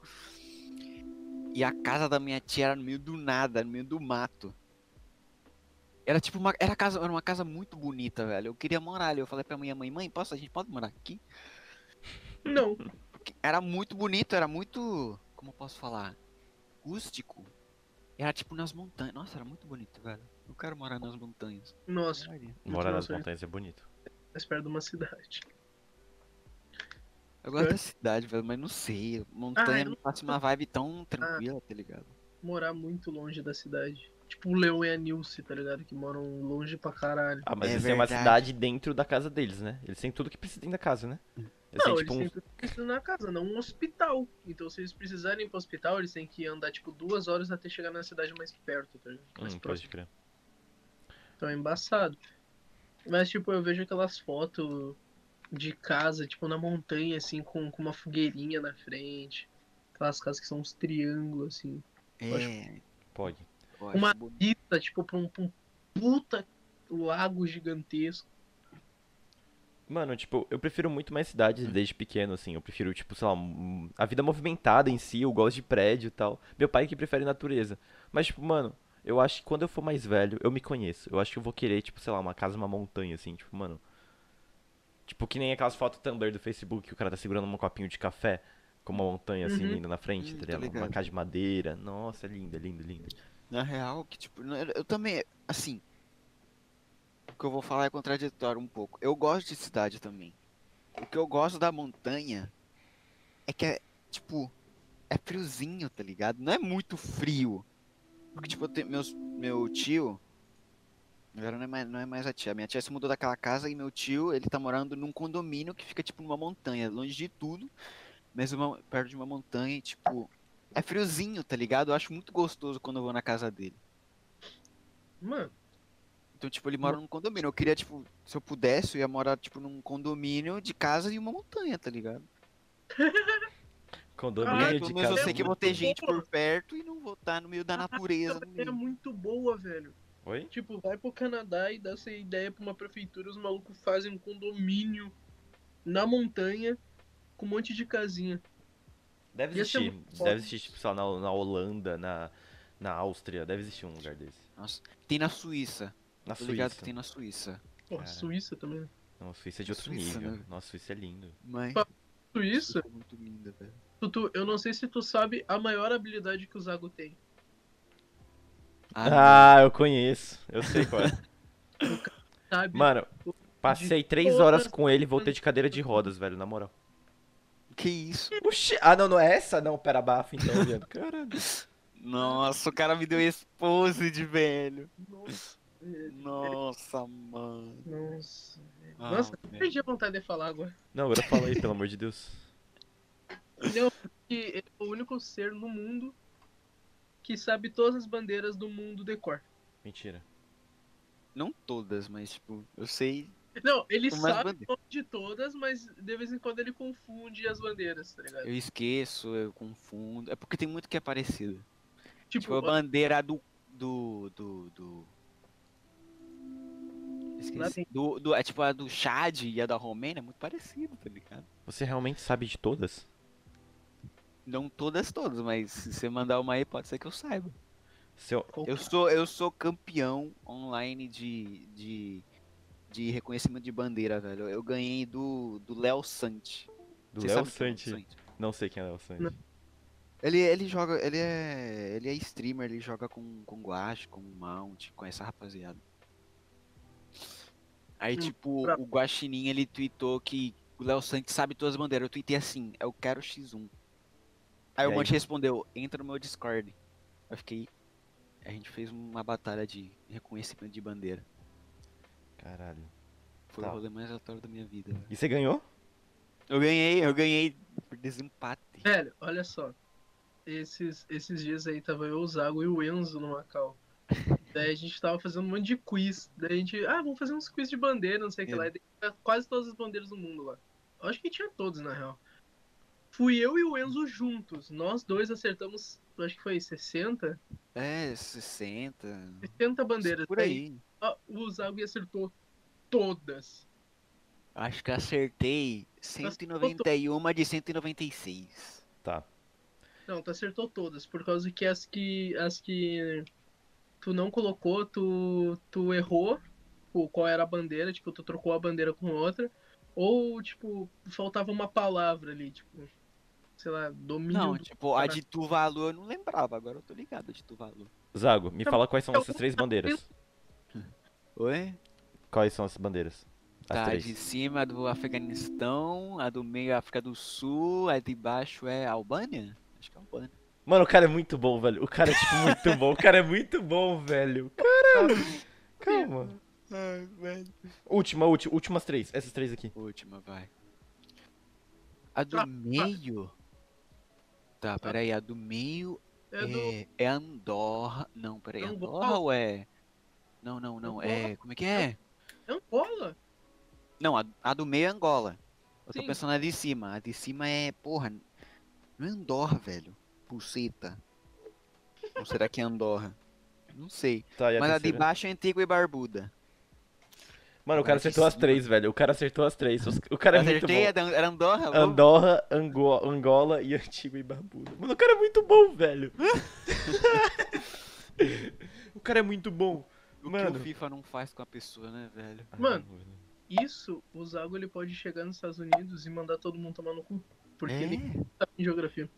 [SPEAKER 3] E a casa da minha tia era no meio do nada, no meio do mato. Era tipo uma. Era, casa, era uma casa muito bonita, velho. Eu queria morar ali. Eu falei pra minha mãe, mãe, posso, a gente pode morar aqui?
[SPEAKER 2] Não.
[SPEAKER 3] Porque Era muito bonito, era muito. Como eu posso falar? Rústico. Era tipo nas montanhas. Nossa, era muito bonito, velho. Eu quero morar nas montanhas.
[SPEAKER 2] Nossa,
[SPEAKER 1] Morar nas
[SPEAKER 2] Nossa,
[SPEAKER 1] montanhas é bonito.
[SPEAKER 2] mais perto de uma cidade.
[SPEAKER 3] Eu gosto
[SPEAKER 2] É.
[SPEAKER 3] da cidade, velho, mas não sei. Montanha
[SPEAKER 2] Ah, eu
[SPEAKER 3] não
[SPEAKER 2] não- Ah.
[SPEAKER 3] passa uma vibe tão tranquila, tá ligado?
[SPEAKER 2] Morar muito longe da cidade. Tipo o Leon e a Nilce, tá ligado? Que moram longe pra caralho.
[SPEAKER 1] Ah, mas
[SPEAKER 3] É
[SPEAKER 1] eles têm uma
[SPEAKER 3] verdade.
[SPEAKER 1] cidade dentro da casa deles, né? Eles têm tudo que precisam dentro da casa, né? Eles
[SPEAKER 2] não,
[SPEAKER 1] têm tipo
[SPEAKER 2] eles
[SPEAKER 1] um.
[SPEAKER 2] têm tudo que precisam na casa, não um hospital. Então se eles precisarem ir pro hospital, eles têm que andar, tipo, duas horas até chegar na cidade mais perto, tá ligado? Mais
[SPEAKER 1] Hum,
[SPEAKER 2] próximo.
[SPEAKER 1] pode crer.
[SPEAKER 2] Então é embaçado. Mas, tipo, eu vejo aquelas fotos de casa, tipo, na montanha, assim, com, com uma fogueirinha na frente. Aquelas casas que são uns triângulos, assim. Eu acho-
[SPEAKER 3] É,
[SPEAKER 1] Pode.
[SPEAKER 3] eu acho
[SPEAKER 2] Uma-
[SPEAKER 3] bonito.
[SPEAKER 2] Pista, tipo, pra um, pra um puta lago gigantesco.
[SPEAKER 1] Mano, tipo, eu prefiro muito mais cidades
[SPEAKER 3] Hum.
[SPEAKER 1] desde pequeno, assim. Eu prefiro, tipo, sei lá, um- a vida movimentada em si, eu gosto de prédio e tal. Meu pai que prefere natureza. Mas, tipo, mano, eu acho que quando eu for mais velho, eu me conheço. Eu acho que eu vou querer, tipo, sei lá, uma casa, uma montanha, assim, tipo, mano. Tipo, que nem aquelas fotos Tumblr do Facebook, que o cara tá segurando um copinho de café com uma montanha, assim,
[SPEAKER 2] Uhum.
[SPEAKER 1] linda na frente,
[SPEAKER 3] Hum,
[SPEAKER 1] tá
[SPEAKER 3] tô
[SPEAKER 1] ligado? Uma
[SPEAKER 3] ligado.
[SPEAKER 1] casa de madeira. Nossa, é linda, linda, linda.
[SPEAKER 3] Na real, que tipo, não era- eu também, assim, o que eu vou falar é contraditório um pouco. Eu gosto de cidade também. O que eu gosto da montanha é que é, tipo, é friozinho, tá ligado? Não é muito frio. Porque, tipo, eu tenho- meus, meu tio, agora não é, mais, não é mais a tia, minha tia se mudou daquela casa e meu tio, ele tá morando num condomínio que fica, tipo, numa montanha, longe de tudo, mas uma, perto de uma montanha e, tipo, é friozinho, tá ligado? Eu acho muito gostoso quando eu vou na casa dele.
[SPEAKER 2] Mano,
[SPEAKER 3] Então, tipo, ele
[SPEAKER 1] Hum.
[SPEAKER 3] mora num condomínio. Eu queria, tipo, se eu pudesse, eu ia morar, tipo, num condomínio de casa e uma montanha, tá ligado?
[SPEAKER 1] Condomínio
[SPEAKER 2] tô-
[SPEAKER 1] Ah, é, de
[SPEAKER 3] mas
[SPEAKER 1] casa.
[SPEAKER 3] eu sei que eu vou ter
[SPEAKER 1] bonita.
[SPEAKER 3] gente por perto e não vou estar no meio da natureza.
[SPEAKER 2] essa
[SPEAKER 3] no
[SPEAKER 2] ideia é
[SPEAKER 3] meio.
[SPEAKER 2] muito boa, velho.
[SPEAKER 1] Oi?
[SPEAKER 2] Tipo, vai pro Canadá e dá essa ideia pra uma prefeitura, os malucos fazem um condomínio na montanha com um monte de casinha.
[SPEAKER 1] Deve
[SPEAKER 2] Ia ser
[SPEAKER 1] existir.
[SPEAKER 2] muito foda.
[SPEAKER 1] Deve existir, tipo, sei lá, na, na Holanda, na, na Áustria. Deve existir um lugar desse.
[SPEAKER 3] Nossa, tem na Suíça.
[SPEAKER 1] Na
[SPEAKER 3] Tá ligado
[SPEAKER 1] Suíça.
[SPEAKER 3] que tem na Suíça.
[SPEAKER 2] Pô,
[SPEAKER 1] Cara.
[SPEAKER 2] Suíça também. né?
[SPEAKER 1] Não, a Suíça é de outro
[SPEAKER 3] Suíça,
[SPEAKER 1] nível.
[SPEAKER 3] né?
[SPEAKER 1] Nossa, a Suíça é lindo.
[SPEAKER 3] Mas.
[SPEAKER 2] Tudo isso,
[SPEAKER 3] é muito linda, velho.
[SPEAKER 2] tu- tu- eu não sei se tu sabe a maior habilidade que o Zago tem.
[SPEAKER 1] Ah, eu conheço. Eu sei qual é.
[SPEAKER 2] Sabe?
[SPEAKER 1] Mano, passei três horas com ele e voltei de cadeira de rodas, velho, na moral.
[SPEAKER 3] Ah, que isso?
[SPEAKER 1] Oxi, ah, não, não é essa? Não, pera, abafa então, viado. Caralho.
[SPEAKER 3] Nossa, o cara me deu expose de velho.
[SPEAKER 2] Nossa,
[SPEAKER 3] Nossa, mano.
[SPEAKER 2] nossa.
[SPEAKER 3] Ah,
[SPEAKER 2] Nossa,
[SPEAKER 3] velho.
[SPEAKER 2] perdi a vontade de falar agora.
[SPEAKER 1] Não, agora fala aí, pelo amor de Deus.
[SPEAKER 2] Não, que ele é o único ser no mundo que sabe todas as bandeiras do mundo de cor.
[SPEAKER 1] Mentira.
[SPEAKER 3] Não todas, mas tipo, eu sei.
[SPEAKER 2] Não, ele
[SPEAKER 3] Com mais
[SPEAKER 2] sabe
[SPEAKER 3] bandeira.
[SPEAKER 2] o nome de todas, mas de vez em quando ele confunde as bandeiras, tá ligado?
[SPEAKER 3] Eu esqueço, eu confundo. É porque tem muito que é parecido. Tipo,
[SPEAKER 2] Tipo,
[SPEAKER 3] a bandeira do. Do. Do. do... Esqueci.
[SPEAKER 2] Latim.
[SPEAKER 3] Do, do- é tipo a do Chad e a da Romênia, é muito parecido, tá ligado?
[SPEAKER 1] Você realmente sabe de todas?
[SPEAKER 3] Não todas, todas, mas se você mandar uma aí, pode ser que eu saiba.
[SPEAKER 1] Seu...
[SPEAKER 3] Eu sou, eu sou campeão online de, de, de reconhecimento de bandeira, velho. Eu ganhei do do Léo Sant.
[SPEAKER 1] Do
[SPEAKER 3] Você
[SPEAKER 1] Léo
[SPEAKER 3] sabe quem é o
[SPEAKER 1] Santi. Não sei quem é Léo Santi.
[SPEAKER 2] Não.
[SPEAKER 3] Ele, ele joga, ele é, ele é streamer, ele joga com, com Guache, com Mount, com essa rapaziada. Aí,
[SPEAKER 2] Hum,
[SPEAKER 3] tipo,
[SPEAKER 2] pra-
[SPEAKER 3] o Guaxinim, ele tweetou que o Léo Santos sabe todas as bandeiras. Eu tweetei assim, eu quero X1. Aí
[SPEAKER 1] E
[SPEAKER 3] o
[SPEAKER 1] aí?
[SPEAKER 3] Monte respondeu, entra no meu Discord. Eu fiquei... A gente fez uma batalha de reconhecimento de bandeira.
[SPEAKER 1] Caralho.
[SPEAKER 3] Foi
[SPEAKER 1] Tá.
[SPEAKER 3] o rolê mais aleatório da minha vida. velho.
[SPEAKER 1] E você ganhou?
[SPEAKER 3] Eu ganhei, eu ganhei por desempate.
[SPEAKER 2] velho, olha só. Esses, esses dias aí tava eu, o Zago e o Enzo no Macau. Daí a gente tava fazendo um monte de quiz. Daí a gente, ah, vamos fazer uns quiz de bandeira, não sei o que
[SPEAKER 3] É.
[SPEAKER 2] lá. E daí tinha quase todas as bandeiras do mundo lá. Eu acho que tinha todos, na real. Fui eu e o Enzo juntos. Nós dois acertamos, eu acho que foi 60?
[SPEAKER 3] É, 60...
[SPEAKER 2] 70 bandeiras.
[SPEAKER 3] Uhum. Por
[SPEAKER 2] Daí
[SPEAKER 3] aí.
[SPEAKER 2] Ah, o Zago acertou todas.
[SPEAKER 3] Acho que acertei 191 de 196.
[SPEAKER 1] Tá.
[SPEAKER 2] Não, tu acertou todas, por causa que as que as que tu não colocou, tu tu errou, tipo, qual era a bandeira, tipo, tu trocou a bandeira com outra, ou tipo, faltava uma palavra ali, tipo, sei lá, domínio.
[SPEAKER 3] Não,
[SPEAKER 2] do-
[SPEAKER 3] tipo, a
[SPEAKER 1] tá
[SPEAKER 2] cara.
[SPEAKER 3] de Tuvalu eu não lembrava, agora eu tô ligado a de Tuvalu.
[SPEAKER 1] Zago, me
[SPEAKER 2] Não,
[SPEAKER 1] fala quais são
[SPEAKER 2] eu-
[SPEAKER 1] essas três bandeiras.
[SPEAKER 3] Oi?
[SPEAKER 1] Quais são essas bandeiras? As
[SPEAKER 3] Tá, a
[SPEAKER 1] três.
[SPEAKER 3] de cima é do Afeganistão, a do meio é África do Sul, a de baixo é Albânia? Acho que é Albânia.
[SPEAKER 1] Mano, o cara é muito bom, velho. O cara é, tipo, muito bom. O cara é muito bom, velho. Caralho. Calma.
[SPEAKER 3] Ai, velho.
[SPEAKER 1] Última, última, últimas três. Essas três aqui.
[SPEAKER 3] Última, vai. A do
[SPEAKER 2] Ah, ah.
[SPEAKER 3] meio. Tá, peraí, a do meio
[SPEAKER 2] É do
[SPEAKER 3] É, é Andorra. Não, peraí,
[SPEAKER 2] Não,
[SPEAKER 3] Andorra
[SPEAKER 2] Angola.
[SPEAKER 3] ou é. Não, não, não. É. Como é que é?
[SPEAKER 2] Angola.
[SPEAKER 3] Não, a, a do meio é Angola. Eu tô
[SPEAKER 2] Sim.
[SPEAKER 3] pensando na de cima. A de cima é. Porra. Não é Andorra, velho. Pulseta. Ou será que é Andorra? Não sei.
[SPEAKER 1] Tá, e a
[SPEAKER 3] Mas a de
[SPEAKER 1] terceira?
[SPEAKER 3] baixo é Antigua e Barbuda.
[SPEAKER 1] Mano, o cara
[SPEAKER 3] Mas de
[SPEAKER 1] acertou as
[SPEAKER 3] cima.
[SPEAKER 1] três, velho. O cara acertou as três. Os- O cara é muito bom.
[SPEAKER 3] Acertei, é da- era Andorra? Vamos-
[SPEAKER 1] Andorra, Ango- Angola e Antigo e Barbuda. Mano, o cara é muito bom, velho. o cara é muito bom.
[SPEAKER 3] O que
[SPEAKER 1] mano.
[SPEAKER 3] o FIFA não faz com a pessoa, né, velho?
[SPEAKER 2] Mano. Isso, o Zago ele pode chegar nos Estados Unidos e mandar todo mundo tomar no cu, porque
[SPEAKER 3] É.
[SPEAKER 2] ele não sabe em geografia.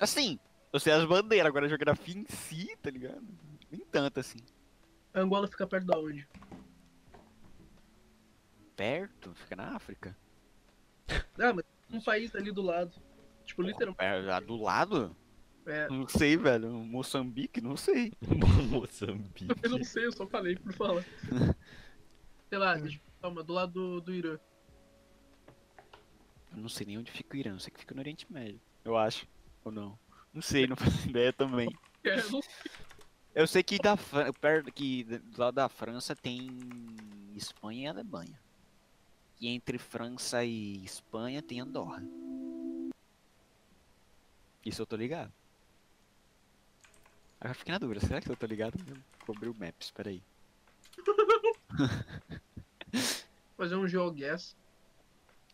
[SPEAKER 3] Assim, eu sei as bandeiras, agora a geografia em si, tá ligado? Nem tanto assim.
[SPEAKER 2] Angola fica perto da onde?
[SPEAKER 3] Perto? Fica na África?
[SPEAKER 2] Ah, mas um país ali do lado. Tipo, literalmente.
[SPEAKER 3] É, a do lado?
[SPEAKER 2] É,
[SPEAKER 3] Não sei, velho. Moçambique, não sei.
[SPEAKER 1] Moçambique.
[SPEAKER 2] Eu não sei, eu só falei por falar. Sei lá, deixa eu calma, do lado do, do Irã.
[SPEAKER 3] Eu não sei nem onde fica o Irã. Eu sei que fica no Oriente Médio. Eu acho. Ou não? Não sei, não faço ideia também.
[SPEAKER 2] É, não-
[SPEAKER 3] Eu sei que, da Fran... perto... que do lado da França tem Espanha e Alemanha. E entre França e Espanha tem Andorra. Isso eu tô ligado. Agora eu fiquei na dúvida. Será que eu tô ligado mesmo? Vou abrir o Maps, peraí.
[SPEAKER 2] fazer um geoguess.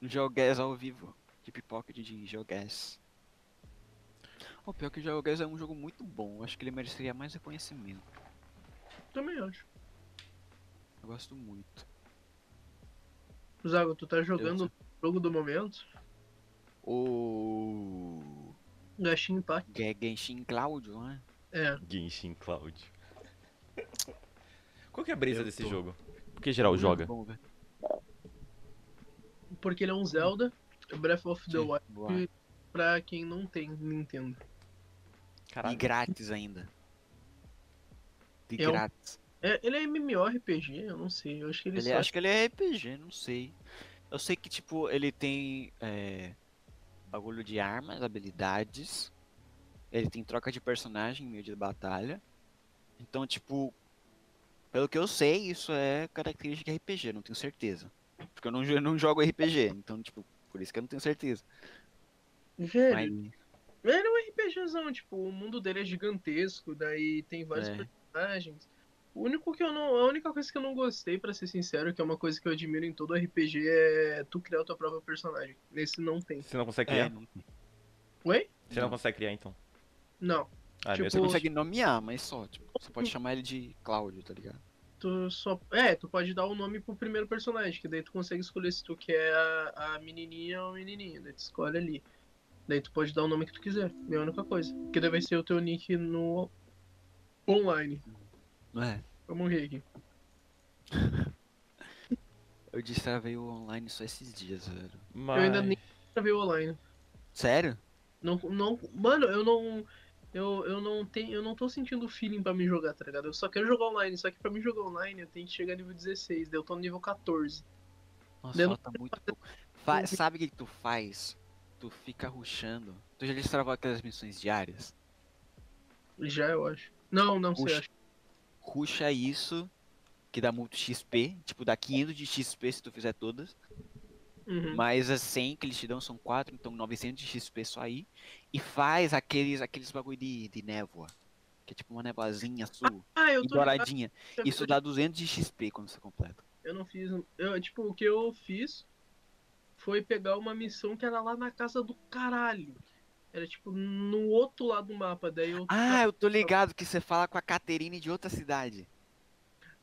[SPEAKER 3] Geoguess ao vivo. De pipoca de Geoguess. O pior que o Geoguess é um jogo muito bom. eu Acho que ele mereceria mais reconhecimento.
[SPEAKER 2] Também acho.
[SPEAKER 3] Eu gosto muito.
[SPEAKER 2] Zago, tu tá jogando
[SPEAKER 3] Eu
[SPEAKER 2] o jogo do momento?
[SPEAKER 3] O.
[SPEAKER 2] Genshin Impact.
[SPEAKER 3] Ge- Genshin Cláudio, né?
[SPEAKER 2] É.
[SPEAKER 1] Genshin Cloud. Qual que é a brisa
[SPEAKER 3] Eu
[SPEAKER 1] desse
[SPEAKER 3] tô.
[SPEAKER 1] jogo? Por que geral
[SPEAKER 3] Muito
[SPEAKER 1] joga?
[SPEAKER 3] Bom, velho.
[SPEAKER 2] Porque ele é um Zelda, Breath of the Wild,
[SPEAKER 3] Boa.
[SPEAKER 2] pra quem não tem Nintendo.
[SPEAKER 1] Caralho.
[SPEAKER 3] E grátis ainda. De
[SPEAKER 2] Eu-
[SPEAKER 3] grátis.
[SPEAKER 2] É, ele é MMORPG, eu não sei. Eu acho que ele,
[SPEAKER 3] Ele,
[SPEAKER 2] só
[SPEAKER 3] acho que ele é RPG, não sei. Eu sei que, tipo, ele tem é, bagulho de armas, habilidades. Ele tem troca de personagem em meio de batalha. Então, tipo, pelo que eu sei, isso é característica de RPG, não tenho certeza. Porque eu não, jo- eu não jogo RPG, então, tipo, por isso que eu não tenho certeza.
[SPEAKER 2] Velho,
[SPEAKER 3] Mas,
[SPEAKER 2] ele é um RPGzão, tipo, o mundo dele é gigantesco, daí tem vários
[SPEAKER 3] É.
[SPEAKER 2] personagens. O único que eu não. A única coisa que eu não gostei, pra ser sincero, que é uma coisa que eu admiro em todo RPG, é tu criar o teu próprio personagem. Nesse não tem.
[SPEAKER 1] Você não consegue
[SPEAKER 3] é,
[SPEAKER 1] criar?
[SPEAKER 3] não-
[SPEAKER 2] Oi?
[SPEAKER 1] Você não consegue criar então?
[SPEAKER 2] Não.
[SPEAKER 1] Ah,
[SPEAKER 2] Tipo,
[SPEAKER 1] meu
[SPEAKER 3] você
[SPEAKER 1] Deus.
[SPEAKER 3] consegue nomear, mas só, tipo, você pode chamar ele de Cláudio, tá ligado?
[SPEAKER 2] Tu só. É, tu pode dar o nome pro primeiro personagem, que daí tu consegue escolher se tu quer a, a menininha ou o menininho, daí tu escolhe ali. Daí tu pode dar o nome que tu quiser, é a única coisa. Que daí vai ser o teu nick no. online.
[SPEAKER 3] Não é?
[SPEAKER 2] Eu morri aqui.
[SPEAKER 3] Eu destravei o online só esses dias, velho.
[SPEAKER 1] Mas...
[SPEAKER 2] ainda nem- Pra ver o online.
[SPEAKER 3] Sério?
[SPEAKER 2] Não, não, mano, eu não. Eu, eu não tenho. Eu não tô sentindo feeling pra me jogar, tá ligado? Eu só quero jogar online. Só que pra me jogar online eu tenho que chegar nível 16, daí eu tô no nível 14.
[SPEAKER 3] Nossa,
[SPEAKER 2] Daí eu
[SPEAKER 3] ela tá muito pouco. Fa- sabe o que que tu faz? Tu fica ruxando. Tu já destravou aquelas missões diárias?
[SPEAKER 2] Já eu acho. Não, não sei,
[SPEAKER 3] Puxa.
[SPEAKER 2] acho.
[SPEAKER 3] Ruxa isso, que dá muito XP. Tipo, dá 500 de XP se tu fizer todas.
[SPEAKER 2] Uhum.
[SPEAKER 3] Mas as 100 que eles te dão são 4, então 900 de XP só aí. E faz aqueles, aqueles bagulho de, de névoa. Que é tipo uma nevoazinha azul
[SPEAKER 2] Ah, eu
[SPEAKER 3] e
[SPEAKER 2] tô ligado,
[SPEAKER 3] douradinha.
[SPEAKER 2] eu
[SPEAKER 3] Isso
[SPEAKER 2] tô
[SPEAKER 3] dá 200 de XP quando você completa.
[SPEAKER 2] Eu não fiz. Eu, tipo, o que eu fiz foi pegar uma missão que era lá na casa do caralho. Era tipo no outro lado do mapa. Daí eu.
[SPEAKER 3] Ah, eu tô ligado que você fala com a Caterine de outra cidade.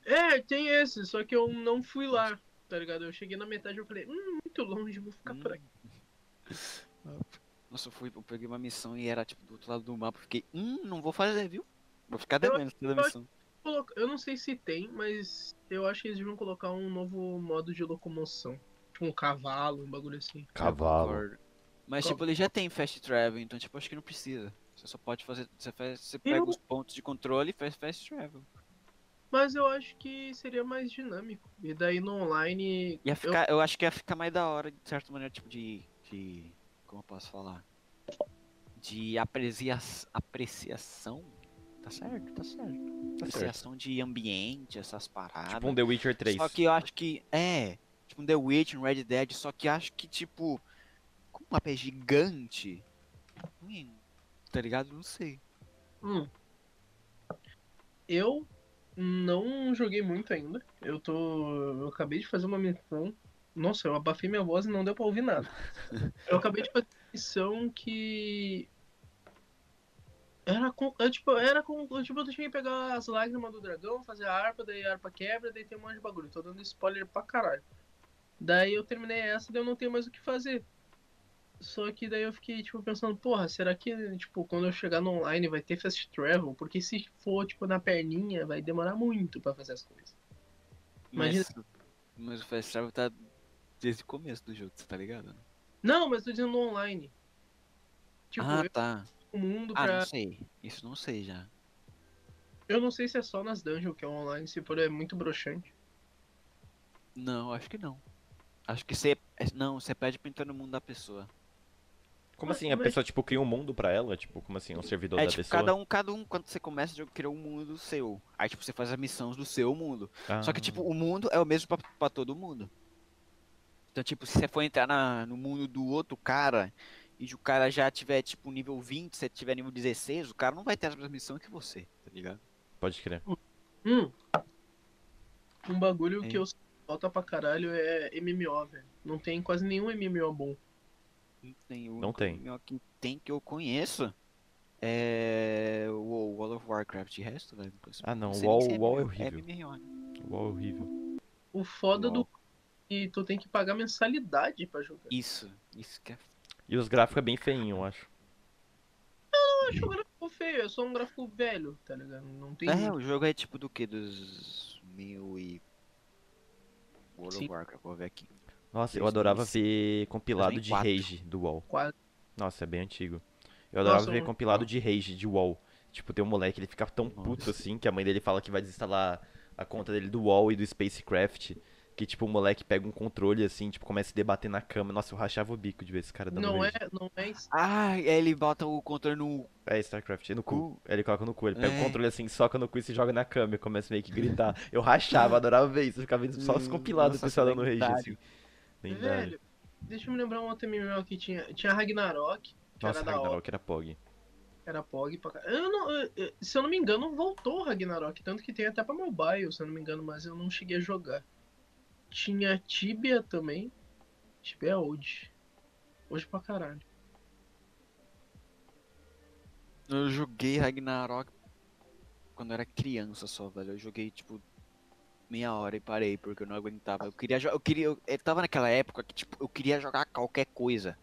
[SPEAKER 2] É, tem esse, só que eu não fui lá, tá ligado? Eu cheguei na metade e eu falei, hum, muito longe, vou ficar por aqui.
[SPEAKER 3] Hum. Nossa, eu fui, eu peguei uma missão e era tipo do outro lado do mapa. Fiquei, hum, não vou fazer, viu? Vou ficar devendo essa
[SPEAKER 2] eu-
[SPEAKER 3] missão.
[SPEAKER 2] Coloca- Eu não sei se tem, mas eu acho que eles deviam colocar um novo modo de locomoção. Tipo um cavalo, um bagulho assim.
[SPEAKER 1] Cavalo.
[SPEAKER 3] Concordo. Mas tipo, ele já tem fast travel, então tipo, acho que não precisa. Você só pode fazer. Você, faz, você pega
[SPEAKER 2] Eu-
[SPEAKER 3] os pontos de controle e faz fast travel.
[SPEAKER 2] Mas eu acho que seria mais dinâmico. E daí no online.
[SPEAKER 3] Ia
[SPEAKER 2] eu-
[SPEAKER 3] ficar, eu... acho que ia ficar mais da hora, de certa maneira, tipo, de. de como eu posso falar? De aprecia... apreciação. Tá certo, tá certo. Apreciação de ambiente, essas paradas.
[SPEAKER 1] Tipo um The Witcher 3.
[SPEAKER 3] Só que eu acho que. É. Tipo um The Witch, um Red Dead, só que acho que, tipo. Como um mapa é gigante. hum, Tá ligado? Não sei.
[SPEAKER 2] Hum. Eu não joguei muito ainda. Eu tô. Eu acabei de fazer uma missão. Nossa, eu abafei minha voz e não deu pra ouvir nada. Eu acabei de fazer uma missão que. Era com. é, tipo, era com. eu, Tipo, eu tinha que pegar as lágrimas do dragão, fazer a harpa, daí a harpa quebra, daí tem um monte de bagulho. Tô dando spoiler pra caralho. Daí eu terminei essa, daí eu não tenho mais o que fazer. Só que daí eu fiquei, tipo, pensando, porra, será que, tipo, quando eu chegar no online vai ter fast travel? Porque se for, tipo, na perninha, vai demorar muito pra fazer as coisas. Imagina-
[SPEAKER 3] Mas, mas o Fast Travel tá desde o começo do jogo, você tá ligado?
[SPEAKER 2] Não, mas tô dizendo no online. Tipo,
[SPEAKER 3] ah,
[SPEAKER 2] eu
[SPEAKER 3] tá.
[SPEAKER 2] o mundo
[SPEAKER 3] Ah,
[SPEAKER 2] pra.
[SPEAKER 3] não sei. Isso não sei já.
[SPEAKER 2] Eu não sei se é só nas dungeons que é online, se for é muito broxante.
[SPEAKER 3] Não, acho que não. Acho que você. é, Não, você pede pra entrar no mundo da pessoa.
[SPEAKER 1] Como assim? A
[SPEAKER 2] Mas-
[SPEAKER 1] pessoa, tipo, cria um mundo pra ela? Tipo, como assim? Um servidor
[SPEAKER 3] é
[SPEAKER 1] da
[SPEAKER 3] tipo,
[SPEAKER 1] pessoa?
[SPEAKER 3] cada um, cada um, quando você começa o jogo, cria um mundo seu. Aí, tipo, você faz as missões do seu mundo.
[SPEAKER 1] Ah.
[SPEAKER 3] Só que, tipo, o mundo é o mesmo pra, pra todo mundo. Então, tipo, se você for entrar na- no mundo do outro cara e o cara já tiver, tipo, nível 20, se você tiver nível 16, o cara não vai ter a mesma missão que você, tá ligado?
[SPEAKER 1] Pode crer.
[SPEAKER 2] Hum. Um bagulho
[SPEAKER 3] É.
[SPEAKER 2] que eu sinto falta pra caralho é MMO, velho. Não tem quase nenhum MMO bom.
[SPEAKER 3] Não tem. O
[SPEAKER 1] Não
[SPEAKER 3] único
[SPEAKER 1] tem.
[SPEAKER 3] MMO que tem que eu conheço é o o World of Warcraft. E resto, velho, não conheço.
[SPEAKER 1] Ah, não.
[SPEAKER 3] sei
[SPEAKER 1] O
[SPEAKER 3] nem se é
[SPEAKER 1] WoW, WoW é
[SPEAKER 3] MMO,
[SPEAKER 1] horrível.
[SPEAKER 3] É MMO, né?
[SPEAKER 1] O WoW é horrível.
[SPEAKER 2] O foda do que tu tem que pagar mensalidade pra jogar.
[SPEAKER 3] Isso, isso que é.
[SPEAKER 1] E os gráficos é bem feinho, eu acho.
[SPEAKER 2] Eu acho o gráfico feio, é só um gráfico velho, tá ligado? Não tem.
[SPEAKER 3] É, o jogo é tipo do que? Dos mil e. World
[SPEAKER 2] Sim.
[SPEAKER 3] of Warcraft, vou ver aqui.
[SPEAKER 1] Nossa, eu adorava
[SPEAKER 3] 2005.
[SPEAKER 1] ver compilado de
[SPEAKER 3] 2004.
[SPEAKER 1] Rage do WoW.
[SPEAKER 2] Quase.
[SPEAKER 1] Nossa, é bem antigo. Eu adorava
[SPEAKER 2] Nossa,
[SPEAKER 1] ver
[SPEAKER 2] eu-
[SPEAKER 1] compilado de Rage de WoW. Tipo, tem um moleque, ele fica tão
[SPEAKER 3] Nossa.
[SPEAKER 1] puto assim que a mãe dele fala que vai desinstalar a conta dele do WoW e do Spacecraft. Que, tipo, o moleque pega um controle assim, tipo, começa a se debater na cama. Nossa, eu rachava o bico de ver esse cara Tá dando
[SPEAKER 2] Não é,
[SPEAKER 1] rage.
[SPEAKER 2] não é
[SPEAKER 3] Ah, aí ele bota o controle no.
[SPEAKER 1] É, StarCraft, é no cu.
[SPEAKER 3] Cu.
[SPEAKER 1] Ele coloca no cu, ele pega o
[SPEAKER 3] É.
[SPEAKER 1] controle assim, soca no cu e se joga na cama e começa meio que gritar. Eu rachava, adorava ver isso, eu ficava vendo só os
[SPEAKER 3] Hum,
[SPEAKER 1] compilados do
[SPEAKER 3] nossa,
[SPEAKER 1] pessoal dando rage
[SPEAKER 3] lendário.
[SPEAKER 1] assim. Lendário.
[SPEAKER 2] Velho, deixa eu me lembrar um outro MMO que tinha. Tinha Ragnarok, que
[SPEAKER 1] Nossa,
[SPEAKER 2] era da hora,
[SPEAKER 1] Ragnarok era Pog.
[SPEAKER 2] era POG pra caralho. Eu não- eu- eu- Se eu não me engano, voltou o Ragnarok, tanto que tem até pra mobile, se eu não me engano, mas eu não cheguei a jogar. Tinha Tibia também. Tibia é old. Hoje pra caralho.
[SPEAKER 3] Eu joguei Ragnarok quando eu era criança só, velho. Eu joguei tipo meia hora e parei porque eu não aguentava. Eu queria jo- eu queria eu, eu tava naquela época que tipo eu queria jogar qualquer coisa.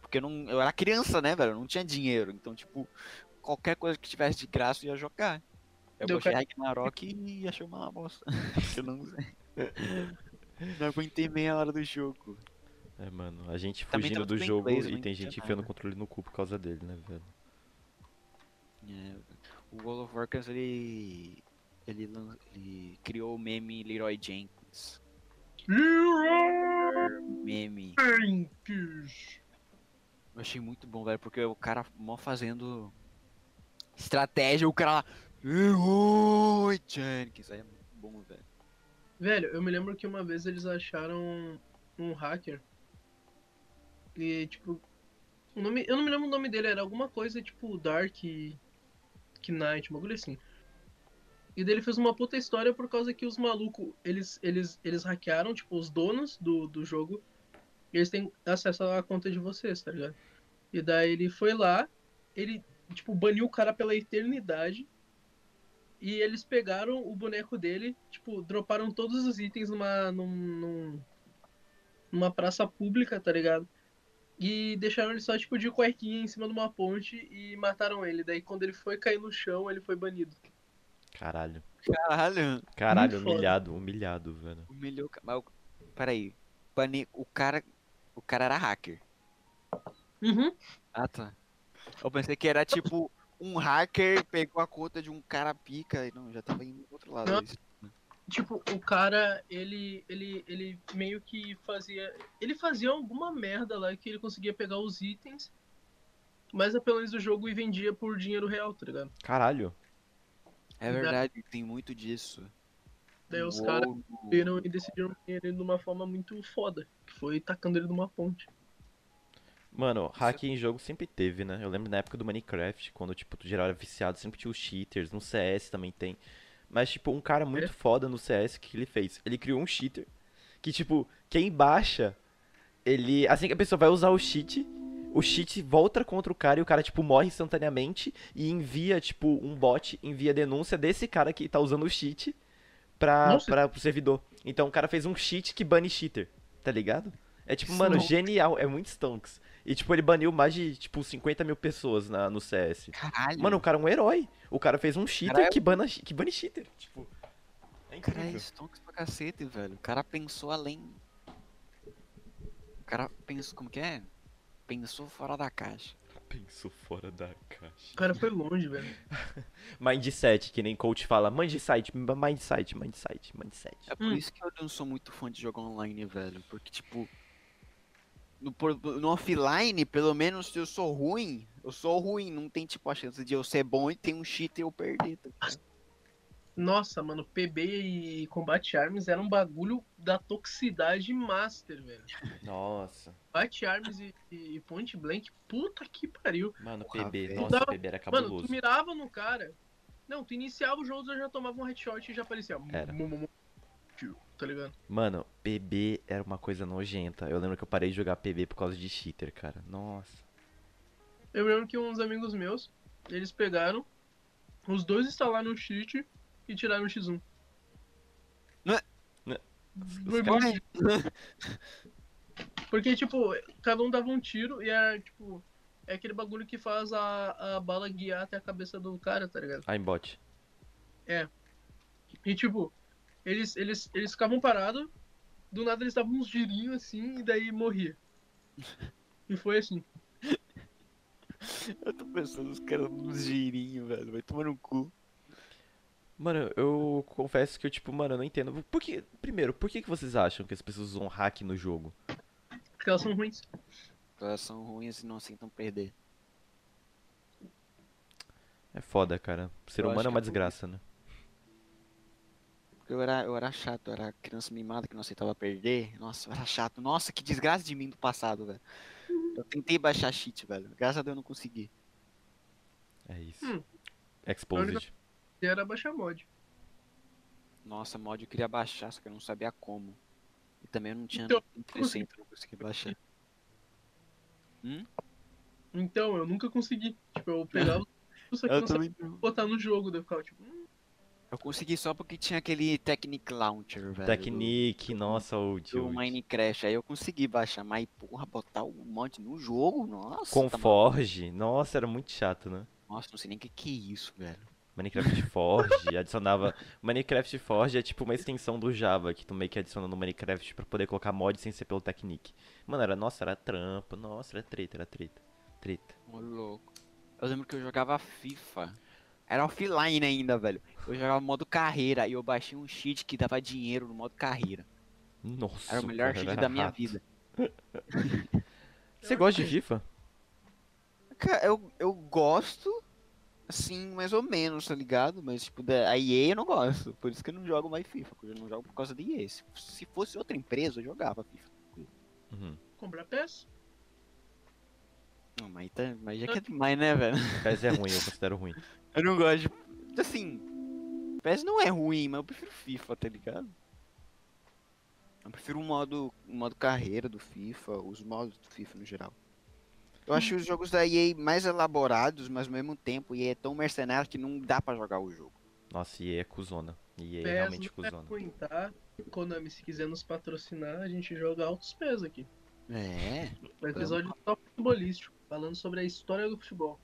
[SPEAKER 3] Porque eu não eu era criança, né, velho? Eu não tinha dinheiro, então tipo qualquer coisa que tivesse de graça eu ia jogar. Eu
[SPEAKER 2] Deu
[SPEAKER 3] baixei Ragnarok e achei uma bosta. eu não Não aguentei meia hora do jogo.
[SPEAKER 1] É, mano, a gente
[SPEAKER 3] Também
[SPEAKER 1] fugindo
[SPEAKER 3] tava
[SPEAKER 1] do
[SPEAKER 3] tudo em
[SPEAKER 1] jogo
[SPEAKER 3] inglês, eu
[SPEAKER 1] e
[SPEAKER 3] não
[SPEAKER 1] tem
[SPEAKER 3] entendia
[SPEAKER 1] gente enfiando o
[SPEAKER 3] nada.
[SPEAKER 1] controle no cu por causa dele, né, velho?
[SPEAKER 3] É, o World of Warcraft ele, ele, lan- ele criou o meme Leroy Jenkins. Meme. Eu achei muito bom, velho, porque o cara mó fazendo estratégia, o cara lá. Leroy Jenkins. Aí é muito bom, velho.
[SPEAKER 2] Velho, eu me lembro que uma vez eles acharam um hacker. E, tipo. O nome, eu não me lembro o nome dele, era alguma coisa tipo Dark Knight, um bagulho assim. E daí ele fez uma puta história por causa que os malucos, eles, eles, eles hackearam, tipo, os donos do, do jogo. E eles têm acesso à conta de vocês, tá ligado? E daí ele foi lá, ele, tipo, baniu o cara pela eternidade. E eles pegaram o boneco dele, tipo, droparam todos os itens numa, num, num- numa praça pública, tá ligado? E deixaram ele só, tipo, de cuequinha em cima de uma ponte e mataram ele. Daí quando ele foi cair no chão, ele foi banido.
[SPEAKER 1] Caralho.
[SPEAKER 3] Caralho.
[SPEAKER 1] Caralho,
[SPEAKER 2] foda.
[SPEAKER 1] humilhado, humilhado, velho.
[SPEAKER 3] Humilhou o ca- mas o- Peraí. Bane... O cara. O cara era hacker.
[SPEAKER 2] Uhum.
[SPEAKER 3] Ah, tá. Eu pensei que era tipo. Um hacker pegou a conta de um cara pica. e Não, já tava indo pro outro lado.
[SPEAKER 2] Não.
[SPEAKER 3] isso.
[SPEAKER 2] Tipo, o cara, ele, ele, ele meio que fazia. Ele fazia alguma merda lá que ele conseguia pegar os itens, mas apenas do jogo e vendia por dinheiro real, tá ligado?
[SPEAKER 1] Caralho.
[SPEAKER 3] É
[SPEAKER 2] Dá-
[SPEAKER 3] verdade, tem muito disso.
[SPEAKER 2] Daí os
[SPEAKER 3] O
[SPEAKER 2] caras.
[SPEAKER 3] WoW no-
[SPEAKER 2] viram e decidiram punir ele de uma forma muito foda, que foi tacando ele numa ponte.
[SPEAKER 1] Mano, hack em jogo sempre teve, né? Eu lembro na época do Minecraft, quando, tipo, tu geral era viciado, sempre tinha os cheaters, no CS também tem. Mas, tipo, um cara muito foda no CS, o que que ele fez? Ele criou um cheater que, tipo, quem baixa, ele. Assim que a pessoa vai usar o cheat, o cheat volta contra o cara e o cara, tipo, morre instantaneamente e envia, tipo, um bot, envia denúncia desse cara que tá usando o cheat pra,
[SPEAKER 2] Nossa.
[SPEAKER 1] pra, pro servidor. Então o cara fez um cheat que bane cheater, tá ligado? É tipo,
[SPEAKER 2] Isso
[SPEAKER 1] mano,
[SPEAKER 2] não.
[SPEAKER 1] genial, é muito stonks. E tipo, ele baniu mais de, tipo, 50 mil pessoas na, no CS.
[SPEAKER 3] Caralho,
[SPEAKER 1] Mano, o cara é um herói. O cara fez um cheater
[SPEAKER 3] Caralho.
[SPEAKER 1] que, bana, que bane cheater. Tipo, é
[SPEAKER 3] o cara é
[SPEAKER 1] incrível.
[SPEAKER 3] stonks pra cacete, velho. O cara pensou além. O cara pensou, como que é? Pensou fora da caixa.
[SPEAKER 1] Pensou fora da caixa.
[SPEAKER 2] O cara foi longe, velho.
[SPEAKER 1] Mindset, que nem coach fala. Mindset, mindset, mindset, mindset.
[SPEAKER 3] É por
[SPEAKER 2] Hum.
[SPEAKER 3] isso que eu não sou muito fã de jogar online, velho. Porque, tipo. No, por- no offline, pelo menos se eu sou ruim, eu sou ruim. Não tem, tipo, a chance de eu ser bom e tem um cheat e eu perder. Tá? ligado?
[SPEAKER 2] Nossa, mano, PB e Combate Arms era um bagulho da toxicidade master, velho.
[SPEAKER 1] Nossa.
[SPEAKER 2] Combate Arms e, e Point Blank, puta que pariu.
[SPEAKER 1] Mano,
[SPEAKER 3] Porra,
[SPEAKER 1] PB.
[SPEAKER 3] velho.
[SPEAKER 1] Nossa,
[SPEAKER 2] Dava-
[SPEAKER 1] PB era
[SPEAKER 2] Mano, tu
[SPEAKER 1] cabuloso.
[SPEAKER 2] mirava no cara. Não, tu iniciava o jogo, tu já tomava um headshot e já aparecia. mu-
[SPEAKER 1] Era.
[SPEAKER 2] mu- mu- mu- tio, Tá ligado?
[SPEAKER 1] Mano, PB era uma coisa nojenta. Eu lembro que eu parei de jogar PB por causa de cheater, cara. Nossa.
[SPEAKER 2] Eu me lembro que uns amigos meus, eles pegaram, os dois instalaram o cheat e tiraram o X1. Foi
[SPEAKER 1] caras-
[SPEAKER 2] bonito. Porque, tipo, cada um dava um tiro e é, tipo, é aquele bagulho que faz a, a bala guiar até a cabeça do cara, tá ligado?
[SPEAKER 1] Aimbot.
[SPEAKER 2] E, tipo, eles, eles, eles ficavam parados, do nada eles davam uns girinhos assim e daí morria. E foi assim.
[SPEAKER 3] Eu tô pensando os caras nos girinhos, velho. Vai tomar no cu.
[SPEAKER 1] Mano, eu confesso que eu, tipo, mano, eu não entendo. Por que, primeiro, por que, que vocês acham que as pessoas usam hack no jogo?
[SPEAKER 2] Porque elas são ruins.
[SPEAKER 3] Elas são ruins e não aceitam perder.
[SPEAKER 1] É foda, cara. Ser
[SPEAKER 3] Eu
[SPEAKER 1] humano
[SPEAKER 3] acho
[SPEAKER 1] é uma
[SPEAKER 3] que-
[SPEAKER 1] desgraça, né?
[SPEAKER 3] Porque eu era, eu era chato, eu era criança mimada que não aceitava perder. Nossa, eu era chato. Nossa, que desgraça de mim do passado, velho. Eu tentei baixar cheat, velho. Graças a Deus eu não consegui.
[SPEAKER 1] É isso.
[SPEAKER 2] Hum.
[SPEAKER 1] Exposed.
[SPEAKER 2] E era baixar mod.
[SPEAKER 3] Nossa, mod eu queria baixar, só que eu não sabia como. E também eu não tinha
[SPEAKER 2] Então,
[SPEAKER 3] nem 100%, eu não consegui baixar.
[SPEAKER 2] Então, eu nunca consegui. Tipo, eu pegava isso aqui não sabia botar no jogo, daí eu ficava, tipo, hum,
[SPEAKER 3] Eu consegui só porque tinha aquele Technic Launcher, velho.
[SPEAKER 1] Technique, nossa, o
[SPEAKER 3] Do, do Minecraft. Aí eu consegui baixar, mas porra, botar o mod no jogo, nossa.
[SPEAKER 1] Com
[SPEAKER 3] tá maluco.
[SPEAKER 1] Forge. Nossa, era muito chato, né?
[SPEAKER 3] Nossa, não sei nem o que, que é isso, velho.
[SPEAKER 1] Minecraft Forge, adicionava. Minecraft Forge é tipo uma extensão do Java que tu meio que adiciona no Minecraft pra poder colocar mod sem ser pelo Technique. Mano, era, nossa, era trampo, nossa, era treta, era treta. Treta.
[SPEAKER 3] Ô, louco. Eu lembro que eu jogava FIFA. Era offline ainda, velho. Eu jogava modo carreira e eu baixei um cheat que dava dinheiro no modo carreira.
[SPEAKER 1] Nossa.
[SPEAKER 3] Era o melhor
[SPEAKER 1] cara,
[SPEAKER 3] cheat
[SPEAKER 1] era
[SPEAKER 3] da minha
[SPEAKER 1] rato.
[SPEAKER 3] vida.
[SPEAKER 1] Você gosta de FIFA?
[SPEAKER 3] Cara, eu, eu gosto, assim, mais ou menos, tá ligado? Mas, tipo, da a EA eu não gosto. Por isso que eu não jogo mais FIFA. porque Eu não jogo por causa da EA. Se, se fosse outra empresa, eu jogava FIFA.
[SPEAKER 1] Uhum.
[SPEAKER 2] comprar peça.
[SPEAKER 3] Não, mas, tá, mas já que é demais, né, velho?
[SPEAKER 1] PES é ruim, eu considero ruim.
[SPEAKER 3] Eu não gosto de... Assim, PES não é ruim, mas eu prefiro FIFA, tá ligado? Eu prefiro o modo, o modo carreira do FIFA, os modos do FIFA no geral. Eu acho os jogos da EA mais elaborados, mas ao mesmo tempo EA é tão mercenário que não dá pra jogar o jogo.
[SPEAKER 1] Nossa, e é cuzona. E é
[SPEAKER 2] PES
[SPEAKER 1] realmente
[SPEAKER 2] não é
[SPEAKER 1] cuzona.
[SPEAKER 2] ruim, tá? Konami, se quiser nos patrocinar, a gente joga altos pés aqui.
[SPEAKER 3] É.
[SPEAKER 2] Um episódio só futebolístico, falando sobre a história do futebol.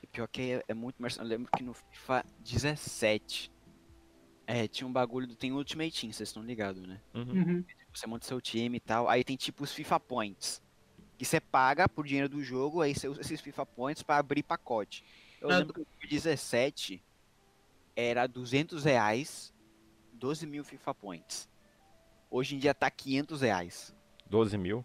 [SPEAKER 3] E pior que é, é muito mercenário. Eu lembro que no FIFA 17 é, tinha um bagulho do tem Ultimate Team, vocês estão ligados, né?
[SPEAKER 1] Uhum.
[SPEAKER 3] você monta seu time e tal. Aí tem tipo os FIFA Points. Que você paga por dinheiro do jogo, aí você usa esses FIFA Points pra abrir pacote. Eu
[SPEAKER 2] Ah.
[SPEAKER 3] lembro que o FIFA 17 era 200 reais, 12 mil FIFA Points. Hoje em dia tá 500 reais.
[SPEAKER 1] 12 mil?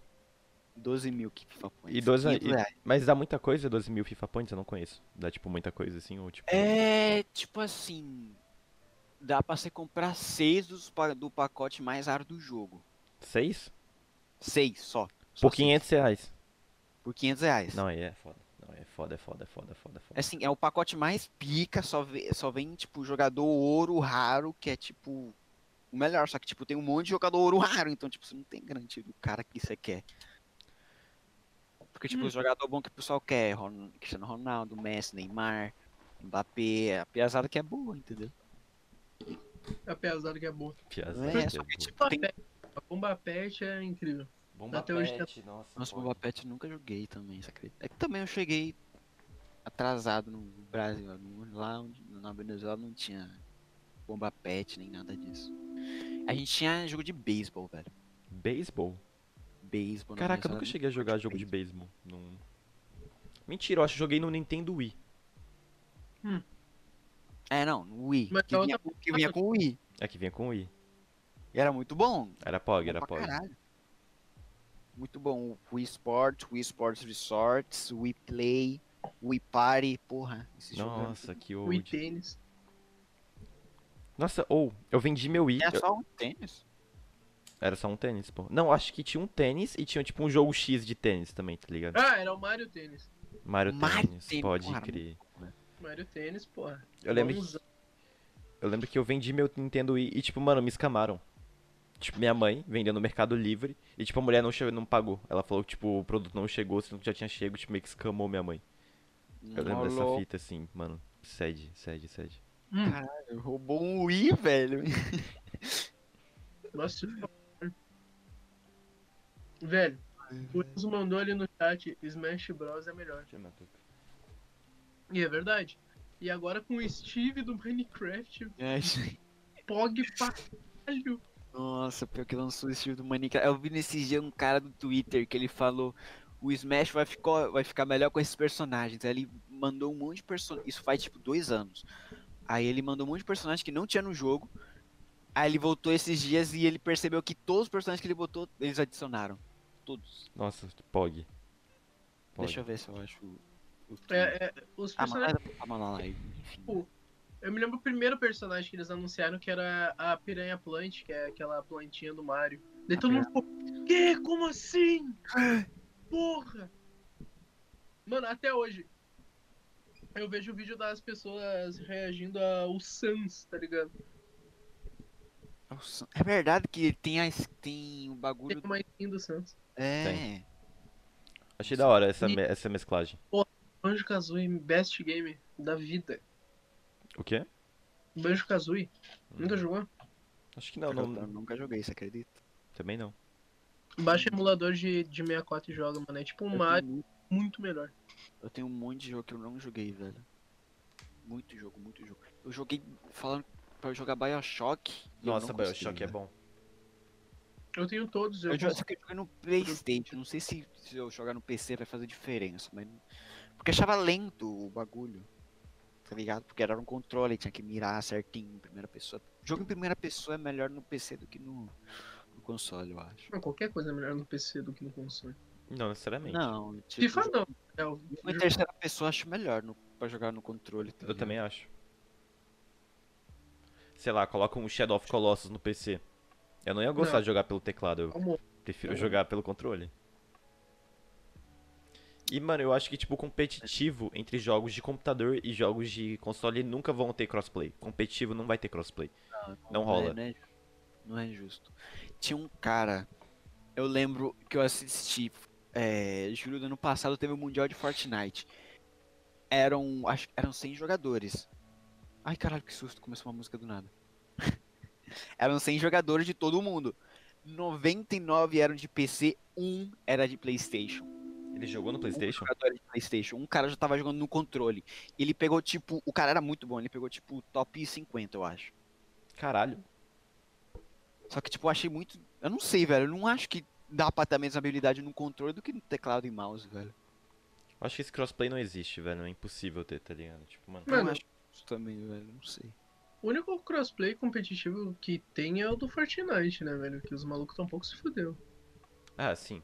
[SPEAKER 3] 12 mil que FIFA Points.
[SPEAKER 1] E 12
[SPEAKER 3] 500
[SPEAKER 1] e-
[SPEAKER 3] reais.
[SPEAKER 1] Mas dá muita coisa, 12 mil FIFA Points, eu não conheço. Dá tipo muita coisa assim, ou tipo.
[SPEAKER 3] É, tipo assim... Dá pra você comprar seis dos, pa- do pacote mais raro do jogo.
[SPEAKER 1] 6?
[SPEAKER 3] Seis só. Só
[SPEAKER 1] Por
[SPEAKER 3] seis.
[SPEAKER 1] 500 reais.
[SPEAKER 3] Por 500 reais.
[SPEAKER 1] Não, aí é foda. Não, aí é foda, é foda, é foda, é foda. é foda.
[SPEAKER 3] Assim, é o pacote mais pica, só, ve- só vem, tipo, jogador ouro raro, que é, tipo, o melhor. Só que, tipo, tem um monte de jogador ouro raro, então, tipo, você não tem garantia do cara que você quer. Porque, tipo,
[SPEAKER 2] Hum.
[SPEAKER 3] o jogador bom que o pessoal quer, Ron- Cristiano Ronaldo, Messi, Neymar, Mbappé, a piazada que é boa, entendeu?
[SPEAKER 2] Apesar que é boa.
[SPEAKER 1] Piazada,
[SPEAKER 3] É,
[SPEAKER 1] é
[SPEAKER 3] só que,
[SPEAKER 1] burro.
[SPEAKER 3] tipo,
[SPEAKER 2] Bomba
[SPEAKER 3] tem...
[SPEAKER 2] Pet. A bomba pet é incrível.
[SPEAKER 1] Bomba
[SPEAKER 2] Até hoje
[SPEAKER 1] Pet, nossa.
[SPEAKER 3] tá- Nossa,
[SPEAKER 1] pode.
[SPEAKER 3] Boba Pet eu nunca joguei também, você acredita? É que também eu cheguei atrasado no Brasil, ó, no- lá onde- na Venezuela não tinha Bomba Pet nem nada disso. A gente tinha jogo de beisebol, velho.
[SPEAKER 1] Beisebol?
[SPEAKER 3] Beisebol. na
[SPEAKER 1] Caraca, eu
[SPEAKER 3] Venezuela
[SPEAKER 1] nunca
[SPEAKER 3] não
[SPEAKER 1] cheguei a
[SPEAKER 3] curte
[SPEAKER 1] jogar jogo de beisebol. Num... Mentira, eu acho que joguei no Nintendo Wii.
[SPEAKER 3] É, não, no Wii.
[SPEAKER 2] Mas
[SPEAKER 3] que,
[SPEAKER 2] é
[SPEAKER 3] vinha,
[SPEAKER 2] outra-
[SPEAKER 3] que vinha com o Wii.
[SPEAKER 1] É que vinha com o Wii.
[SPEAKER 3] E era muito bom.
[SPEAKER 1] Era POG,
[SPEAKER 3] bom
[SPEAKER 1] Então, era
[SPEAKER 3] pra
[SPEAKER 1] POG.
[SPEAKER 3] caralho. Muito bom. O Wii Sports, Wii Sports Resorts, Wii Play, Wii Party, porra. Esse jogo é era muito
[SPEAKER 1] Nossa, que
[SPEAKER 2] O
[SPEAKER 1] old.
[SPEAKER 2] tênis.
[SPEAKER 1] Nossa, ou, eu vendi meu Wii.
[SPEAKER 3] bom. Era
[SPEAKER 1] eu-
[SPEAKER 3] só um tênis?
[SPEAKER 1] Era só um tênis, pô. Não, acho que tinha um tênis e tinha tipo um jogo X de tênis também, tá ligado?
[SPEAKER 2] Ah, era o Mario Tênis.
[SPEAKER 1] Mario
[SPEAKER 3] Mario
[SPEAKER 1] Tênis,
[SPEAKER 3] Tênis,
[SPEAKER 1] pode
[SPEAKER 3] porra,
[SPEAKER 1] crer.
[SPEAKER 2] Mario Tênis, porra.
[SPEAKER 1] Eu lembro,
[SPEAKER 2] Vamos
[SPEAKER 1] que, eu lembro que eu vendi meu Nintendo Wii e, tipo, mano, me escamaram. Tipo, minha mãe vendeu no Mercado Livre e, tipo, a mulher não, chegou, não pagou. Ela falou que, tipo, o produto não chegou, senão que já tinha chego, tipo, meio que escamou minha mãe. Eu lembro dessa
[SPEAKER 3] Rolou.
[SPEAKER 1] fita, assim, mano. Sede, sede, sede.
[SPEAKER 2] Hum,
[SPEAKER 3] Roubou um Wii, velho.
[SPEAKER 2] Nossa, Velho, o Enzo mandou ali no chat, Smash Bros é melhor.
[SPEAKER 1] Deixa eu me atucar.
[SPEAKER 2] E é verdade. E agora com o Steve do Minecraft,
[SPEAKER 3] É, gente.
[SPEAKER 2] Pog pra caralho.
[SPEAKER 3] Nossa, pior que lançou esse jogo do Minecraft. Eu vi nesses dias um cara do Twitter que ele falou. O Smash vai ficar, vai ficar melhor com esses personagens. Aí ele mandou um monte de personagens. Isso faz tipo dois anos. Aí ele mandou um monte de personagens que não tinha no jogo. Aí ele voltou esses dias e ele percebeu que todos os personagens que ele botou, eles adicionaram. Todos.
[SPEAKER 1] Nossa, Pog. Pog.
[SPEAKER 3] Deixa eu ver se eu acho. o- o tweet.
[SPEAKER 2] É, é, os
[SPEAKER 3] Ah, mas
[SPEAKER 2] personagens.
[SPEAKER 3] tava lá, lá, enfim.
[SPEAKER 2] Eu me lembro o primeiro personagem que eles anunciaram que era a Piranha Plant, que é aquela plantinha do Mario. Daí
[SPEAKER 3] A
[SPEAKER 2] todo mundo ficou. Que? Como assim? Porra! Mano, até hoje. Eu vejo o vídeo das pessoas reagindo ao Sans, tá ligado?
[SPEAKER 3] Nossa, É verdade que tem, as, tem o
[SPEAKER 2] Tem
[SPEAKER 3] bagulho.
[SPEAKER 2] uma skin do Sans.
[SPEAKER 3] É.
[SPEAKER 1] Tem. Achei da hora essa,
[SPEAKER 2] E-
[SPEAKER 1] me- essa mesclagem.
[SPEAKER 2] Banjo Kazooie, best game da vida.
[SPEAKER 1] O quê? Hum,
[SPEAKER 2] Banjo Kazooie. Nunca
[SPEAKER 1] Uhum.
[SPEAKER 2] jogou?
[SPEAKER 1] Acho que não,
[SPEAKER 3] Cara,
[SPEAKER 1] não,
[SPEAKER 3] eu nunca joguei, você acredita?
[SPEAKER 1] Também não.
[SPEAKER 2] Baixa emulador de, de 64 e joga, mano. É tipo um Mario
[SPEAKER 3] tenho,
[SPEAKER 2] muito melhor.
[SPEAKER 3] eu tenho um monte de jogo que eu não joguei, velho. Muito jogo, muito jogo. Eu joguei falando pra eu jogar Bioshock. e eu
[SPEAKER 1] Nossa,
[SPEAKER 3] não né?
[SPEAKER 1] Bioshock
[SPEAKER 3] consegui,
[SPEAKER 1] é bom.
[SPEAKER 2] Eu tenho todos. Eu,
[SPEAKER 3] velho. Eu jo-
[SPEAKER 2] eu
[SPEAKER 3] só que eu joguei no Playstation, não sei se, se eu jogar no PC vai fazer diferença, mas. Porque eu achava lento o bagulho. Tá ligado? Porque era um controle, tinha que mirar certinho em primeira pessoa. Jogo em primeira pessoa é melhor no PC do que no, no console, eu acho.
[SPEAKER 2] Não, qualquer coisa é melhor no PC do que no console.
[SPEAKER 1] Não, necessariamente.
[SPEAKER 3] Não, tipo,
[SPEAKER 2] FIFA não. É, o
[SPEAKER 3] jogo em terceira pessoa eu acho melhor no, pra jogar no controle. tá
[SPEAKER 1] Eu
[SPEAKER 3] ligado?
[SPEAKER 1] também acho. Sei lá, coloca um Shadow of Colossus no PC. Eu não ia gostar
[SPEAKER 2] Não.
[SPEAKER 1] de jogar pelo teclado, eu
[SPEAKER 2] Calma.
[SPEAKER 1] prefiro
[SPEAKER 2] Não.
[SPEAKER 1] jogar pelo controle. E, mano, eu acho que, tipo, competitivo entre jogos de computador e jogos de console nunca vão ter crossplay. Competitivo não vai ter crossplay. Não
[SPEAKER 3] é,
[SPEAKER 1] rola.
[SPEAKER 3] né? Não é justo. Tinha um cara, eu lembro que eu assisti, é, julho do ano passado teve o Mundial de Fortnite. Eram, acho que eram 100 jogadores. Ai caralho, que susto, começou uma música do nada. eram 100 jogadores de todo mundo. 99 eram de PC, um era de Playstation.
[SPEAKER 1] Ele jogou no PlayStation?
[SPEAKER 3] Um jogador de PlayStation. Um cara já tava jogando no controle. E ele pegou tipo. O cara era muito bom, ele pegou tipo top 50, eu acho.
[SPEAKER 1] Caralho.
[SPEAKER 3] Só que, tipo, eu achei muito. Eu não sei, velho. Eu não acho que dá pra ter a mesma habilidade no controle do que no teclado e mouse, velho.
[SPEAKER 1] Eu acho que esse crossplay não existe, velho. É impossível ter, tá ligado? Tipo, mano.
[SPEAKER 3] Eu
[SPEAKER 2] Mano.
[SPEAKER 3] não acho isso também, velho. Não sei.
[SPEAKER 2] O único crossplay competitivo que tem é o do Fortnite, né, velho? Que os malucos tão um pouco se fudeu.
[SPEAKER 1] Ah, sim.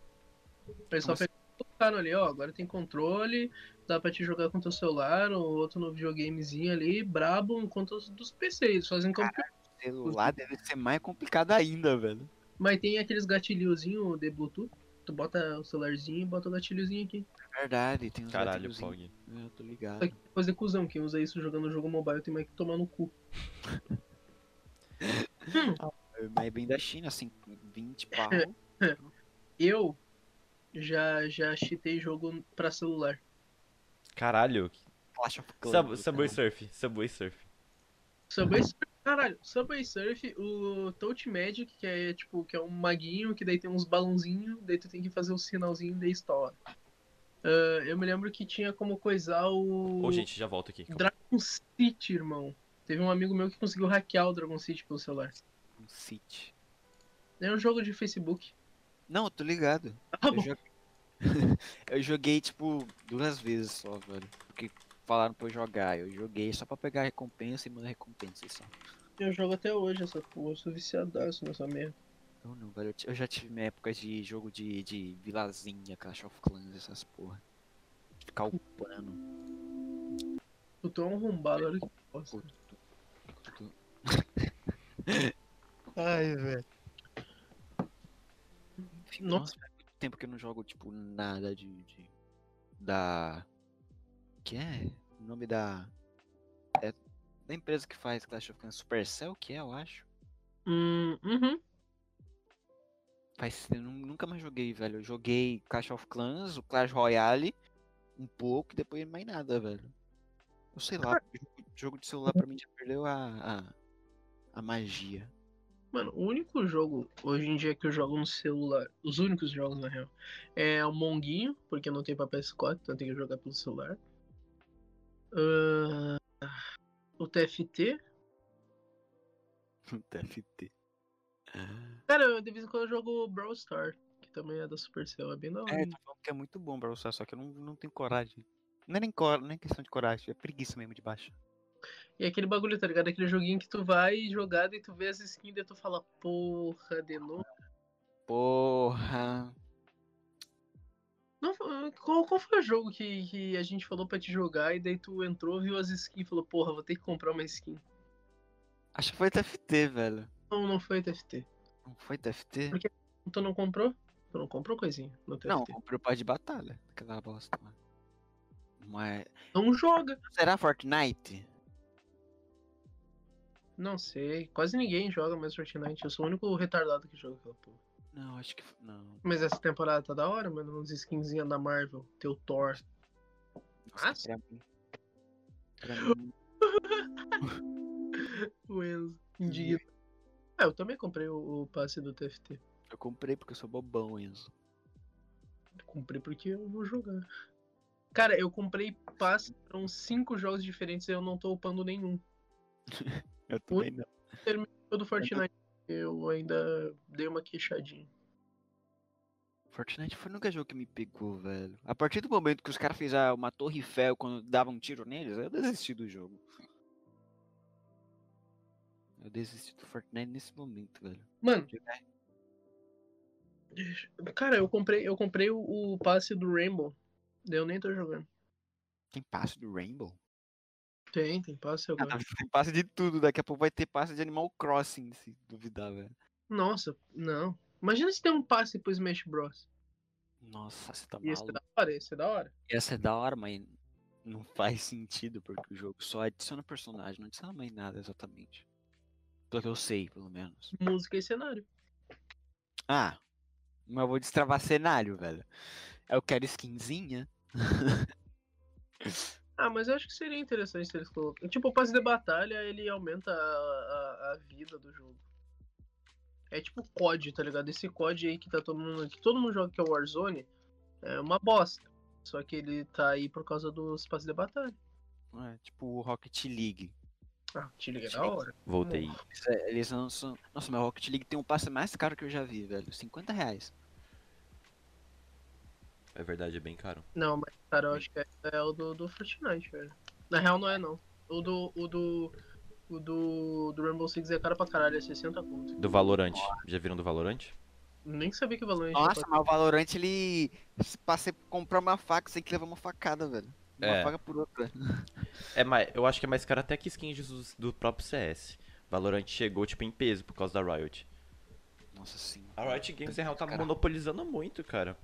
[SPEAKER 2] O pessoal
[SPEAKER 3] Como
[SPEAKER 2] pegou tocaram ali, ó, agora tem controle, dá pra te jogar com teu celular, ou outro no videogamezinho ali, brabo, enquanto os dos PC, eles fazem campeão.
[SPEAKER 3] O celular deve ser mais complicado ainda, velho.
[SPEAKER 2] Mas tem aqueles gatilhozinho de Bluetooth, tu bota o celularzinho e bota o gatilhozinho aqui.
[SPEAKER 3] É verdade, tem uns
[SPEAKER 1] Caralho, Pog.
[SPEAKER 3] gatilhozinhos. É, Eu tô
[SPEAKER 2] Só
[SPEAKER 3] ligado.
[SPEAKER 2] que coisa de cuzão, quem usa isso jogando jogo mobile tem mais que tomar no cu.
[SPEAKER 3] Mas é bem da China, assim, 20 pau.
[SPEAKER 2] Eu já, já cheatei jogo pra celular.
[SPEAKER 1] Caralho.
[SPEAKER 3] Clash of Clans.
[SPEAKER 1] Sub- Subway
[SPEAKER 3] do caralho.
[SPEAKER 1] Surf. Subway Surf.
[SPEAKER 2] Subway
[SPEAKER 1] Uhum.
[SPEAKER 2] Surf, caralho, Subway Surf, o Touch Magic, que é tipo, que é um maguinho, que daí tem uns balãozinhos, daí tu tem que fazer o sinalzinho da estoura. Ah, eu me lembro que tinha como coisar o
[SPEAKER 1] Ô, gente, já volto aqui. calma.
[SPEAKER 2] Dragon City, irmão. Teve um amigo meu que conseguiu hackear o Dragon City pelo celular.
[SPEAKER 3] Um City.
[SPEAKER 2] É um jogo de Facebook.
[SPEAKER 3] Não, eu tô ligado.
[SPEAKER 2] Ah,
[SPEAKER 3] Eu
[SPEAKER 2] bom.
[SPEAKER 3] joguei... eu joguei, tipo, duas vezes só, velho. Porque falaram pra eu jogar. Eu joguei só pra pegar a recompensa e mandar recompensa assim. e só.
[SPEAKER 2] Eu jogo até hoje essa porra, eu sou viciadaço nessa merda.
[SPEAKER 3] Eu não, velho. Eu ti- Eu já tive minha época de jogo de, de vilazinha, Clash of Clans, essas porra. De Ficar upando.
[SPEAKER 2] Tu tô um arrombado, olha que bosta.
[SPEAKER 3] Ai, velho.
[SPEAKER 2] Nossa.
[SPEAKER 3] Nossa, faz muito tempo que eu não jogo, tipo, nada de. de- da. Que é? O nome da. é- da empresa que faz Clash of Clans, Supercell, que é, eu acho.
[SPEAKER 2] Hum, uhum.
[SPEAKER 3] Faz, eu nu- nunca mais joguei, velho. Eu joguei Clash of Clans, o Clash Royale, um pouco, e depois mais nada, velho. Eu sei lá, jogo, jogo de celular pra mim já perdeu a, a, a magia.
[SPEAKER 2] Mano, o único jogo hoje em dia que eu jogo no celular, os únicos jogos na real, é o Monguinho, porque não tem pra PS4, então tem que jogar pelo celular. Ah, o TFT.
[SPEAKER 3] TFT. É,
[SPEAKER 2] Cara, eu de vez em quando eu jogo Brawl Star, que também é da Supercell, é bem da hora.
[SPEAKER 3] É, tá falando que é muito bom pra usar, só que eu não, não tenho coragem. Não é nem, cor, nem questão de coragem, é preguiça mesmo de baixo.
[SPEAKER 2] E aquele bagulho, tá ligado? Aquele joguinho que tu vai jogar, daí tu vê as skins, daí tu fala, porra, de novo.
[SPEAKER 3] Porra.
[SPEAKER 2] Não, foi- qual, qual foi o jogo que, que a gente falou pra te jogar e daí tu entrou, viu as skins e falou, porra, vou ter que comprar uma skin.
[SPEAKER 3] Acho que foi TFT, velho.
[SPEAKER 2] Não, não foi TFT.
[SPEAKER 3] Não foi TFT?
[SPEAKER 2] Tu não comprou? Tu não comprou coisinha no TFT?
[SPEAKER 3] Não, eu comprei o par de batalha. Aquela bosta lá. Mas.
[SPEAKER 2] Não joga.
[SPEAKER 3] Será Fortnite?
[SPEAKER 2] Não sei. Quase ninguém joga mais Fortnite. Eu sou o único retardado que joga aquela porra.
[SPEAKER 3] Não, acho que. f- Não.
[SPEAKER 2] Mas essa temporada tá da hora, mano. Uns skinzinhas da Marvel. Teu Thor. Nossa.
[SPEAKER 3] Pra mim. Pra mim.
[SPEAKER 2] O Enzo. Indigno. Ah, eu também comprei o, o passe do TFT.
[SPEAKER 3] Eu comprei porque eu sou bobão, Enzo.
[SPEAKER 2] Comprei porque eu vou jogar. Cara, eu comprei passe pra uns 5 jogos diferentes e eu não tô upando nenhum.
[SPEAKER 3] Eu
[SPEAKER 2] também
[SPEAKER 3] não.
[SPEAKER 2] O do Fortnite eu ainda dei uma queixadinha.
[SPEAKER 3] Fortnite foi nunca jogo que me pegou, velho. A partir do momento que os caras fizeram uma torre Eiffel quando dava um tiro neles, eu desisti do jogo. Eu desisti do Fortnite nesse momento, velho.
[SPEAKER 2] Mano. Cara, eu comprei, eu comprei o, o passe do Rainbow. Daí eu nem tô jogando.
[SPEAKER 3] Tem passe do Rainbow?
[SPEAKER 2] Tem, tem passe agora.
[SPEAKER 3] Ah, Tem passe de tudo, daqui a pouco vai ter passe de Animal Crossing, se duvidar, velho.
[SPEAKER 2] Nossa, não. Imagina se tem um passe pro Smash Bros.
[SPEAKER 3] Nossa, você tá
[SPEAKER 2] Ia ser
[SPEAKER 3] maluco.
[SPEAKER 2] da hora, ia ser da hora.
[SPEAKER 3] Ia ser é da hora, mas não faz sentido, porque o jogo só adiciona personagem, não adiciona mais nada exatamente. Pelo que eu sei, pelo menos.
[SPEAKER 2] Música e cenário.
[SPEAKER 3] Ah, mas eu vou destravar cenário, velho. Eu quero skinzinha.
[SPEAKER 2] Ah, mas eu acho que seria interessante se eles colocarem. Tipo, o passe de batalha, ele aumenta a, a- a vida do jogo. É tipo COD, tá ligado? Esse COD aí que tá todo mundo. Que todo mundo joga que é o Warzone é uma bosta. Só que ele tá aí por causa dos passes de batalha.
[SPEAKER 3] É, tipo o Rocket League.
[SPEAKER 2] Ah, te liga é da hora.
[SPEAKER 1] Voltei.
[SPEAKER 3] Eles- é, Eles lançam. Nossa, mas o Rocket League tem um passe mais caro que eu já vi, velho. 50 reais.
[SPEAKER 1] É verdade, é bem caro.
[SPEAKER 2] Não, mas cara, eu acho que é, é o do, do Fortnite, velho. Na real não é não. O do. O do. O do, do Rainbow Six é cara pra caralho, é 60 pontos.
[SPEAKER 1] Do Valorante. Já viram do Valorante?
[SPEAKER 2] Nem sabia que é Valorant
[SPEAKER 3] Nossa,
[SPEAKER 2] era
[SPEAKER 3] mas o Valorant ele. Se passei comprar uma faca, você tem que levar uma facada, velho. Uma
[SPEAKER 1] É.
[SPEAKER 3] faca por outra.
[SPEAKER 1] É mais, eu acho que é mais caro até que skins dos- do, próprio CS. Valorante chegou, tipo, em peso por causa da Riot.
[SPEAKER 3] Nossa senhora.
[SPEAKER 1] A Riot Games, na real, tá
[SPEAKER 3] Cara,
[SPEAKER 1] monopolizando muito, cara.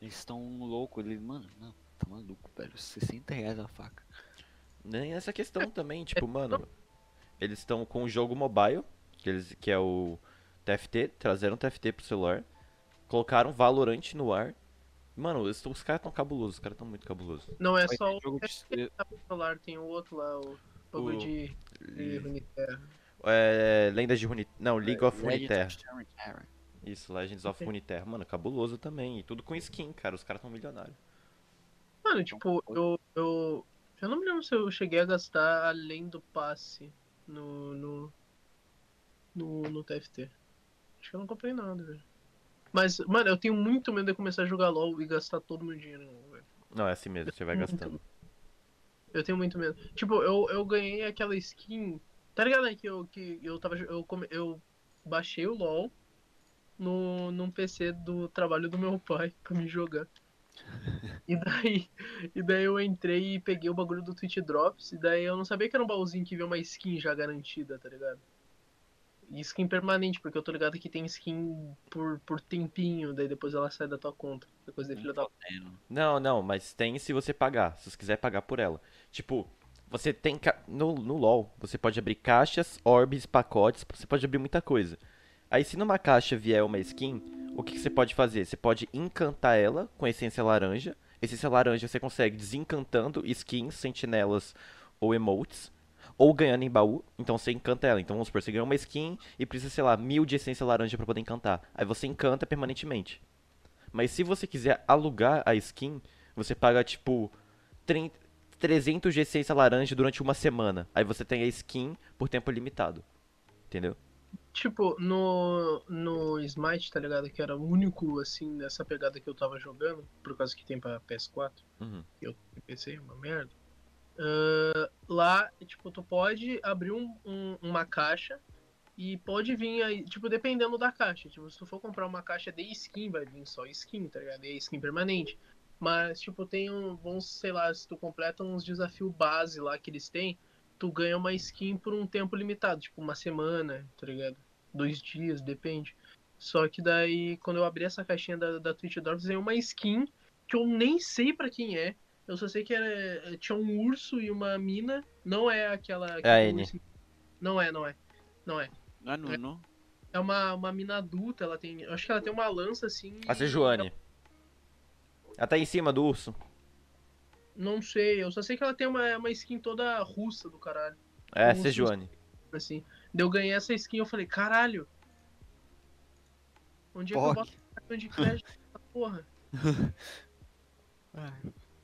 [SPEAKER 3] Eles estão loucos. Eles... Mano, não, tá maluco, velho. 60 reais a faca.
[SPEAKER 1] Nem essa questão também, tipo, mano. Eles estão com o jogo mobile, que, eles, que é o TFT, trazeram o TFT pro celular, colocaram Valorante no ar. Mano, os, os caras tão cabulosos, os caras tão muito cabulosos.
[SPEAKER 2] Não é
[SPEAKER 3] Vai ter
[SPEAKER 2] só o
[SPEAKER 3] jogo de-
[SPEAKER 2] celular, tem o outro lá, o bagulho
[SPEAKER 1] O-
[SPEAKER 2] de, de Runeterra.
[SPEAKER 1] É, Lendas de Runeterra. Não, League of
[SPEAKER 3] Legends
[SPEAKER 1] Runeterra.
[SPEAKER 3] Runeterra.
[SPEAKER 1] Isso, Legends of Runeterra. Mano, cabuloso também. E tudo com skin, cara. Os caras tão milionários.
[SPEAKER 2] Mano, tipo, eu, eu. Eu não me lembro se eu cheguei a gastar além do passe no. no. no, no TFT. Acho que eu não comprei nada, velho. Mas, mano, eu tenho muito medo de começar a jogar LOL e gastar todo o meu dinheiro, velho.
[SPEAKER 1] Não, é assim mesmo, você vai
[SPEAKER 2] Muito
[SPEAKER 1] gastando.
[SPEAKER 2] Eu tenho muito medo. Tipo, eu, eu ganhei aquela skin. Tá ligado aí que eu, que eu tava. jo- Eu, come- eu baixei o LOL no, num PC do trabalho do meu pai pra me jogar. E daí, e daí eu entrei e peguei o bagulho do Twitch Drops. E daí eu não sabia que era um baúzinho que vinha uma skin já garantida, tá ligado? E skin permanente, porque eu tô ligado que tem skin por, por tempinho, daí depois ela sai da tua conta. Depois de filha da
[SPEAKER 1] Não, não, mas tem se você pagar, se você quiser pagar por ela. Tipo, você tem. ca- No, no LoL, você pode abrir caixas, orbes, pacotes, você pode abrir muita coisa. Aí, se numa caixa vier uma skin, o que, que você pode fazer? Você pode encantar ela com essência laranja. Essência laranja você consegue desencantando skins, sentinelas ou emotes. ou ganhando em baú, então você encanta ela. Então vamos supor, você ganhou uma skin e precisa, sei lá, mil de essência laranja pra poder encantar. Aí você encanta permanentemente. Mas se você quiser alugar a skin, você paga tipo 30, 300 de essência laranja durante uma semana. Aí você tem a skin por tempo limitado. Entendeu?
[SPEAKER 2] Tipo, no, no Smite, tá ligado? Que era o único, assim, nessa pegada que eu tava jogando, por causa que tem pra PS4,
[SPEAKER 1] Uhum.
[SPEAKER 2] PC, uma merda. Ah, lá, tipo, tu pode abrir um- um- uma caixa e pode vir aí, tipo, dependendo da caixa. Tipo, se tu for comprar uma caixa de skin, vai vir só skin, tá ligado? E é skin permanente. Mas, tipo, tem um, vamos, sei lá, se tu completa uns desafios base lá que eles têm, tu ganha uma skin por um tempo limitado, tipo uma semana, tá ligado? Dois dias, depende. Só que daí, quando eu abri essa caixinha da, da Twitch Dogs, veio uma skin que eu nem sei pra quem é. Eu só sei que era, tinha um urso e uma mina. Não é aquela.
[SPEAKER 1] É a
[SPEAKER 2] aquele
[SPEAKER 1] N.
[SPEAKER 2] urso- Não é, não é. Não é.
[SPEAKER 3] Não é Nuno?
[SPEAKER 2] É uma, uma mina adulta, ela tem. Eu acho que ela tem uma lança assim.
[SPEAKER 1] A ser
[SPEAKER 2] e-
[SPEAKER 1] Joane. Ela tá em cima do urso.
[SPEAKER 2] Não sei, eu só sei que ela tem uma, uma skin toda russa do caralho.
[SPEAKER 1] É,
[SPEAKER 2] O urso-
[SPEAKER 1] Sejuani.
[SPEAKER 2] Assim. Daí eu ganhei essa skin eu falei, caralho. Onde é que eu boto
[SPEAKER 3] Pock.
[SPEAKER 2] cartão de crédito nessa porra?
[SPEAKER 3] Ah,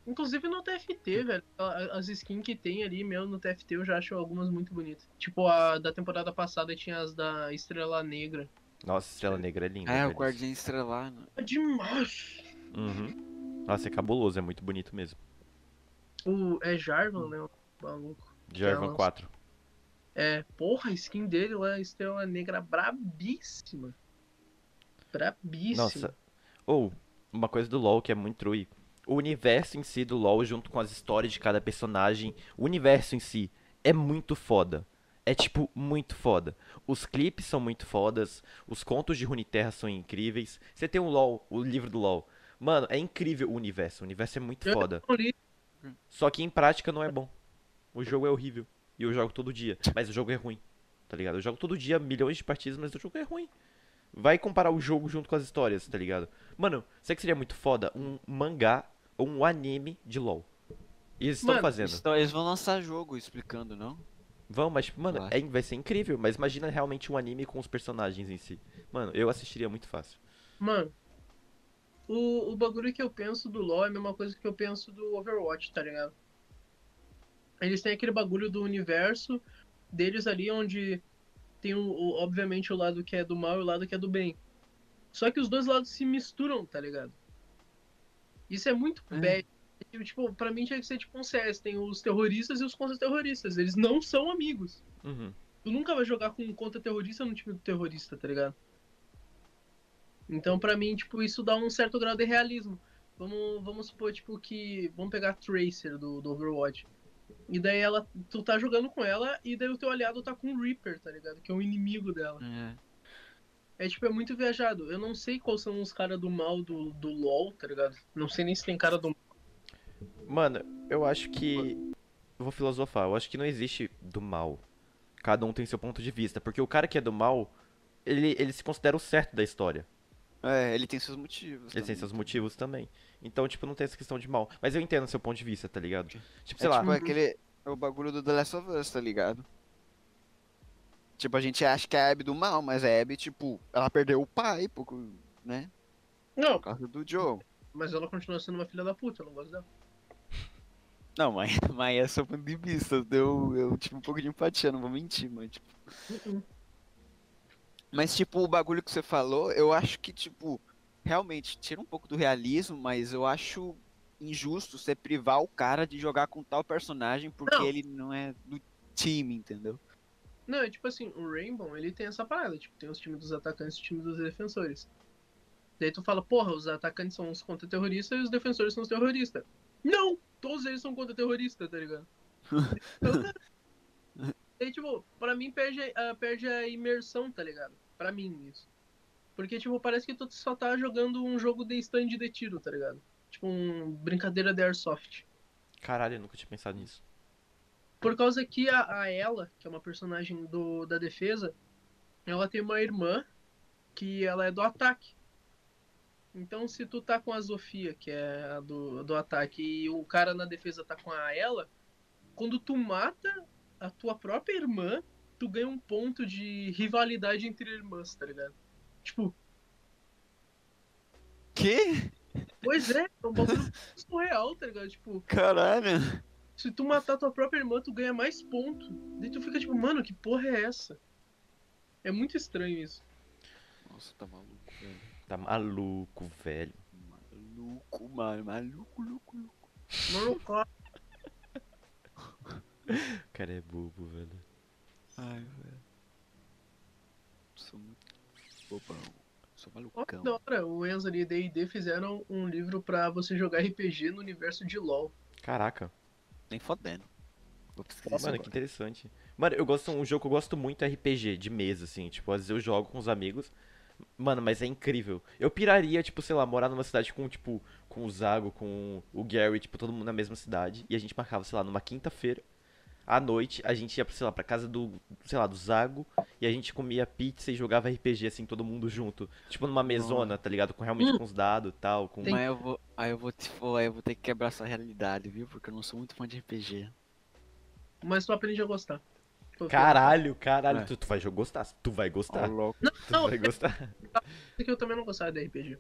[SPEAKER 2] Inclusive no TFT, velho. a- As skins que tem ali mesmo no TFT eu já acho algumas muito bonitas. Tipo, a da temporada passada tinha as da Estrela Negra.
[SPEAKER 1] Nossa, Estrela Negra é linda.
[SPEAKER 3] é, o
[SPEAKER 1] velho.
[SPEAKER 3] Guardião Estrelar. né?
[SPEAKER 2] É demais!
[SPEAKER 1] Uhum. Nossa, é cabuloso, é muito bonito mesmo.
[SPEAKER 2] O, é Jarvan, né? o Maluco.
[SPEAKER 1] Jarvan
[SPEAKER 2] nossa.
[SPEAKER 1] 4.
[SPEAKER 2] É, porra, a skin dele lá, a Estrela Negra brabíssima. Brabíssima.
[SPEAKER 1] Nossa. Ou, uma coisa do LoL que é muito true. O universo em si do LoL, junto com as histórias de cada personagem, o universo em si é muito foda. É, tipo, muito foda. Os clipes são muito fodas, os contos de Runeterra são incríveis. Você tem o LoL, o livro do LoL. Mano, é incrível o universo, o universo é muito
[SPEAKER 2] Eu
[SPEAKER 1] foda.
[SPEAKER 2] não li,
[SPEAKER 1] Só que em prática não é bom. O jogo é horrível. E eu jogo todo dia. Mas o jogo é ruim. Tá ligado? Eu jogo todo dia milhões de partidas, mas o jogo é ruim. Vai comparar o jogo junto com as histórias, tá ligado? Mano, sabe que seria muito foda? Um mangá ou um anime de LoL. E eles estão
[SPEAKER 2] Mano,
[SPEAKER 1] fazendo.
[SPEAKER 3] Então, eles vão lançar jogo explicando, não?
[SPEAKER 1] Vão, mas, tipo, mano,
[SPEAKER 3] Eu acho.
[SPEAKER 1] é, vai ser incrível. Mas imagina realmente um anime com os personagens em si. Mano, eu assistiria muito fácil.
[SPEAKER 2] Mano, o, o bagulho que eu penso do LoL é a mesma coisa que eu penso do Overwatch, tá ligado? Eles têm aquele bagulho do universo deles ali, onde tem, o, o- obviamente, o lado que é do mal e o lado que é do bem. Só que os dois lados se misturam, tá ligado? Isso é muito
[SPEAKER 3] É.
[SPEAKER 2] bad. Eu, Tipo, pra mim tinha que ser tipo um CS. Tem os terroristas e os contra-terroristas. Eles não são amigos.
[SPEAKER 1] Uhum.
[SPEAKER 2] Tu nunca vai jogar com um contra-terrorista no time do terrorista, tá ligado? Então, pra mim, tipo, isso dá um certo grau de realismo. Vamos, vamos supor, tipo, que. Vamos pegar a Tracer do, do Overwatch. E daí ela. Tu tá jogando com ela e daí o teu aliado tá com o Reaper, tá ligado? Que é um inimigo dela.
[SPEAKER 3] É.
[SPEAKER 2] É tipo, é muito viajado. Eu não sei quais são os caras do mal do, do LOL, tá ligado? Não sei nem se tem cara do mal.
[SPEAKER 1] Mano, eu acho que. Eu vou filosofar. Eu acho que não existe do mal. Cada um tem seu ponto de vista. Porque o cara que é do mal, ele, ele se considera o certo da história.
[SPEAKER 3] É, ele tem seus motivos.
[SPEAKER 1] Ele tem
[SPEAKER 3] também.
[SPEAKER 1] seus motivos também. Então, tipo, não tem essa questão de mal. Mas eu entendo seu ponto de vista, tá ligado? Tipo, sei
[SPEAKER 3] é
[SPEAKER 1] lá.
[SPEAKER 3] tipo aquele. É o bagulho do The Last of Us, tá ligado? Tipo, a gente acha que é a Abby do mal, mas a Abby, tipo, ela perdeu o pai, por, cu- né?
[SPEAKER 2] Não,
[SPEAKER 3] Por causa do Joe.
[SPEAKER 2] mas ela continua sendo uma filha da puta, eu não gosto dela.
[SPEAKER 3] Não, mas, mas é seu ponto de vista. Eu, eu tive um pouco de empatia, não vou mentir, mas tipo. Mas tipo, o bagulho que você falou, eu acho que, tipo, realmente, tira um pouco do realismo, mas eu acho injusto você privar o cara de jogar com tal personagem porque
[SPEAKER 2] Não.
[SPEAKER 3] ele não é do time, entendeu?
[SPEAKER 2] Não, é tipo assim, o Rainbow, ele tem essa parada, tipo, tem os times dos atacantes e os times dos defensores. Daí tu fala, porra, os atacantes são os contra-terroristas e os defensores são os terroristas. Não! Todos eles são contra-terroristas, tá ligado? Então, cara, Daí, tipo, pra mim perde, a- perde a imersão, tá ligado? Pra mim, isso. Porque, tipo, parece que tu só tá jogando um jogo de stand de tiro, tá ligado? Tipo, um brincadeira de airsoft.
[SPEAKER 1] Caralho, eu nunca tinha pensado nisso.
[SPEAKER 2] Por causa que a, a ela, que é uma personagem do, da defesa, ela tem uma irmã que ela é do ataque. Então se tu tá com a Sofia, que é a do, do ataque, e o cara na defesa tá com a ela, quando tu mata a tua própria irmã, tu ganha um ponto de rivalidade entre irmãs, tá ligado? Tipo,
[SPEAKER 3] Que?
[SPEAKER 2] pois é, é um bagulho surreal, tá ligado? Tipo,
[SPEAKER 3] Caralho.
[SPEAKER 2] se tu matar tua própria irmã, tu ganha mais ponto. Daí tu fica tipo, mano, que porra é essa? É muito estranho isso.
[SPEAKER 3] Nossa, tá maluco, velho.
[SPEAKER 1] Tá maluco, velho.
[SPEAKER 3] Maluco, mano. Maluco, louco, louco.
[SPEAKER 2] Mano, claro,
[SPEAKER 1] O cara é bobo, velho.
[SPEAKER 3] Ai, velho. Sou muito bobão. Sou
[SPEAKER 2] ó,
[SPEAKER 3] malucão.
[SPEAKER 2] que da hora, o Enzo ali e D&D fizeram um livro pra você jogar RPG no universo de LoL.
[SPEAKER 1] Caraca.
[SPEAKER 3] Nem fodendo. Vou pesquisar isso
[SPEAKER 1] Mano, que
[SPEAKER 3] agora.
[SPEAKER 1] interessante. Mano, eu gosto. Um jogo que eu gosto muito é RPG, de mesa, assim. Tipo, às vezes eu jogo com os amigos. Mano, mas é incrível. Eu piraria, tipo, sei lá, morar numa cidade com, tipo, com o Zago, com o Gary, tipo, todo mundo na mesma cidade. E a gente marcava, sei lá, numa quinta-feira. À noite, a gente ia, sei lá, pra casa do, sei lá, do Zago. E a gente comia pizza e jogava RPG, assim, todo mundo junto. Tipo, numa mesona, tá ligado? Com realmente com os dados e tal. Com...
[SPEAKER 3] Mas eu vou, aí eu vou, te, falar, eu vou ter que quebrar essa realidade, viu? Porque eu não sou muito fã de RPG.
[SPEAKER 2] Mas tu aprende a gostar. Foi-
[SPEAKER 1] Caralho, caralho.
[SPEAKER 3] É.
[SPEAKER 1] Tu, tu vai jo- gostar. Tu vai gostar.
[SPEAKER 3] louco.
[SPEAKER 1] Tu
[SPEAKER 2] não,
[SPEAKER 1] vai gostar.
[SPEAKER 2] foi que eu também não gostava de RPG.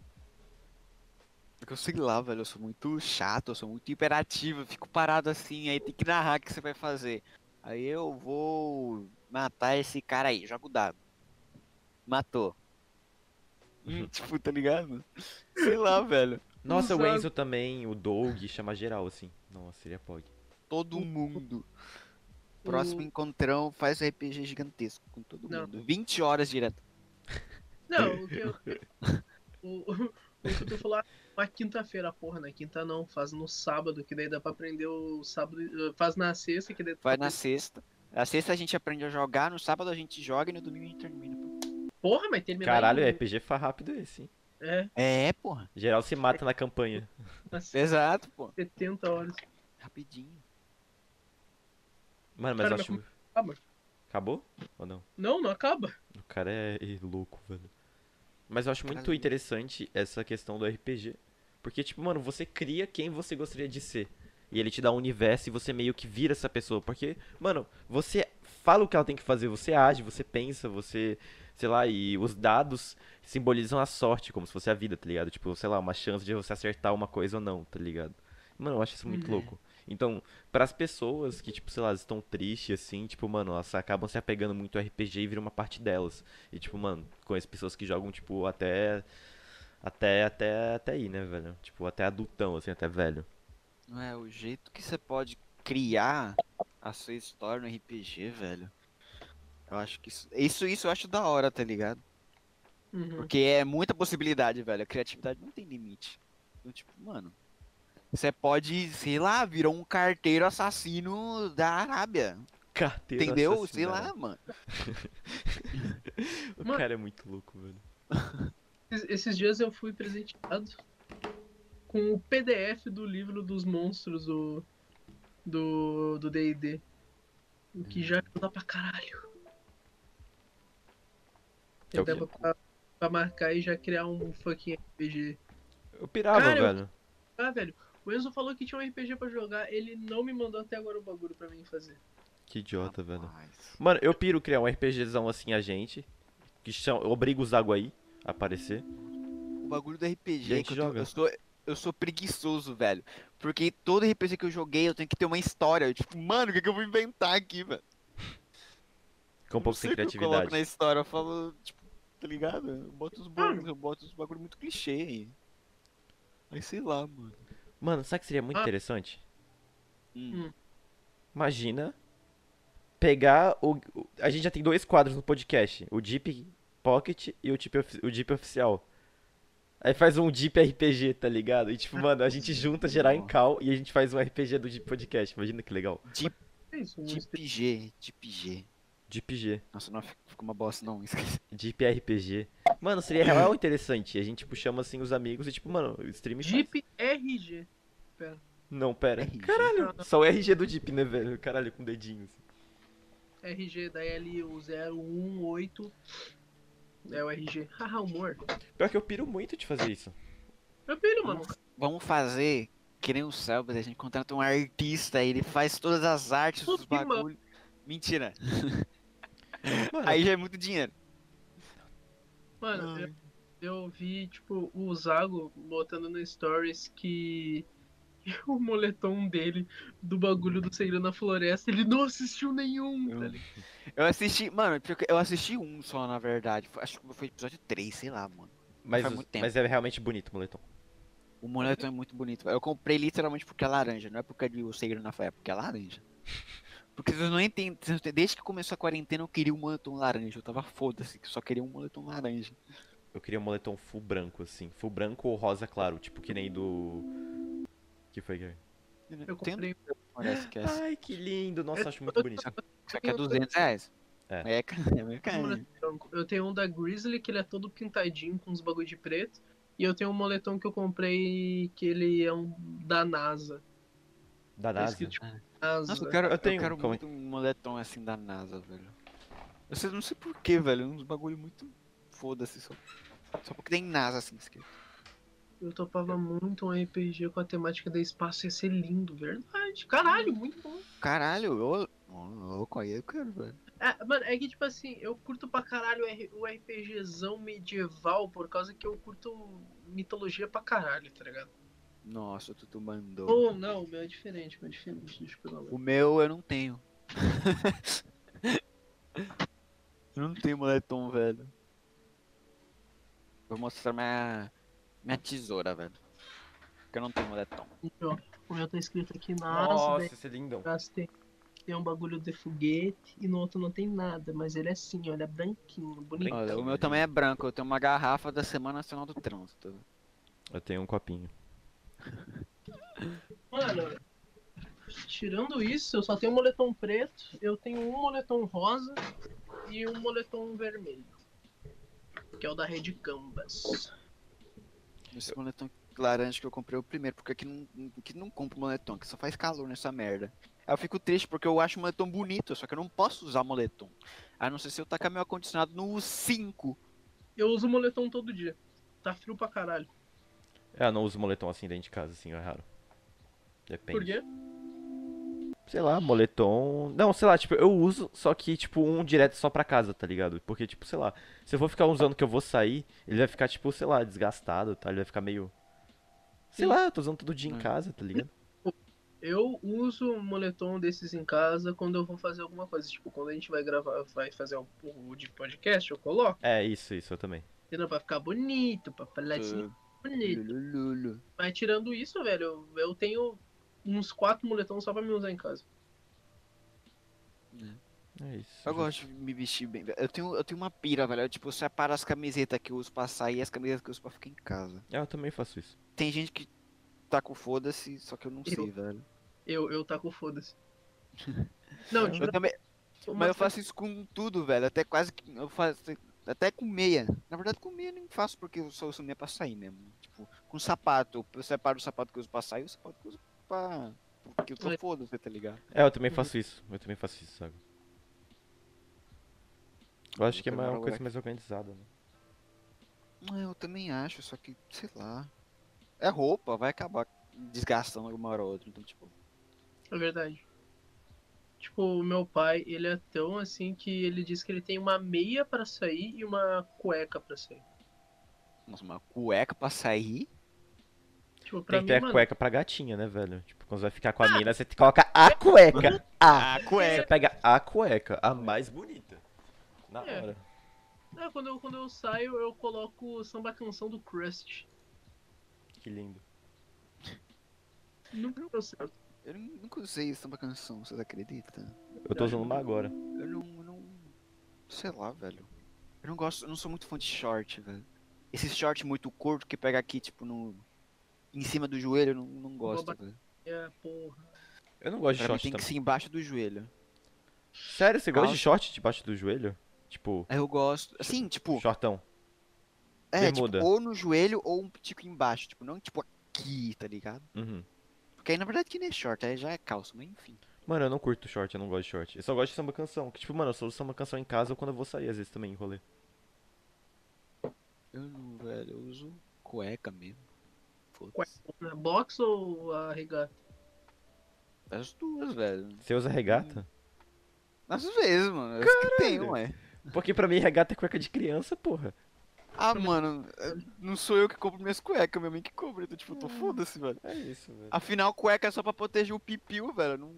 [SPEAKER 3] Porque eu sei lá, velho, eu sou muito chato, eu sou muito hiperativo, eu fico parado assim, aí tem que narrar o que você vai fazer. Aí eu vou matar esse cara aí, joga o dado. Matou. Hum,
[SPEAKER 1] Uhum.
[SPEAKER 3] tipo, tá ligado? Sei lá, velho.
[SPEAKER 1] Nossa, o
[SPEAKER 2] Exato.
[SPEAKER 1] Enzo também, o Doug, chama geral, assim. Nossa, seria pog. Uhum.
[SPEAKER 3] Todo mundo. Próximo encontrão faz um RPG gigantesco com todo
[SPEAKER 2] Não.
[SPEAKER 3] mundo. 20 horas direto.
[SPEAKER 2] Não, o que eu. o, o, que tu falou, ah, na quinta-feira, porra, na quinta não, faz no sábado, que daí dá pra aprender o sábado. eh, Faz na sexta, que daí.
[SPEAKER 3] Vai na sexta. Na sexta a gente aprende a jogar, no sábado a gente joga e no domingo a gente termina. pô.
[SPEAKER 2] Porra, mas terminar.
[SPEAKER 1] Caralho, é.
[SPEAKER 2] em-
[SPEAKER 1] RPG foi rápido esse, hein?
[SPEAKER 2] É,
[SPEAKER 3] É, porra.
[SPEAKER 1] Geral se mata na campanha.
[SPEAKER 2] na sexta,
[SPEAKER 3] Exato, pô.
[SPEAKER 2] 70 horas.
[SPEAKER 3] Rapidinho.
[SPEAKER 1] Mano, mas
[SPEAKER 2] Cara,
[SPEAKER 1] eu acho.
[SPEAKER 2] Ah, mano.
[SPEAKER 1] Acabou? Ou não?
[SPEAKER 2] Não, não acaba.
[SPEAKER 1] O cara é é louco, velho. Mas eu acho muito
[SPEAKER 3] Caralho.
[SPEAKER 1] interessante essa questão do RPG. Porque, tipo, mano, você cria quem você gostaria de ser. E ele te dá um universo e você meio que vira essa pessoa. Porque, mano, você fala o que ela tem que fazer, você age, você pensa, você. Sei lá, e os dados simbolizam a sorte, como se fosse a vida, tá ligado? Tipo, sei lá, uma chance de você acertar uma coisa ou não, tá ligado? Mano, eu acho isso muito
[SPEAKER 3] Uhum.
[SPEAKER 1] louco. Então, pras pessoas que, tipo, sei lá, estão tristes, assim, tipo, mano, elas acabam se apegando muito ao RPG e vira uma parte delas. E, tipo, mano, conheço pessoas que jogam, tipo, até. Até, até, até aí, né, velho? Tipo, até adultão, assim, até velho.
[SPEAKER 3] Não é, o jeito que você pode criar a sua história no RPG, velho. Eu acho que isso, isso, isso eu acho da hora, tá ligado?
[SPEAKER 2] Uhum.
[SPEAKER 3] Porque é muita possibilidade, velho. A criatividade não tem limite. Então, tipo, mano, você pode, sei lá, virar um carteiro assassino da Arábia.
[SPEAKER 1] Carteira
[SPEAKER 3] entendeu? Sei
[SPEAKER 1] assassinada.
[SPEAKER 3] lá, mano.
[SPEAKER 1] O
[SPEAKER 2] Mano.
[SPEAKER 1] cara é muito louco, velho.
[SPEAKER 2] Esses, esses dias eu fui presenteado com o PDF do livro dos monstros do. do. do DD. O
[SPEAKER 1] Uhum.
[SPEAKER 2] que já ajuda pra caralho.
[SPEAKER 1] É o
[SPEAKER 2] Dava pra, pra marcar e já criar um fucking RPG.
[SPEAKER 1] Eu pirava,
[SPEAKER 2] Cara, eu-
[SPEAKER 1] velho.
[SPEAKER 2] Ah, velho, o Enzo falou que tinha um RPG pra jogar, ele não me mandou até agora o bagulho pra mim fazer.
[SPEAKER 1] Que
[SPEAKER 3] Ah,
[SPEAKER 1] idiota, velho.
[SPEAKER 3] Rapaz.
[SPEAKER 1] Mano, eu piro criar um RPGzão assim a gente. Que chama... eu obrigo o Zago aí a aparecer.
[SPEAKER 3] O bagulho do
[SPEAKER 1] E a
[SPEAKER 3] RPG é
[SPEAKER 1] gente
[SPEAKER 3] que eu, tenho-
[SPEAKER 1] joga.
[SPEAKER 3] eu sou. Eu sou preguiçoso, velho. Porque todo RPG que eu joguei, eu tenho que ter uma história. Eu, tipo, mano, o que, que eu vou inventar aqui, velho?
[SPEAKER 1] Com um pouco de
[SPEAKER 3] sei o que Eu coloco
[SPEAKER 1] criatividade.
[SPEAKER 3] na história, eu falo, tipo, tá ligado? Eu boto os bagulhos, eu boto os bagulho muito clichê aí. Aí sei lá, mano.
[SPEAKER 1] Mano, sabe o que seria muito
[SPEAKER 2] Ah.
[SPEAKER 1] interessante?
[SPEAKER 3] Hum.
[SPEAKER 1] Imagina pegar o. o- A gente já tem dois quadros no podcast: o Deep Pocket e o Deep, Ofi- o Deep Oficial. Aí faz um Deep RPG, tá ligado? E tipo, mano, a gente junta gerar em cal e a gente faz um RPG do Deep Podcast. Imagina que legal.
[SPEAKER 2] É isso, um
[SPEAKER 1] Tipo,
[SPEAKER 3] Deep Tipo G, Deep G.
[SPEAKER 1] Deep G.
[SPEAKER 3] Nossa, não fica uma bosta, não, esquece.
[SPEAKER 1] Deep RPG. Mano, seria real interessante. A gente tipo, chama assim os amigos e tipo, mano, o stream. faz.
[SPEAKER 2] Jeep RG.
[SPEAKER 1] Não, pera.
[SPEAKER 3] RG.
[SPEAKER 1] É Caralho, só o RG do Deep, né, velho? Caralho, com dedinhos.
[SPEAKER 2] RG, daí ali o 018. É o RG. Haha, humor.
[SPEAKER 1] Pior que eu piro muito de fazer isso.
[SPEAKER 2] Meu filho, mano.
[SPEAKER 3] Vamos fazer que nem o Selbas, a gente contrata um artista, ele faz todas as artes dos
[SPEAKER 2] Puta, mano.
[SPEAKER 3] bagulhos. Mentira.
[SPEAKER 1] Mano,
[SPEAKER 3] Aí já é muito dinheiro.
[SPEAKER 2] Mano, eu, eu vi, tipo, o Zago botando no Stories que o moletom dele do bagulho do Segredo na Floresta, ele não assistiu nenhum,
[SPEAKER 1] Eu-
[SPEAKER 2] tá ligado?
[SPEAKER 3] Eu assisti, mano, pior que eu assisti um só, na verdade. Foi- Acho que foi episódio 3, sei lá, mano.
[SPEAKER 1] mas,
[SPEAKER 3] faz
[SPEAKER 1] os-
[SPEAKER 3] muito tempo.
[SPEAKER 1] mas é realmente bonito o moletom.
[SPEAKER 3] O moletom é muito bonito. velho. Eu comprei literalmente porque é laranja, não é porque é de o segredo na fé, é porque é laranja. Porque vocês não entendem, vocês não entendem, desde que começou a quarentena eu queria um moletom laranja, eu tava foda-se, que eu só queria um moletom laranja.
[SPEAKER 1] Eu queria um moletom full branco, assim. Full branco ou rosa claro, tipo que nem do. Que foi, Guilherme?
[SPEAKER 2] Eu
[SPEAKER 3] Tem
[SPEAKER 2] comprei um Ah,
[SPEAKER 3] parece que é assim.
[SPEAKER 1] Ai, que lindo! Nossa, eu acho muito
[SPEAKER 2] eu-
[SPEAKER 1] bonito.
[SPEAKER 3] Só que é 200 reais.
[SPEAKER 1] É.
[SPEAKER 3] É, cara, é meio
[SPEAKER 2] um
[SPEAKER 3] caro. né?
[SPEAKER 2] moletom branco. Eu tenho um da Grizzly que ele é todo pintadinho com uns bagulho de preto. E eu tenho um moletom que eu comprei que ele é um da NASA.
[SPEAKER 1] Da
[SPEAKER 2] Tá
[SPEAKER 1] NASA.
[SPEAKER 2] escrito, tipo,
[SPEAKER 3] Ah.
[SPEAKER 2] NASA.
[SPEAKER 3] Nossa, eu quero,
[SPEAKER 1] Eu
[SPEAKER 3] eu
[SPEAKER 1] tenho,
[SPEAKER 3] quero
[SPEAKER 1] calma aí.
[SPEAKER 3] muito um moletom assim da NASA, velho. Eu sei, não sei porquê, velho, uns bagulho muito foda-se só. Só porque tem NASA assim escrito.
[SPEAKER 2] Eu topava muito um RPG com a temática de espaço, ia ser lindo, verdade. Caralho, muito bom.
[SPEAKER 3] Caralho, eu. Ô, Louco, aí eu quero, velho.
[SPEAKER 2] É, mano, é que tipo assim, eu curto pra caralho o R- o RPGzão medieval por causa que eu curto mitologia pra caralho, tá ligado?
[SPEAKER 3] Nossa, tu, tu
[SPEAKER 2] Ou
[SPEAKER 3] mandou.
[SPEAKER 2] não, o meu é diferente, o meu é diferente, deixa eu pegar o meu.
[SPEAKER 3] O meu eu não tenho. eu não tenho moletom, velho. Vou mostrar minha. minha tesoura, velho. Porque eu não tenho moletom.
[SPEAKER 2] O meu tá escrito aqui NASA,
[SPEAKER 1] Nossa,
[SPEAKER 2] daí
[SPEAKER 1] esse é lindão.
[SPEAKER 2] atrás tem, tem um bagulho de foguete e no outro não tem nada, mas ele é assim, olha, branquinho, bonito.
[SPEAKER 3] Olha,
[SPEAKER 1] Então,
[SPEAKER 3] o meu também é branco, eu tenho uma garrafa da Semana Nacional do Trânsito.
[SPEAKER 1] Eu tenho um copinho.
[SPEAKER 2] Mano, tirando isso, eu só tenho um moletom preto, eu tenho um moletom rosa e um moletom vermelho. Que é o da Rede Canvas.
[SPEAKER 3] Esse moletom laranja que eu comprei é o primeiro, porque aqui não, aqui não compro moletom, que só faz calor nessa merda. Aí eu fico triste porque eu acho o moletom bonito, só que eu não posso usar moletom. A não ser se eu tacar meu ar-condicionado no 5.
[SPEAKER 2] Eu uso moletom todo dia. Tá frio pra caralho.
[SPEAKER 1] É, eu não uso moletom assim dentro de casa, assim, é raro. Depende.
[SPEAKER 2] Por quê?
[SPEAKER 1] Sei lá, moletom. Não, sei lá, tipo, eu uso, só que, tipo, um direto só pra casa, tá ligado? Porque, tipo, sei lá, se eu for ficar usando que eu vou sair, ele vai ficar, tipo, sei lá, desgastado, tá? Ele vai ficar meio. Sei
[SPEAKER 2] Sim.
[SPEAKER 1] lá, eu tô usando todo dia em
[SPEAKER 3] É.
[SPEAKER 1] casa, tá ligado?
[SPEAKER 2] Eu uso um moletom desses em casa quando eu vou fazer alguma coisa. Tipo, quando a gente vai gravar, vai fazer o, o de podcast, eu coloco.
[SPEAKER 1] É, isso, isso, eu também.
[SPEAKER 2] Entendeu? Pra ficar bonito, pra falar assim, bonito.
[SPEAKER 3] Ah, Lulululu.
[SPEAKER 2] Mas tirando isso, velho, eu, eu tenho uns quatro moletons só pra me usar em casa.
[SPEAKER 1] É isso.
[SPEAKER 3] Eu gosto de me vestir bem. velho. Eu tenho, eu tenho uma pira, velho. Eu, tipo, eu separo as camisetas que eu uso pra sair e as camisetas que eu uso pra ficar em casa.
[SPEAKER 1] É, eu também faço isso.
[SPEAKER 3] Tem gente que tá com foda-se, só que eu não
[SPEAKER 2] Eu-
[SPEAKER 3] sei, velho.
[SPEAKER 2] Eu, eu taco foda-se. Não,
[SPEAKER 3] Eu
[SPEAKER 2] tira
[SPEAKER 3] também,
[SPEAKER 2] uma
[SPEAKER 3] Mas eu faço isso com tudo, velho. Até quase que. Eu faço. Até com meia. Na verdade, com meia eu nem faço porque eu só uso meia pra sair mesmo. Tipo, com sapato. Eu separo o sapato que eu uso pra sair e o sapato que eu uso pra. Porque eu tô
[SPEAKER 2] É.
[SPEAKER 3] foda, você tá ligado?
[SPEAKER 1] É, eu também faço isso. Eu também faço isso, sabe? Eu acho
[SPEAKER 3] Eu
[SPEAKER 1] que é
[SPEAKER 3] também
[SPEAKER 1] uma
[SPEAKER 3] jogo
[SPEAKER 1] coisa
[SPEAKER 3] aqui.
[SPEAKER 1] mais organizada, né?
[SPEAKER 3] É, eu também acho, só que, sei lá. É roupa, vai acabar desgastando alguma hora ou outra. Então, tipo.
[SPEAKER 2] É verdade. Tipo, o meu pai, ele é tão assim que ele diz que ele tem uma meia pra sair e uma cueca pra sair.
[SPEAKER 3] Nossa, uma cueca pra sair.
[SPEAKER 2] Tipo, pra
[SPEAKER 1] Tem que ter
[SPEAKER 2] mim,
[SPEAKER 1] a
[SPEAKER 2] mano, Ah.
[SPEAKER 1] cueca pra gatinha, né, velho? Tipo, quando você vai ficar com a mina, você coloca a cueca. A.
[SPEAKER 3] Ah,
[SPEAKER 1] Você
[SPEAKER 3] cueca.
[SPEAKER 1] pega a cueca, a mais bonita. Na
[SPEAKER 2] É.
[SPEAKER 1] hora.
[SPEAKER 2] é, quando, eu, quando eu saio, eu coloco o samba canção do Crust.
[SPEAKER 1] Que lindo.
[SPEAKER 2] Nunca deu certo.
[SPEAKER 3] Eu nu- nunca usei samba canção, vocês acreditam?
[SPEAKER 1] Eu tô usando uma agora.
[SPEAKER 3] Eu não, eu não. Sei lá, velho. Eu não gosto, eu não sou muito fã de short, velho. Esse short muito curto que pega aqui, tipo, no. Em cima do joelho, eu não, não gosto,
[SPEAKER 2] Boba-
[SPEAKER 3] velho.
[SPEAKER 2] É, porra.
[SPEAKER 1] Eu não gosto de
[SPEAKER 3] Pra mim
[SPEAKER 1] short
[SPEAKER 3] tem que
[SPEAKER 1] também.
[SPEAKER 3] ser embaixo do joelho.
[SPEAKER 1] Sério, você gosta de
[SPEAKER 3] Calça.
[SPEAKER 1] short debaixo do joelho? Tipo,
[SPEAKER 3] Aí eu gosto. Assim, tipo.
[SPEAKER 1] shortão.
[SPEAKER 3] É, tipo,
[SPEAKER 1] bermuda.
[SPEAKER 3] ou no joelho ou um tico embaixo. Tipo, não tipo aqui, tá ligado?
[SPEAKER 1] Uhum.
[SPEAKER 3] Porque aí na verdade que nem é short, aí já é calça, mas enfim.
[SPEAKER 1] Mano, eu não curto short, eu não gosto de short. Eu só gosto de samba canção. Que, tipo, mano, eu só uso samba canção em casa ou quando eu vou sair, às vezes também, em rolê.
[SPEAKER 3] Eu não, velho, eu uso cueca mesmo. Foda-se.
[SPEAKER 2] Cueca, É box ou a regata?
[SPEAKER 3] As duas, velho.
[SPEAKER 1] Você usa regata?
[SPEAKER 3] Às vezes, mano. Acho que tem,
[SPEAKER 1] Caralho.
[SPEAKER 3] ué.
[SPEAKER 1] Porque pra mim a gata é cueca de criança, porra.
[SPEAKER 3] Ah, mano, eh, não sou eu que compro minhas cuecas, minha mãe que compra. Então, tipo, eu tô foda-se, velho.
[SPEAKER 1] É isso, velho.
[SPEAKER 3] Afinal, cueca é só pra proteger o pipiu, velho. Não,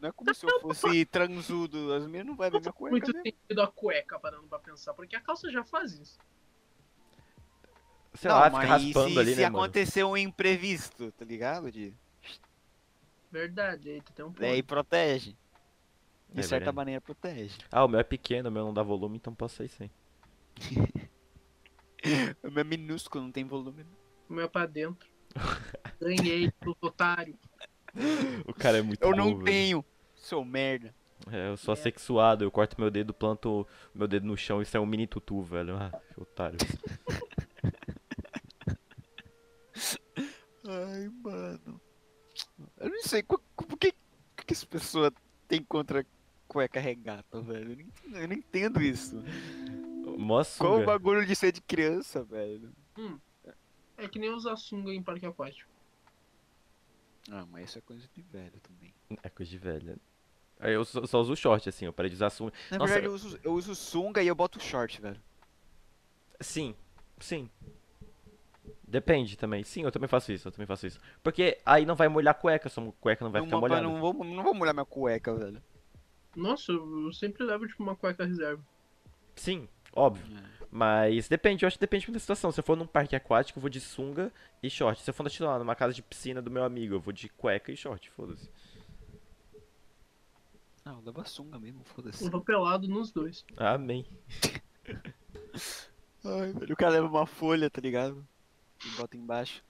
[SPEAKER 3] não é como se eu fosse transudo. As minhas não vai ver minha cueca
[SPEAKER 2] Muito
[SPEAKER 3] mesmo.
[SPEAKER 2] sentido a cueca parando pra pensar, porque a calça já faz isso.
[SPEAKER 1] Sei
[SPEAKER 3] não,
[SPEAKER 1] lá, fica
[SPEAKER 3] mas
[SPEAKER 1] raspando
[SPEAKER 3] se,
[SPEAKER 1] ali,
[SPEAKER 3] se
[SPEAKER 1] né, mano?
[SPEAKER 3] acontecer um imprevisto, tá ligado? De...
[SPEAKER 2] Verdade, aí tu tem um ponto.
[SPEAKER 3] Daí protege. De
[SPEAKER 1] É
[SPEAKER 3] certa
[SPEAKER 1] verdade.
[SPEAKER 3] maneira protege.
[SPEAKER 1] Ah, o meu é pequeno, o meu não dá volume, então posso sair sem.
[SPEAKER 3] O meu é minúsculo, não tem volume.
[SPEAKER 1] Tá
[SPEAKER 2] O meu é pra dentro. Ganhei do otário.
[SPEAKER 1] O cara é muito
[SPEAKER 3] Eu
[SPEAKER 1] bom,
[SPEAKER 3] não
[SPEAKER 1] velho.
[SPEAKER 3] tenho, seu merda.
[SPEAKER 1] É, eu sou assexuado, eu corto meu dedo, planto meu dedo no chão e sai um mini tutu, velho. Ah, otário.
[SPEAKER 3] Ai, mano. Eu não sei, qu- qu- por que, por que as pessoas têm contra cueca regata, velho? Eu não entendo, eu não entendo isso.
[SPEAKER 1] Mó
[SPEAKER 3] Qual o
[SPEAKER 1] sunga.
[SPEAKER 3] bagulho de ser de criança, velho?
[SPEAKER 2] É que nem usar sunga em parque aquático.
[SPEAKER 3] Ah, mas isso é coisa de velho também.
[SPEAKER 1] É coisa de velha. Aí Eu só, só uso short, assim, eu parei de usar sunga.
[SPEAKER 3] Na
[SPEAKER 1] Nossa,
[SPEAKER 3] verdade, eu uso, eu uso sunga e eu boto short, velho.
[SPEAKER 1] Sim, sim. Depende também. Sim, eu também faço isso, eu também faço isso. Porque aí não vai molhar a cueca, só a cueca não vai
[SPEAKER 3] não,
[SPEAKER 1] ficar
[SPEAKER 3] vou-
[SPEAKER 1] molhada.
[SPEAKER 3] não, vou, não vou molhar minha cueca, velho.
[SPEAKER 2] Nossa, eu sempre levo tipo uma cueca reserva.
[SPEAKER 1] Sim, óbvio. Mas depende, eu acho que depende muito da situação. Se eu for num parque aquático, eu vou de sunga e short. Se eu for na- sei lá, numa casa de piscina do meu amigo, eu vou de cueca e short, foda-se.
[SPEAKER 3] Ah, eu levo a sunga mesmo, foda-se.
[SPEAKER 2] Eu vou pelado Um nos dois.
[SPEAKER 3] Tá
[SPEAKER 1] Amém.
[SPEAKER 3] Ai, velho, o cara leva uma folha, tá ligado? E bota embaixo.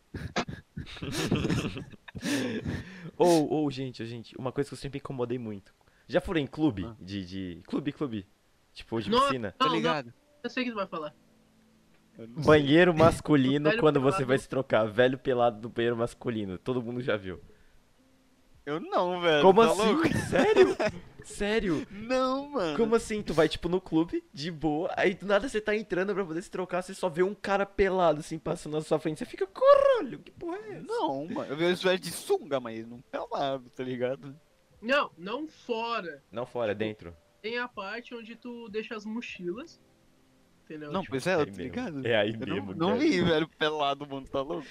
[SPEAKER 1] Ou, ou, gente, gente, uma coisa que eu sempre incomodei muito. Já foram em clube?
[SPEAKER 3] Ah.
[SPEAKER 1] De, de. Clube, clube. Tipo, de
[SPEAKER 2] Nossa,
[SPEAKER 1] piscina.
[SPEAKER 3] Tá
[SPEAKER 2] Não, não,
[SPEAKER 3] ligado?
[SPEAKER 2] eu sei o que tu vai falar.
[SPEAKER 3] Eu não sei.
[SPEAKER 1] Banheiro masculino
[SPEAKER 2] Velho
[SPEAKER 1] quando você
[SPEAKER 2] pelado.
[SPEAKER 1] vai se trocar. Velho pelado do banheiro masculino. Todo mundo já viu.
[SPEAKER 3] Eu não, velho.
[SPEAKER 1] Como
[SPEAKER 3] tá
[SPEAKER 1] assim?
[SPEAKER 3] louco?
[SPEAKER 1] Sério? Sério?
[SPEAKER 3] Não, mano.
[SPEAKER 1] Como assim? Tu vai, tipo, no clube, de boa, aí do nada você tá entrando pra poder se trocar, você só vê um cara pelado, assim, passando na sua frente. Você fica, caralho, que porra é essa?
[SPEAKER 3] Não, mano. Eu vi os velhos de sunga, mas não pelado, tá ligado?
[SPEAKER 2] Não, não fora.
[SPEAKER 1] Não, fora, é dentro.
[SPEAKER 2] Tem a parte onde tu deixa as mochilas. Entendeu?
[SPEAKER 3] Não,
[SPEAKER 2] Tipo,
[SPEAKER 3] pois é,
[SPEAKER 1] aí
[SPEAKER 3] tá
[SPEAKER 1] mesmo.
[SPEAKER 3] ligado?
[SPEAKER 1] É aí
[SPEAKER 3] Eu não,
[SPEAKER 1] mesmo,
[SPEAKER 3] não
[SPEAKER 1] cara.
[SPEAKER 3] vi, velho, pelado, mano, tá louco?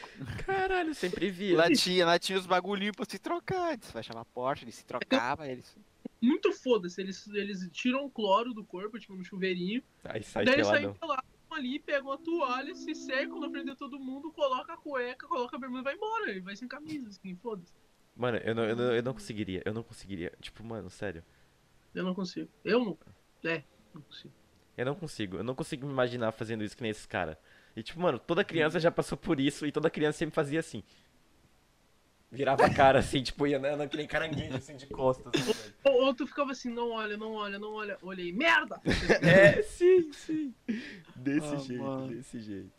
[SPEAKER 1] Caralho, sempre vi.
[SPEAKER 3] Lá tinha, lá tinha os bagulhinhos pra se trocar. Eles fechavam a porta, eles se trocavam, eles.
[SPEAKER 2] muito foda-se. Eles, eles tiram o cloro do corpo, tipo, no chuveirinho.
[SPEAKER 1] Aí
[SPEAKER 3] Tá
[SPEAKER 1] sai
[SPEAKER 2] daí eles
[SPEAKER 1] peladão.
[SPEAKER 2] saem pelado ali, pegam a toalha, se secam na frente de todo mundo, coloca a cueca, coloca a bermuda e vai embora. E vai sem camisa, assim, foda-se.
[SPEAKER 1] Mano, eu não, eu, não, eu não conseguiria, eu não conseguiria. Tipo, mano, sério.
[SPEAKER 2] Eu não consigo. Eu não. É, não consigo.
[SPEAKER 1] Eu não consigo, eu não consigo me imaginar fazendo isso que nem esses caras. E tipo, mano, toda criança já passou por isso e toda criança sempre fazia assim. Virava a cara assim, tipo, ia andando que nem caranguejo, assim, de costas. assim, velho.
[SPEAKER 2] Ou, ou tu ficava assim, não olha, não olha, não olha. Olhei, merda!
[SPEAKER 1] É, sim, sim. Desse
[SPEAKER 3] Ah,
[SPEAKER 1] jeito,
[SPEAKER 3] mano.
[SPEAKER 1] desse jeito.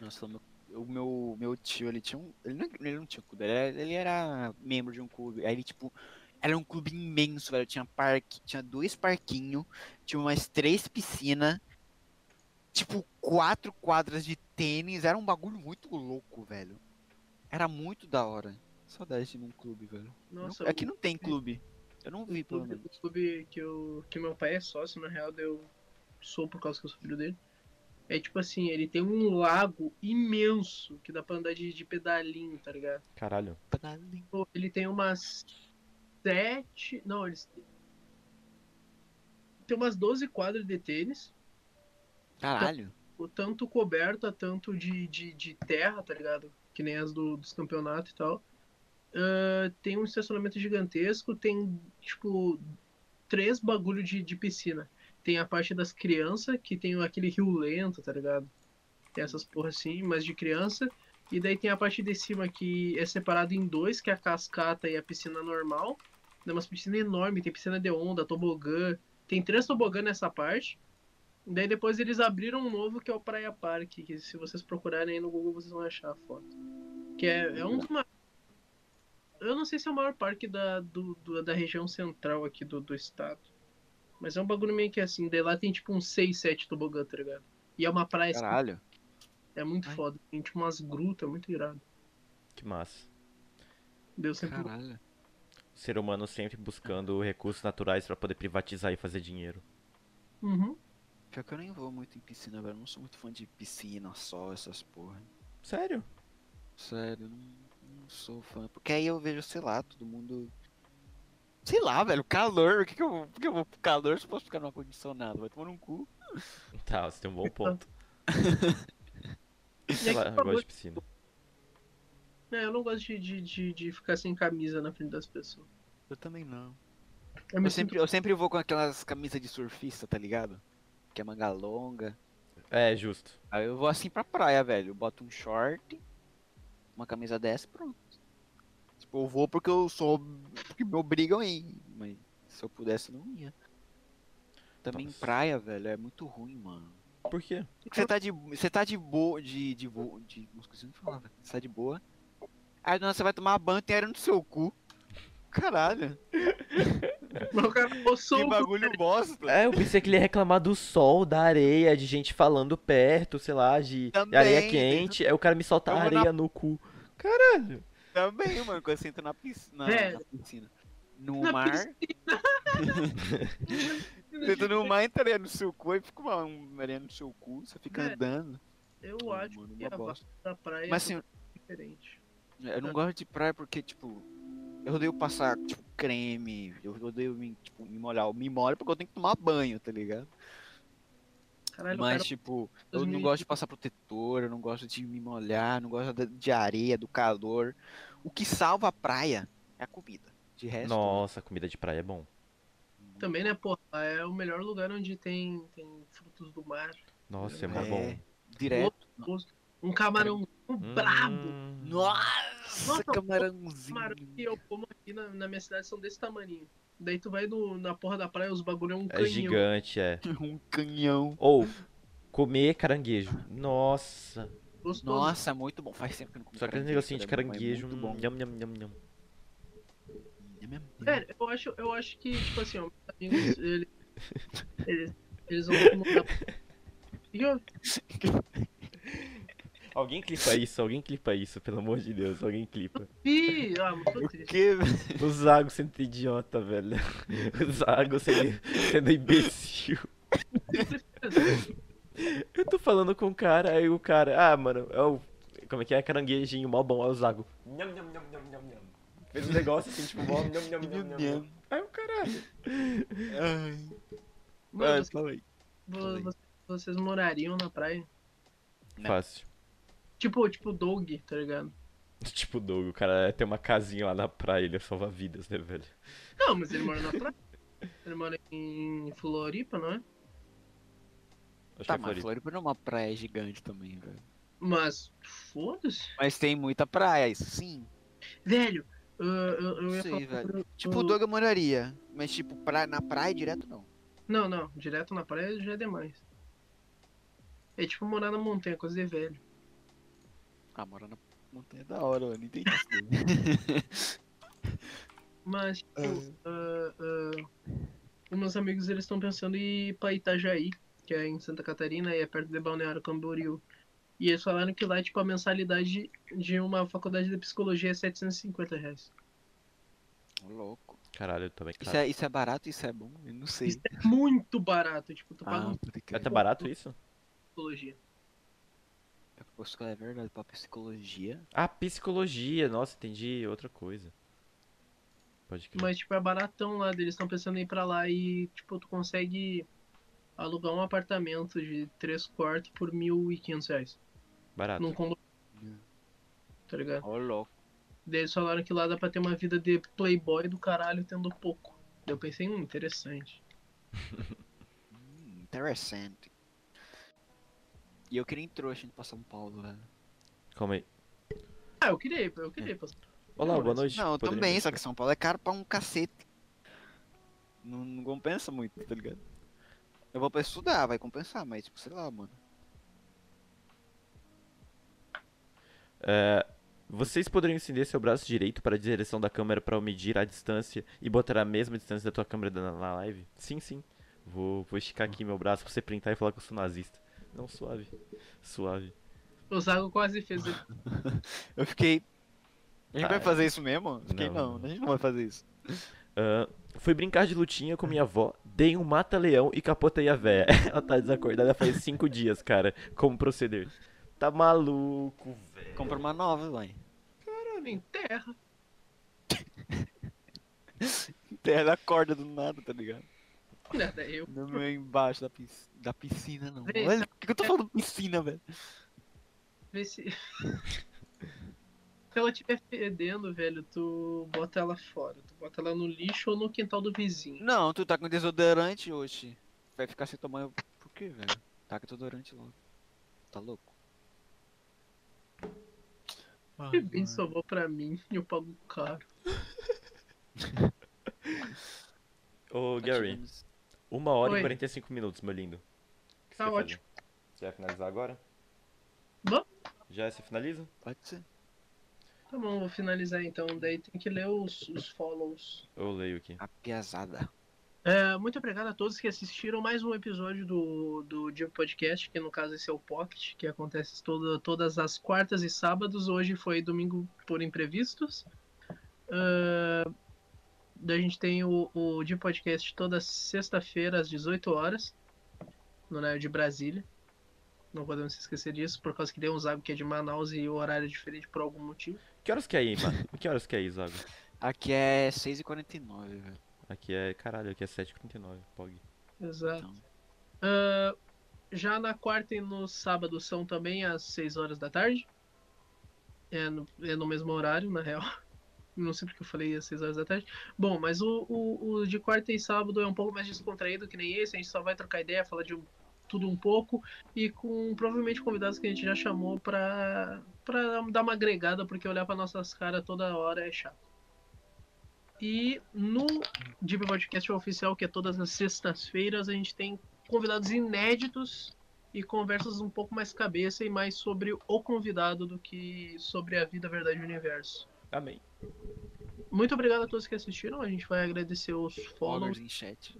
[SPEAKER 3] Nossa, o meu, o meu, meu tio, ele tinha um. Ele não, ele não tinha clube, ele era, ele era membro de um clube. Aí ele, tipo, era um clube imenso, velho. Tinha parque, tinha dois parquinhos, tinha umas três piscinas, tipo, quatro quadras de tênis. Era um bagulho muito louco, velho. Era muito da hora. Saudade de ir num clube, velho. Não-
[SPEAKER 2] Nossa,
[SPEAKER 3] aqui não tem clube. Eu É não vi,
[SPEAKER 2] o
[SPEAKER 3] pelo
[SPEAKER 2] clube,
[SPEAKER 3] menos.
[SPEAKER 2] o clube que, eu, que meu pai é sócio, na real, daí eu sou por causa que eu sou filho dele. É tipo assim, ele tem um lago imenso que dá pra andar de, de pedalinho, tá ligado?
[SPEAKER 1] Caralho.
[SPEAKER 2] Pô, Ele tem umas sete. Não, eles. Tem umas 12 quadras de tênis,
[SPEAKER 3] Caralho.
[SPEAKER 2] o tanto coberta, tanto de, de, de terra, tá ligado? Que nem as do, dos campeonatos e tal. Ah, tem um estacionamento gigantesco, tem, tipo, três bagulho de, de piscina. Tem a parte das crianças, que tem aquele rio lento, tá ligado? Tem essas porra assim, mas de criança. E daí tem a parte de cima que é separado em dois, que é a cascata e a piscina normal. Tem umas piscinas enormes, tem piscina de onda, tobogã. Tem três tobogã nessa parte. Daí depois eles abriram um novo que é o Praia Park, que se vocês procurarem aí no Google vocês vão achar a foto. Que é, é um dos maiores. Eu não sei se é o maior parque da, do- do- da região central aqui do, do estado. Mas é um bagulho meio que assim, daí lá tem tipo uns 6, 7 tobogã, tá ligado? E é uma praia assim,
[SPEAKER 3] Caralho.
[SPEAKER 2] é muito
[SPEAKER 3] Ai.
[SPEAKER 2] foda. Tem tipo umas grutas, muito irado.
[SPEAKER 1] Que massa.
[SPEAKER 2] Deu sempre.
[SPEAKER 3] Caralho.
[SPEAKER 1] ser humano sempre buscando recursos naturais pra poder privatizar e fazer dinheiro.
[SPEAKER 2] Uhum.
[SPEAKER 3] Pior que eu nem vou muito em piscina, velho. Eu não sou muito fã de piscina, sol, essas porra.
[SPEAKER 1] Sério?
[SPEAKER 3] Sério, eu não, não sou fã. Porque aí eu vejo, sei lá, todo mundo. Sei lá, velho, calor. O que, que eu vou. Por que eu vou pro calor se eu posso ficar no ar-condicionado? Vai tomar um cu.
[SPEAKER 1] Tá, você tem um bom
[SPEAKER 3] Então.
[SPEAKER 1] ponto.
[SPEAKER 2] E
[SPEAKER 1] Sei lá,
[SPEAKER 3] tá
[SPEAKER 2] aqui,
[SPEAKER 1] eu
[SPEAKER 2] por
[SPEAKER 1] gosto
[SPEAKER 2] favor,
[SPEAKER 1] de piscina.
[SPEAKER 2] né, eu não gosto de, de, de, de ficar sem camisa na frente das pessoas. É
[SPEAKER 3] Eu também não.
[SPEAKER 2] Eu
[SPEAKER 3] Eu,
[SPEAKER 2] me
[SPEAKER 3] sempre, eu sempre vou com aquelas camisas de surfista, tá ligado? Que é manga longa.
[SPEAKER 1] É, justo.
[SPEAKER 3] Aí eu vou assim pra praia, velho. Eu boto um short, uma camisa dessa e pronto. Tipo, eu vou porque eu sou. Porque me obrigam a ir. Mas se eu pudesse, eu não ia. Também
[SPEAKER 1] Nossa.
[SPEAKER 3] praia, velho, é muito ruim, mano.
[SPEAKER 1] Por quê?
[SPEAKER 3] Você tá de. Você tá de boa. De. de boa. De. Não esqueci o que eu falava. Você tá de boa. Aí não, você vai tomar banho tem areia no seu cu. Caralho.
[SPEAKER 2] sinto- Mas o cara
[SPEAKER 3] Que
[SPEAKER 2] coçou o um cu.
[SPEAKER 3] bagulho bosta.
[SPEAKER 1] É, eu pensei que ele ia reclamar do sol, da areia, de gente falando perto, sei lá, de
[SPEAKER 3] Também,
[SPEAKER 1] areia quente. Aí o cara me solta
[SPEAKER 3] Eu
[SPEAKER 1] a
[SPEAKER 3] vou na-
[SPEAKER 1] areia no cu. Caralho.
[SPEAKER 3] Também, mano, quando você entra na piscina. Na,
[SPEAKER 2] Velho.
[SPEAKER 3] piscina. No
[SPEAKER 2] É. Na
[SPEAKER 3] mar. Você entra no mar, entra areia no seu cu e fica uma um areia no seu cu, você fica
[SPEAKER 2] É.
[SPEAKER 3] andando.
[SPEAKER 2] Eu
[SPEAKER 3] Hum,
[SPEAKER 2] acho
[SPEAKER 3] mano,
[SPEAKER 2] que
[SPEAKER 3] uma
[SPEAKER 2] a
[SPEAKER 3] bosta.
[SPEAKER 2] vibe da praia
[SPEAKER 3] Mas
[SPEAKER 2] é
[SPEAKER 3] assim,
[SPEAKER 2] diferente.
[SPEAKER 3] eu
[SPEAKER 2] É.
[SPEAKER 3] não gosto de praia porque, tipo, eu odeio passar, tipo, creme, eu odeio me, tipo, me molhar. Eu me molho porque eu tenho que tomar banho, tá ligado?
[SPEAKER 2] Caralho,
[SPEAKER 3] Mas,
[SPEAKER 2] o cara
[SPEAKER 3] tipo, eu não
[SPEAKER 2] 2020.
[SPEAKER 3] gosto de passar protetor, eu não gosto de me molhar, não gosto da- de areia, do calor. O que salva a praia é a comida. De resto,
[SPEAKER 1] Nossa, comida de praia é bom.
[SPEAKER 2] também, né, pô, lá é o melhor lugar onde tem, tem frutos do mar.
[SPEAKER 1] Nossa, é,
[SPEAKER 3] é,
[SPEAKER 1] muito bom.
[SPEAKER 3] direto.
[SPEAKER 2] Um camarão brabo.
[SPEAKER 1] Hum.
[SPEAKER 3] Nossa,
[SPEAKER 2] Nossa,
[SPEAKER 3] camarãozinho.
[SPEAKER 2] Camarão que eu como aqui na, na minha cidade são desse tamaninho. Daí tu vai no, na porra da praia, os bagulho é um
[SPEAKER 1] É
[SPEAKER 2] canhão.
[SPEAKER 1] gigante, é.
[SPEAKER 3] Um canhão.
[SPEAKER 1] Ou comer caranguejo. Nossa.
[SPEAKER 2] gostoso.
[SPEAKER 3] Nossa, é muito bom. Faz tempo que eu não como é
[SPEAKER 1] Só aquele negocinho de caranguejo. hum, Nham, nham, nham, nham.
[SPEAKER 3] É
[SPEAKER 2] Cara, eu acho, eu acho que, tipo assim, ó, meus amigos, ele- eles, eles vão mudar. E eu-
[SPEAKER 1] Alguém clipa isso, alguém clipa isso, pelo amor de Deus, alguém clipa.
[SPEAKER 2] Ih, ah, mas tô triste.
[SPEAKER 3] Que...
[SPEAKER 1] O Zago sendo idiota, velho. O Zago sendo, sendo imbecil. Eu tô falando com o cara, aí o cara, ah, mano, é o. Como é que é? Caranguejinho, mó bom, aí o Zago. Nham, nham, nham, nham, nham, nham. Fez um negócio assim, tipo, mó. Nham, nham, nham, nham, nham. Aí o caralho.
[SPEAKER 3] tá,
[SPEAKER 1] Ah,
[SPEAKER 2] Mano,
[SPEAKER 3] fala aí.
[SPEAKER 2] vo- vo- vocês morariam na praia?
[SPEAKER 3] Não.
[SPEAKER 1] Fácil.
[SPEAKER 2] Tipo, tipo Doug, tá ligado?
[SPEAKER 1] Tipo, o Doug, o cara tem uma casinha lá na praia, ele salva vidas, né, velho?
[SPEAKER 2] Não, mas ele mora na praia. Ele mora em Floripa, não é?
[SPEAKER 1] Acho
[SPEAKER 3] Tá,
[SPEAKER 1] que é
[SPEAKER 3] mas
[SPEAKER 1] Floripa.
[SPEAKER 3] Floripa não é uma praia gigante também, velho.
[SPEAKER 2] Mas, foda-se.
[SPEAKER 3] Mas tem muita praia, isso sim.
[SPEAKER 2] Velho, eu, eu, eu
[SPEAKER 3] Não
[SPEAKER 2] ia
[SPEAKER 3] sei,
[SPEAKER 2] falar
[SPEAKER 3] velho.
[SPEAKER 2] pro-
[SPEAKER 3] Tipo, o Doug eu moraria. Mas, tipo, pra... na praia direto não.
[SPEAKER 2] Não, não, direto na praia já é demais. É tipo morar na montanha, coisa de velho.
[SPEAKER 3] Ah, morar na montanha é da hora, mano. Entendi isso.
[SPEAKER 2] Mas, tipo, ah, ah, os meus amigos eles estão pensando em ir pra Itajaí, que é em Santa Catarina, e é perto de Balneário Camboriú. E eles falaram que lá, tipo, a mensalidade de uma faculdade de psicologia é 750 reais.
[SPEAKER 3] Ô, Louco.
[SPEAKER 1] Caralho, eu também.
[SPEAKER 3] Isso é, isso é barato, isso é bom? Eu não sei.
[SPEAKER 2] Isso é muito barato, tipo, tu paga
[SPEAKER 3] Ah,
[SPEAKER 2] uma
[SPEAKER 3] pode
[SPEAKER 1] É
[SPEAKER 3] crer.
[SPEAKER 1] tá barato isso?
[SPEAKER 2] psicologia.
[SPEAKER 3] Eu acho que é verdade, pra psicologia.
[SPEAKER 1] Ah, psicologia, nossa, entendi outra coisa. Pode crer.
[SPEAKER 2] Mas, tipo, é baratão lá, eles estão pensando em ir pra lá e, tipo, tu consegue alugar um apartamento de três quartos por 1.500 reais.
[SPEAKER 1] Barato.
[SPEAKER 2] Num condomínio, tá ligado?
[SPEAKER 3] Ô, louco.
[SPEAKER 2] Daí eles falaram que lá dá pra ter uma vida de playboy do caralho tendo pouco. Daí eu pensei, hum, interessante.
[SPEAKER 3] Hum, interessante. E eu queria em trouxa indo pra São Paulo, velho.
[SPEAKER 1] Calma aí.
[SPEAKER 2] Ah, eu queria, ir, eu queria. ir pra-
[SPEAKER 1] Olá,
[SPEAKER 2] Não,
[SPEAKER 1] boa
[SPEAKER 2] mas-
[SPEAKER 1] noite.
[SPEAKER 3] Não, eu
[SPEAKER 1] Poderia-
[SPEAKER 3] também, só que São Paulo é caro pra um cacete. Não, não compensa muito, tá ligado? Eu vou pra estudar, vai compensar, mas tipo, sei lá, mano.
[SPEAKER 1] Vocês poderiam estender seu braço direito para a direção da câmera para medir a distância e botar a mesma distância da tua câmera na- na live? Sim, sim. Vou, vou esticar aqui meu braço pra você printar e falar que eu sou nazista. Não, suave. Suave.
[SPEAKER 2] O Zago quase fez ele.
[SPEAKER 3] Eu fiquei. A gente
[SPEAKER 1] Ah,
[SPEAKER 3] vai
[SPEAKER 1] é.
[SPEAKER 3] Tá, fazer isso mesmo? Eu Fiquei,
[SPEAKER 1] Não.
[SPEAKER 3] não, a gente não vai fazer isso.
[SPEAKER 1] Ah, fui brincar de lutinha com minha avó, dei um mata-leão e capotei a véia. Ela tá desacordada faz cinco dias, cara. Como proceder? Tá maluco, velho.
[SPEAKER 3] Compra uma nova, vai.
[SPEAKER 2] Caralho, enterra.
[SPEAKER 3] É, Ela acorda do nada, tá ligado?
[SPEAKER 2] Né, daí eu.
[SPEAKER 3] Não é embaixo da, pisc- da piscina, não.
[SPEAKER 2] Vê,
[SPEAKER 3] Olha, por que que eu tô falando piscina, velho?
[SPEAKER 2] Vê se. se ela estiver fedendo, velho, tu bota ela fora. Tu bota ela no lixo ou no quintal do vizinho.
[SPEAKER 3] Não, tu tá com desodorante hoje. Vai ficar sem tomar. Por quê, velho? Tá com desodorante logo. Tá louco? Ah,
[SPEAKER 2] Que bem sobrou pra mim, eu pago caro.
[SPEAKER 1] Ô,
[SPEAKER 3] tá
[SPEAKER 1] Gary,
[SPEAKER 3] tirando isso.
[SPEAKER 1] uma hora
[SPEAKER 2] Oi.
[SPEAKER 1] e 45 minutos, meu lindo. O que
[SPEAKER 2] Tá
[SPEAKER 1] você quer
[SPEAKER 2] ótimo.
[SPEAKER 1] fazer? Você vai finalizar agora?
[SPEAKER 2] Bom.
[SPEAKER 1] Já você finaliza?
[SPEAKER 3] Pode ser.
[SPEAKER 2] Tá bom, vou finalizar então. Daí tem que ler os, os follows.
[SPEAKER 1] Eu leio aqui.
[SPEAKER 3] A piazada.
[SPEAKER 2] É, muito obrigado a todos que assistiram mais um episódio do, do Dia Podcast, que no caso esse é o Pocket, que acontece toda, todas as quartas e sábados. Hoje foi domingo por imprevistos. É, daí a gente tem o, o Dia Podcast toda sexta-feira às 18 horas, no horário de Brasília. Não podemos esquecer disso, por causa que deu um zago que é de Manaus e o horário é diferente por algum motivo.
[SPEAKER 1] Que horas que é aí, mano? Que horas que é aí, Zago?
[SPEAKER 3] Aqui é 6h49, velho.
[SPEAKER 1] Aqui é, caralho, aqui é 7h39, pog.
[SPEAKER 2] Exato.
[SPEAKER 3] Então,
[SPEAKER 2] Ah, já na quarta e no sábado são também às 6 horas da tarde. É no, é no mesmo horário, na real. Não sei porque eu falei às 6 horas da tarde. Bom, mas o, o, o de quarta e sábado é um pouco mais descontraído que nem esse. A gente só vai trocar ideia, falar de um- tudo um pouco. E com provavelmente convidados que a gente já chamou pra, pra dar uma agregada, porque olhar pra nossas caras toda hora é chato. E no Deep Podcast Oficial, que é todas as sextas-feiras, a gente tem convidados inéditos e conversas um pouco mais cabeça e mais sobre o convidado do que sobre a vida, verdade e universo.
[SPEAKER 1] Amém.
[SPEAKER 2] Muito obrigado a todos que assistiram. A gente vai agradecer os
[SPEAKER 3] followers
[SPEAKER 2] followers
[SPEAKER 3] em chat.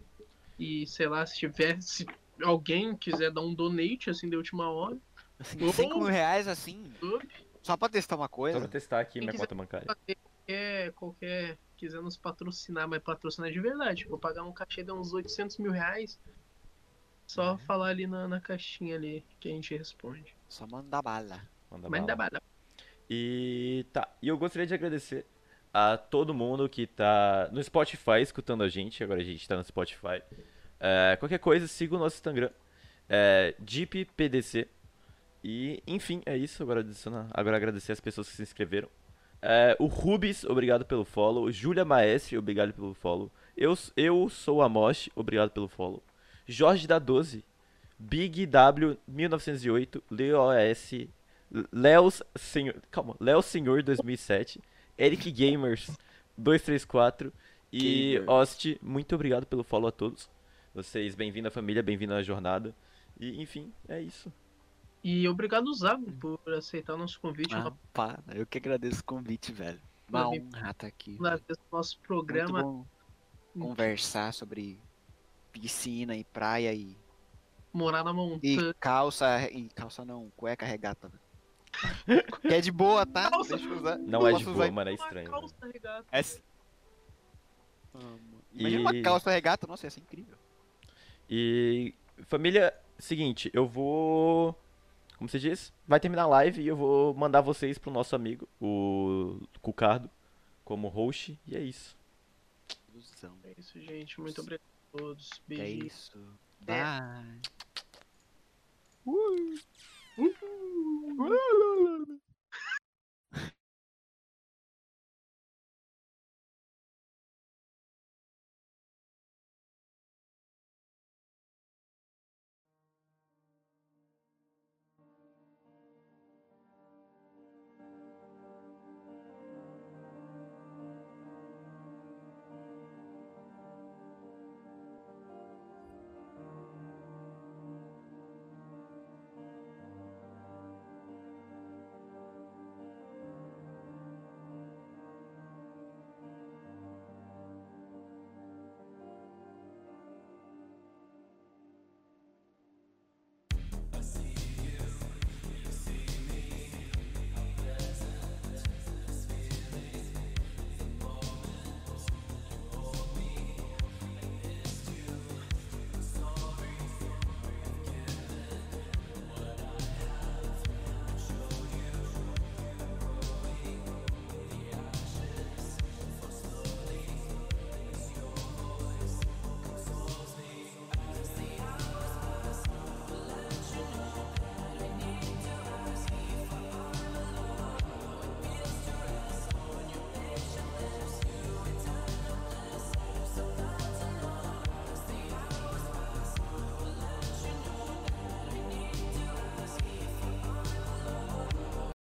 [SPEAKER 2] e, sei lá, se tiver, se alguém quiser dar um donate assim de última hora,
[SPEAKER 3] Assim,
[SPEAKER 2] Uou!
[SPEAKER 3] 5 mil reais assim.
[SPEAKER 2] Uou!
[SPEAKER 3] Só pra testar uma
[SPEAKER 1] Só
[SPEAKER 3] coisa.
[SPEAKER 1] vou testar aqui
[SPEAKER 2] Quem
[SPEAKER 1] minha
[SPEAKER 2] quiser-
[SPEAKER 1] conta bancária.
[SPEAKER 2] qualquer, qualquer quiser nos patrocinar, mas patrocinar de verdade. Vou pagar um cachê de uns 800 mil reais. Só falar ali na, na caixinha ali que a gente responde.
[SPEAKER 3] Só mandar bala.
[SPEAKER 1] Manda
[SPEAKER 2] Mas
[SPEAKER 1] bala.
[SPEAKER 2] ainda bala.
[SPEAKER 1] E tá, e eu gostaria de agradecer a todo mundo que tá no Spotify escutando a gente, agora a gente tá no Spotify. É, qualquer coisa, siga o nosso Instagram, é, DeepPDC. E, enfim, é isso. Agora, adicionar- agora agradecer as pessoas que se inscreveram. É, o Rubis, obrigado pelo follow. Júlia Maestri, obrigado pelo follow. Eu, eu sou a Mosh, obrigado pelo follow. Jorge da 12, Big W 1908, LeoS Léos Senhor. Calma, Léo Senhor 2007, Eric Gamers 234 e
[SPEAKER 3] Gamers.
[SPEAKER 1] Host, muito obrigado pelo follow a todos. Vocês, bem-vindo à família, bem-vindo à jornada. E enfim, é isso.
[SPEAKER 2] E obrigado, Zago, por aceitar o nosso convite.
[SPEAKER 3] Ah, pá, eu que agradeço o convite, velho. Uma
[SPEAKER 2] Não, me-
[SPEAKER 3] honra tá aqui.
[SPEAKER 2] segunda
[SPEAKER 3] velho.
[SPEAKER 2] vez no né, nosso
[SPEAKER 3] Muito
[SPEAKER 2] programa.
[SPEAKER 3] bom conversar sobre piscina e praia e,
[SPEAKER 2] Morar na
[SPEAKER 3] e
[SPEAKER 2] montanha.
[SPEAKER 3] calça. E calça não, cueca regata. velho. que é de boa, tá?
[SPEAKER 2] Calça.
[SPEAKER 3] Deixa eu usar.
[SPEAKER 1] Não é de
[SPEAKER 3] posso
[SPEAKER 1] boa,
[SPEAKER 3] usar.
[SPEAKER 1] mano, é
[SPEAKER 2] Uma
[SPEAKER 1] estranho.
[SPEAKER 2] calça regata.
[SPEAKER 3] É s- Ah, mano.
[SPEAKER 1] E-
[SPEAKER 3] Imagina uma calça regata, nossa, ia ser incrível.
[SPEAKER 1] E família, seguinte, eu vou. Como se diz? Vai terminar a live e eu vou mandar vocês pro nosso amigo, o Cucardo, como host, e é isso.
[SPEAKER 3] Ilusão.
[SPEAKER 2] É isso, gente. Muito obrigado a todos.
[SPEAKER 3] É
[SPEAKER 2] Beijinho.
[SPEAKER 3] isso. Bye.
[SPEAKER 2] Uh!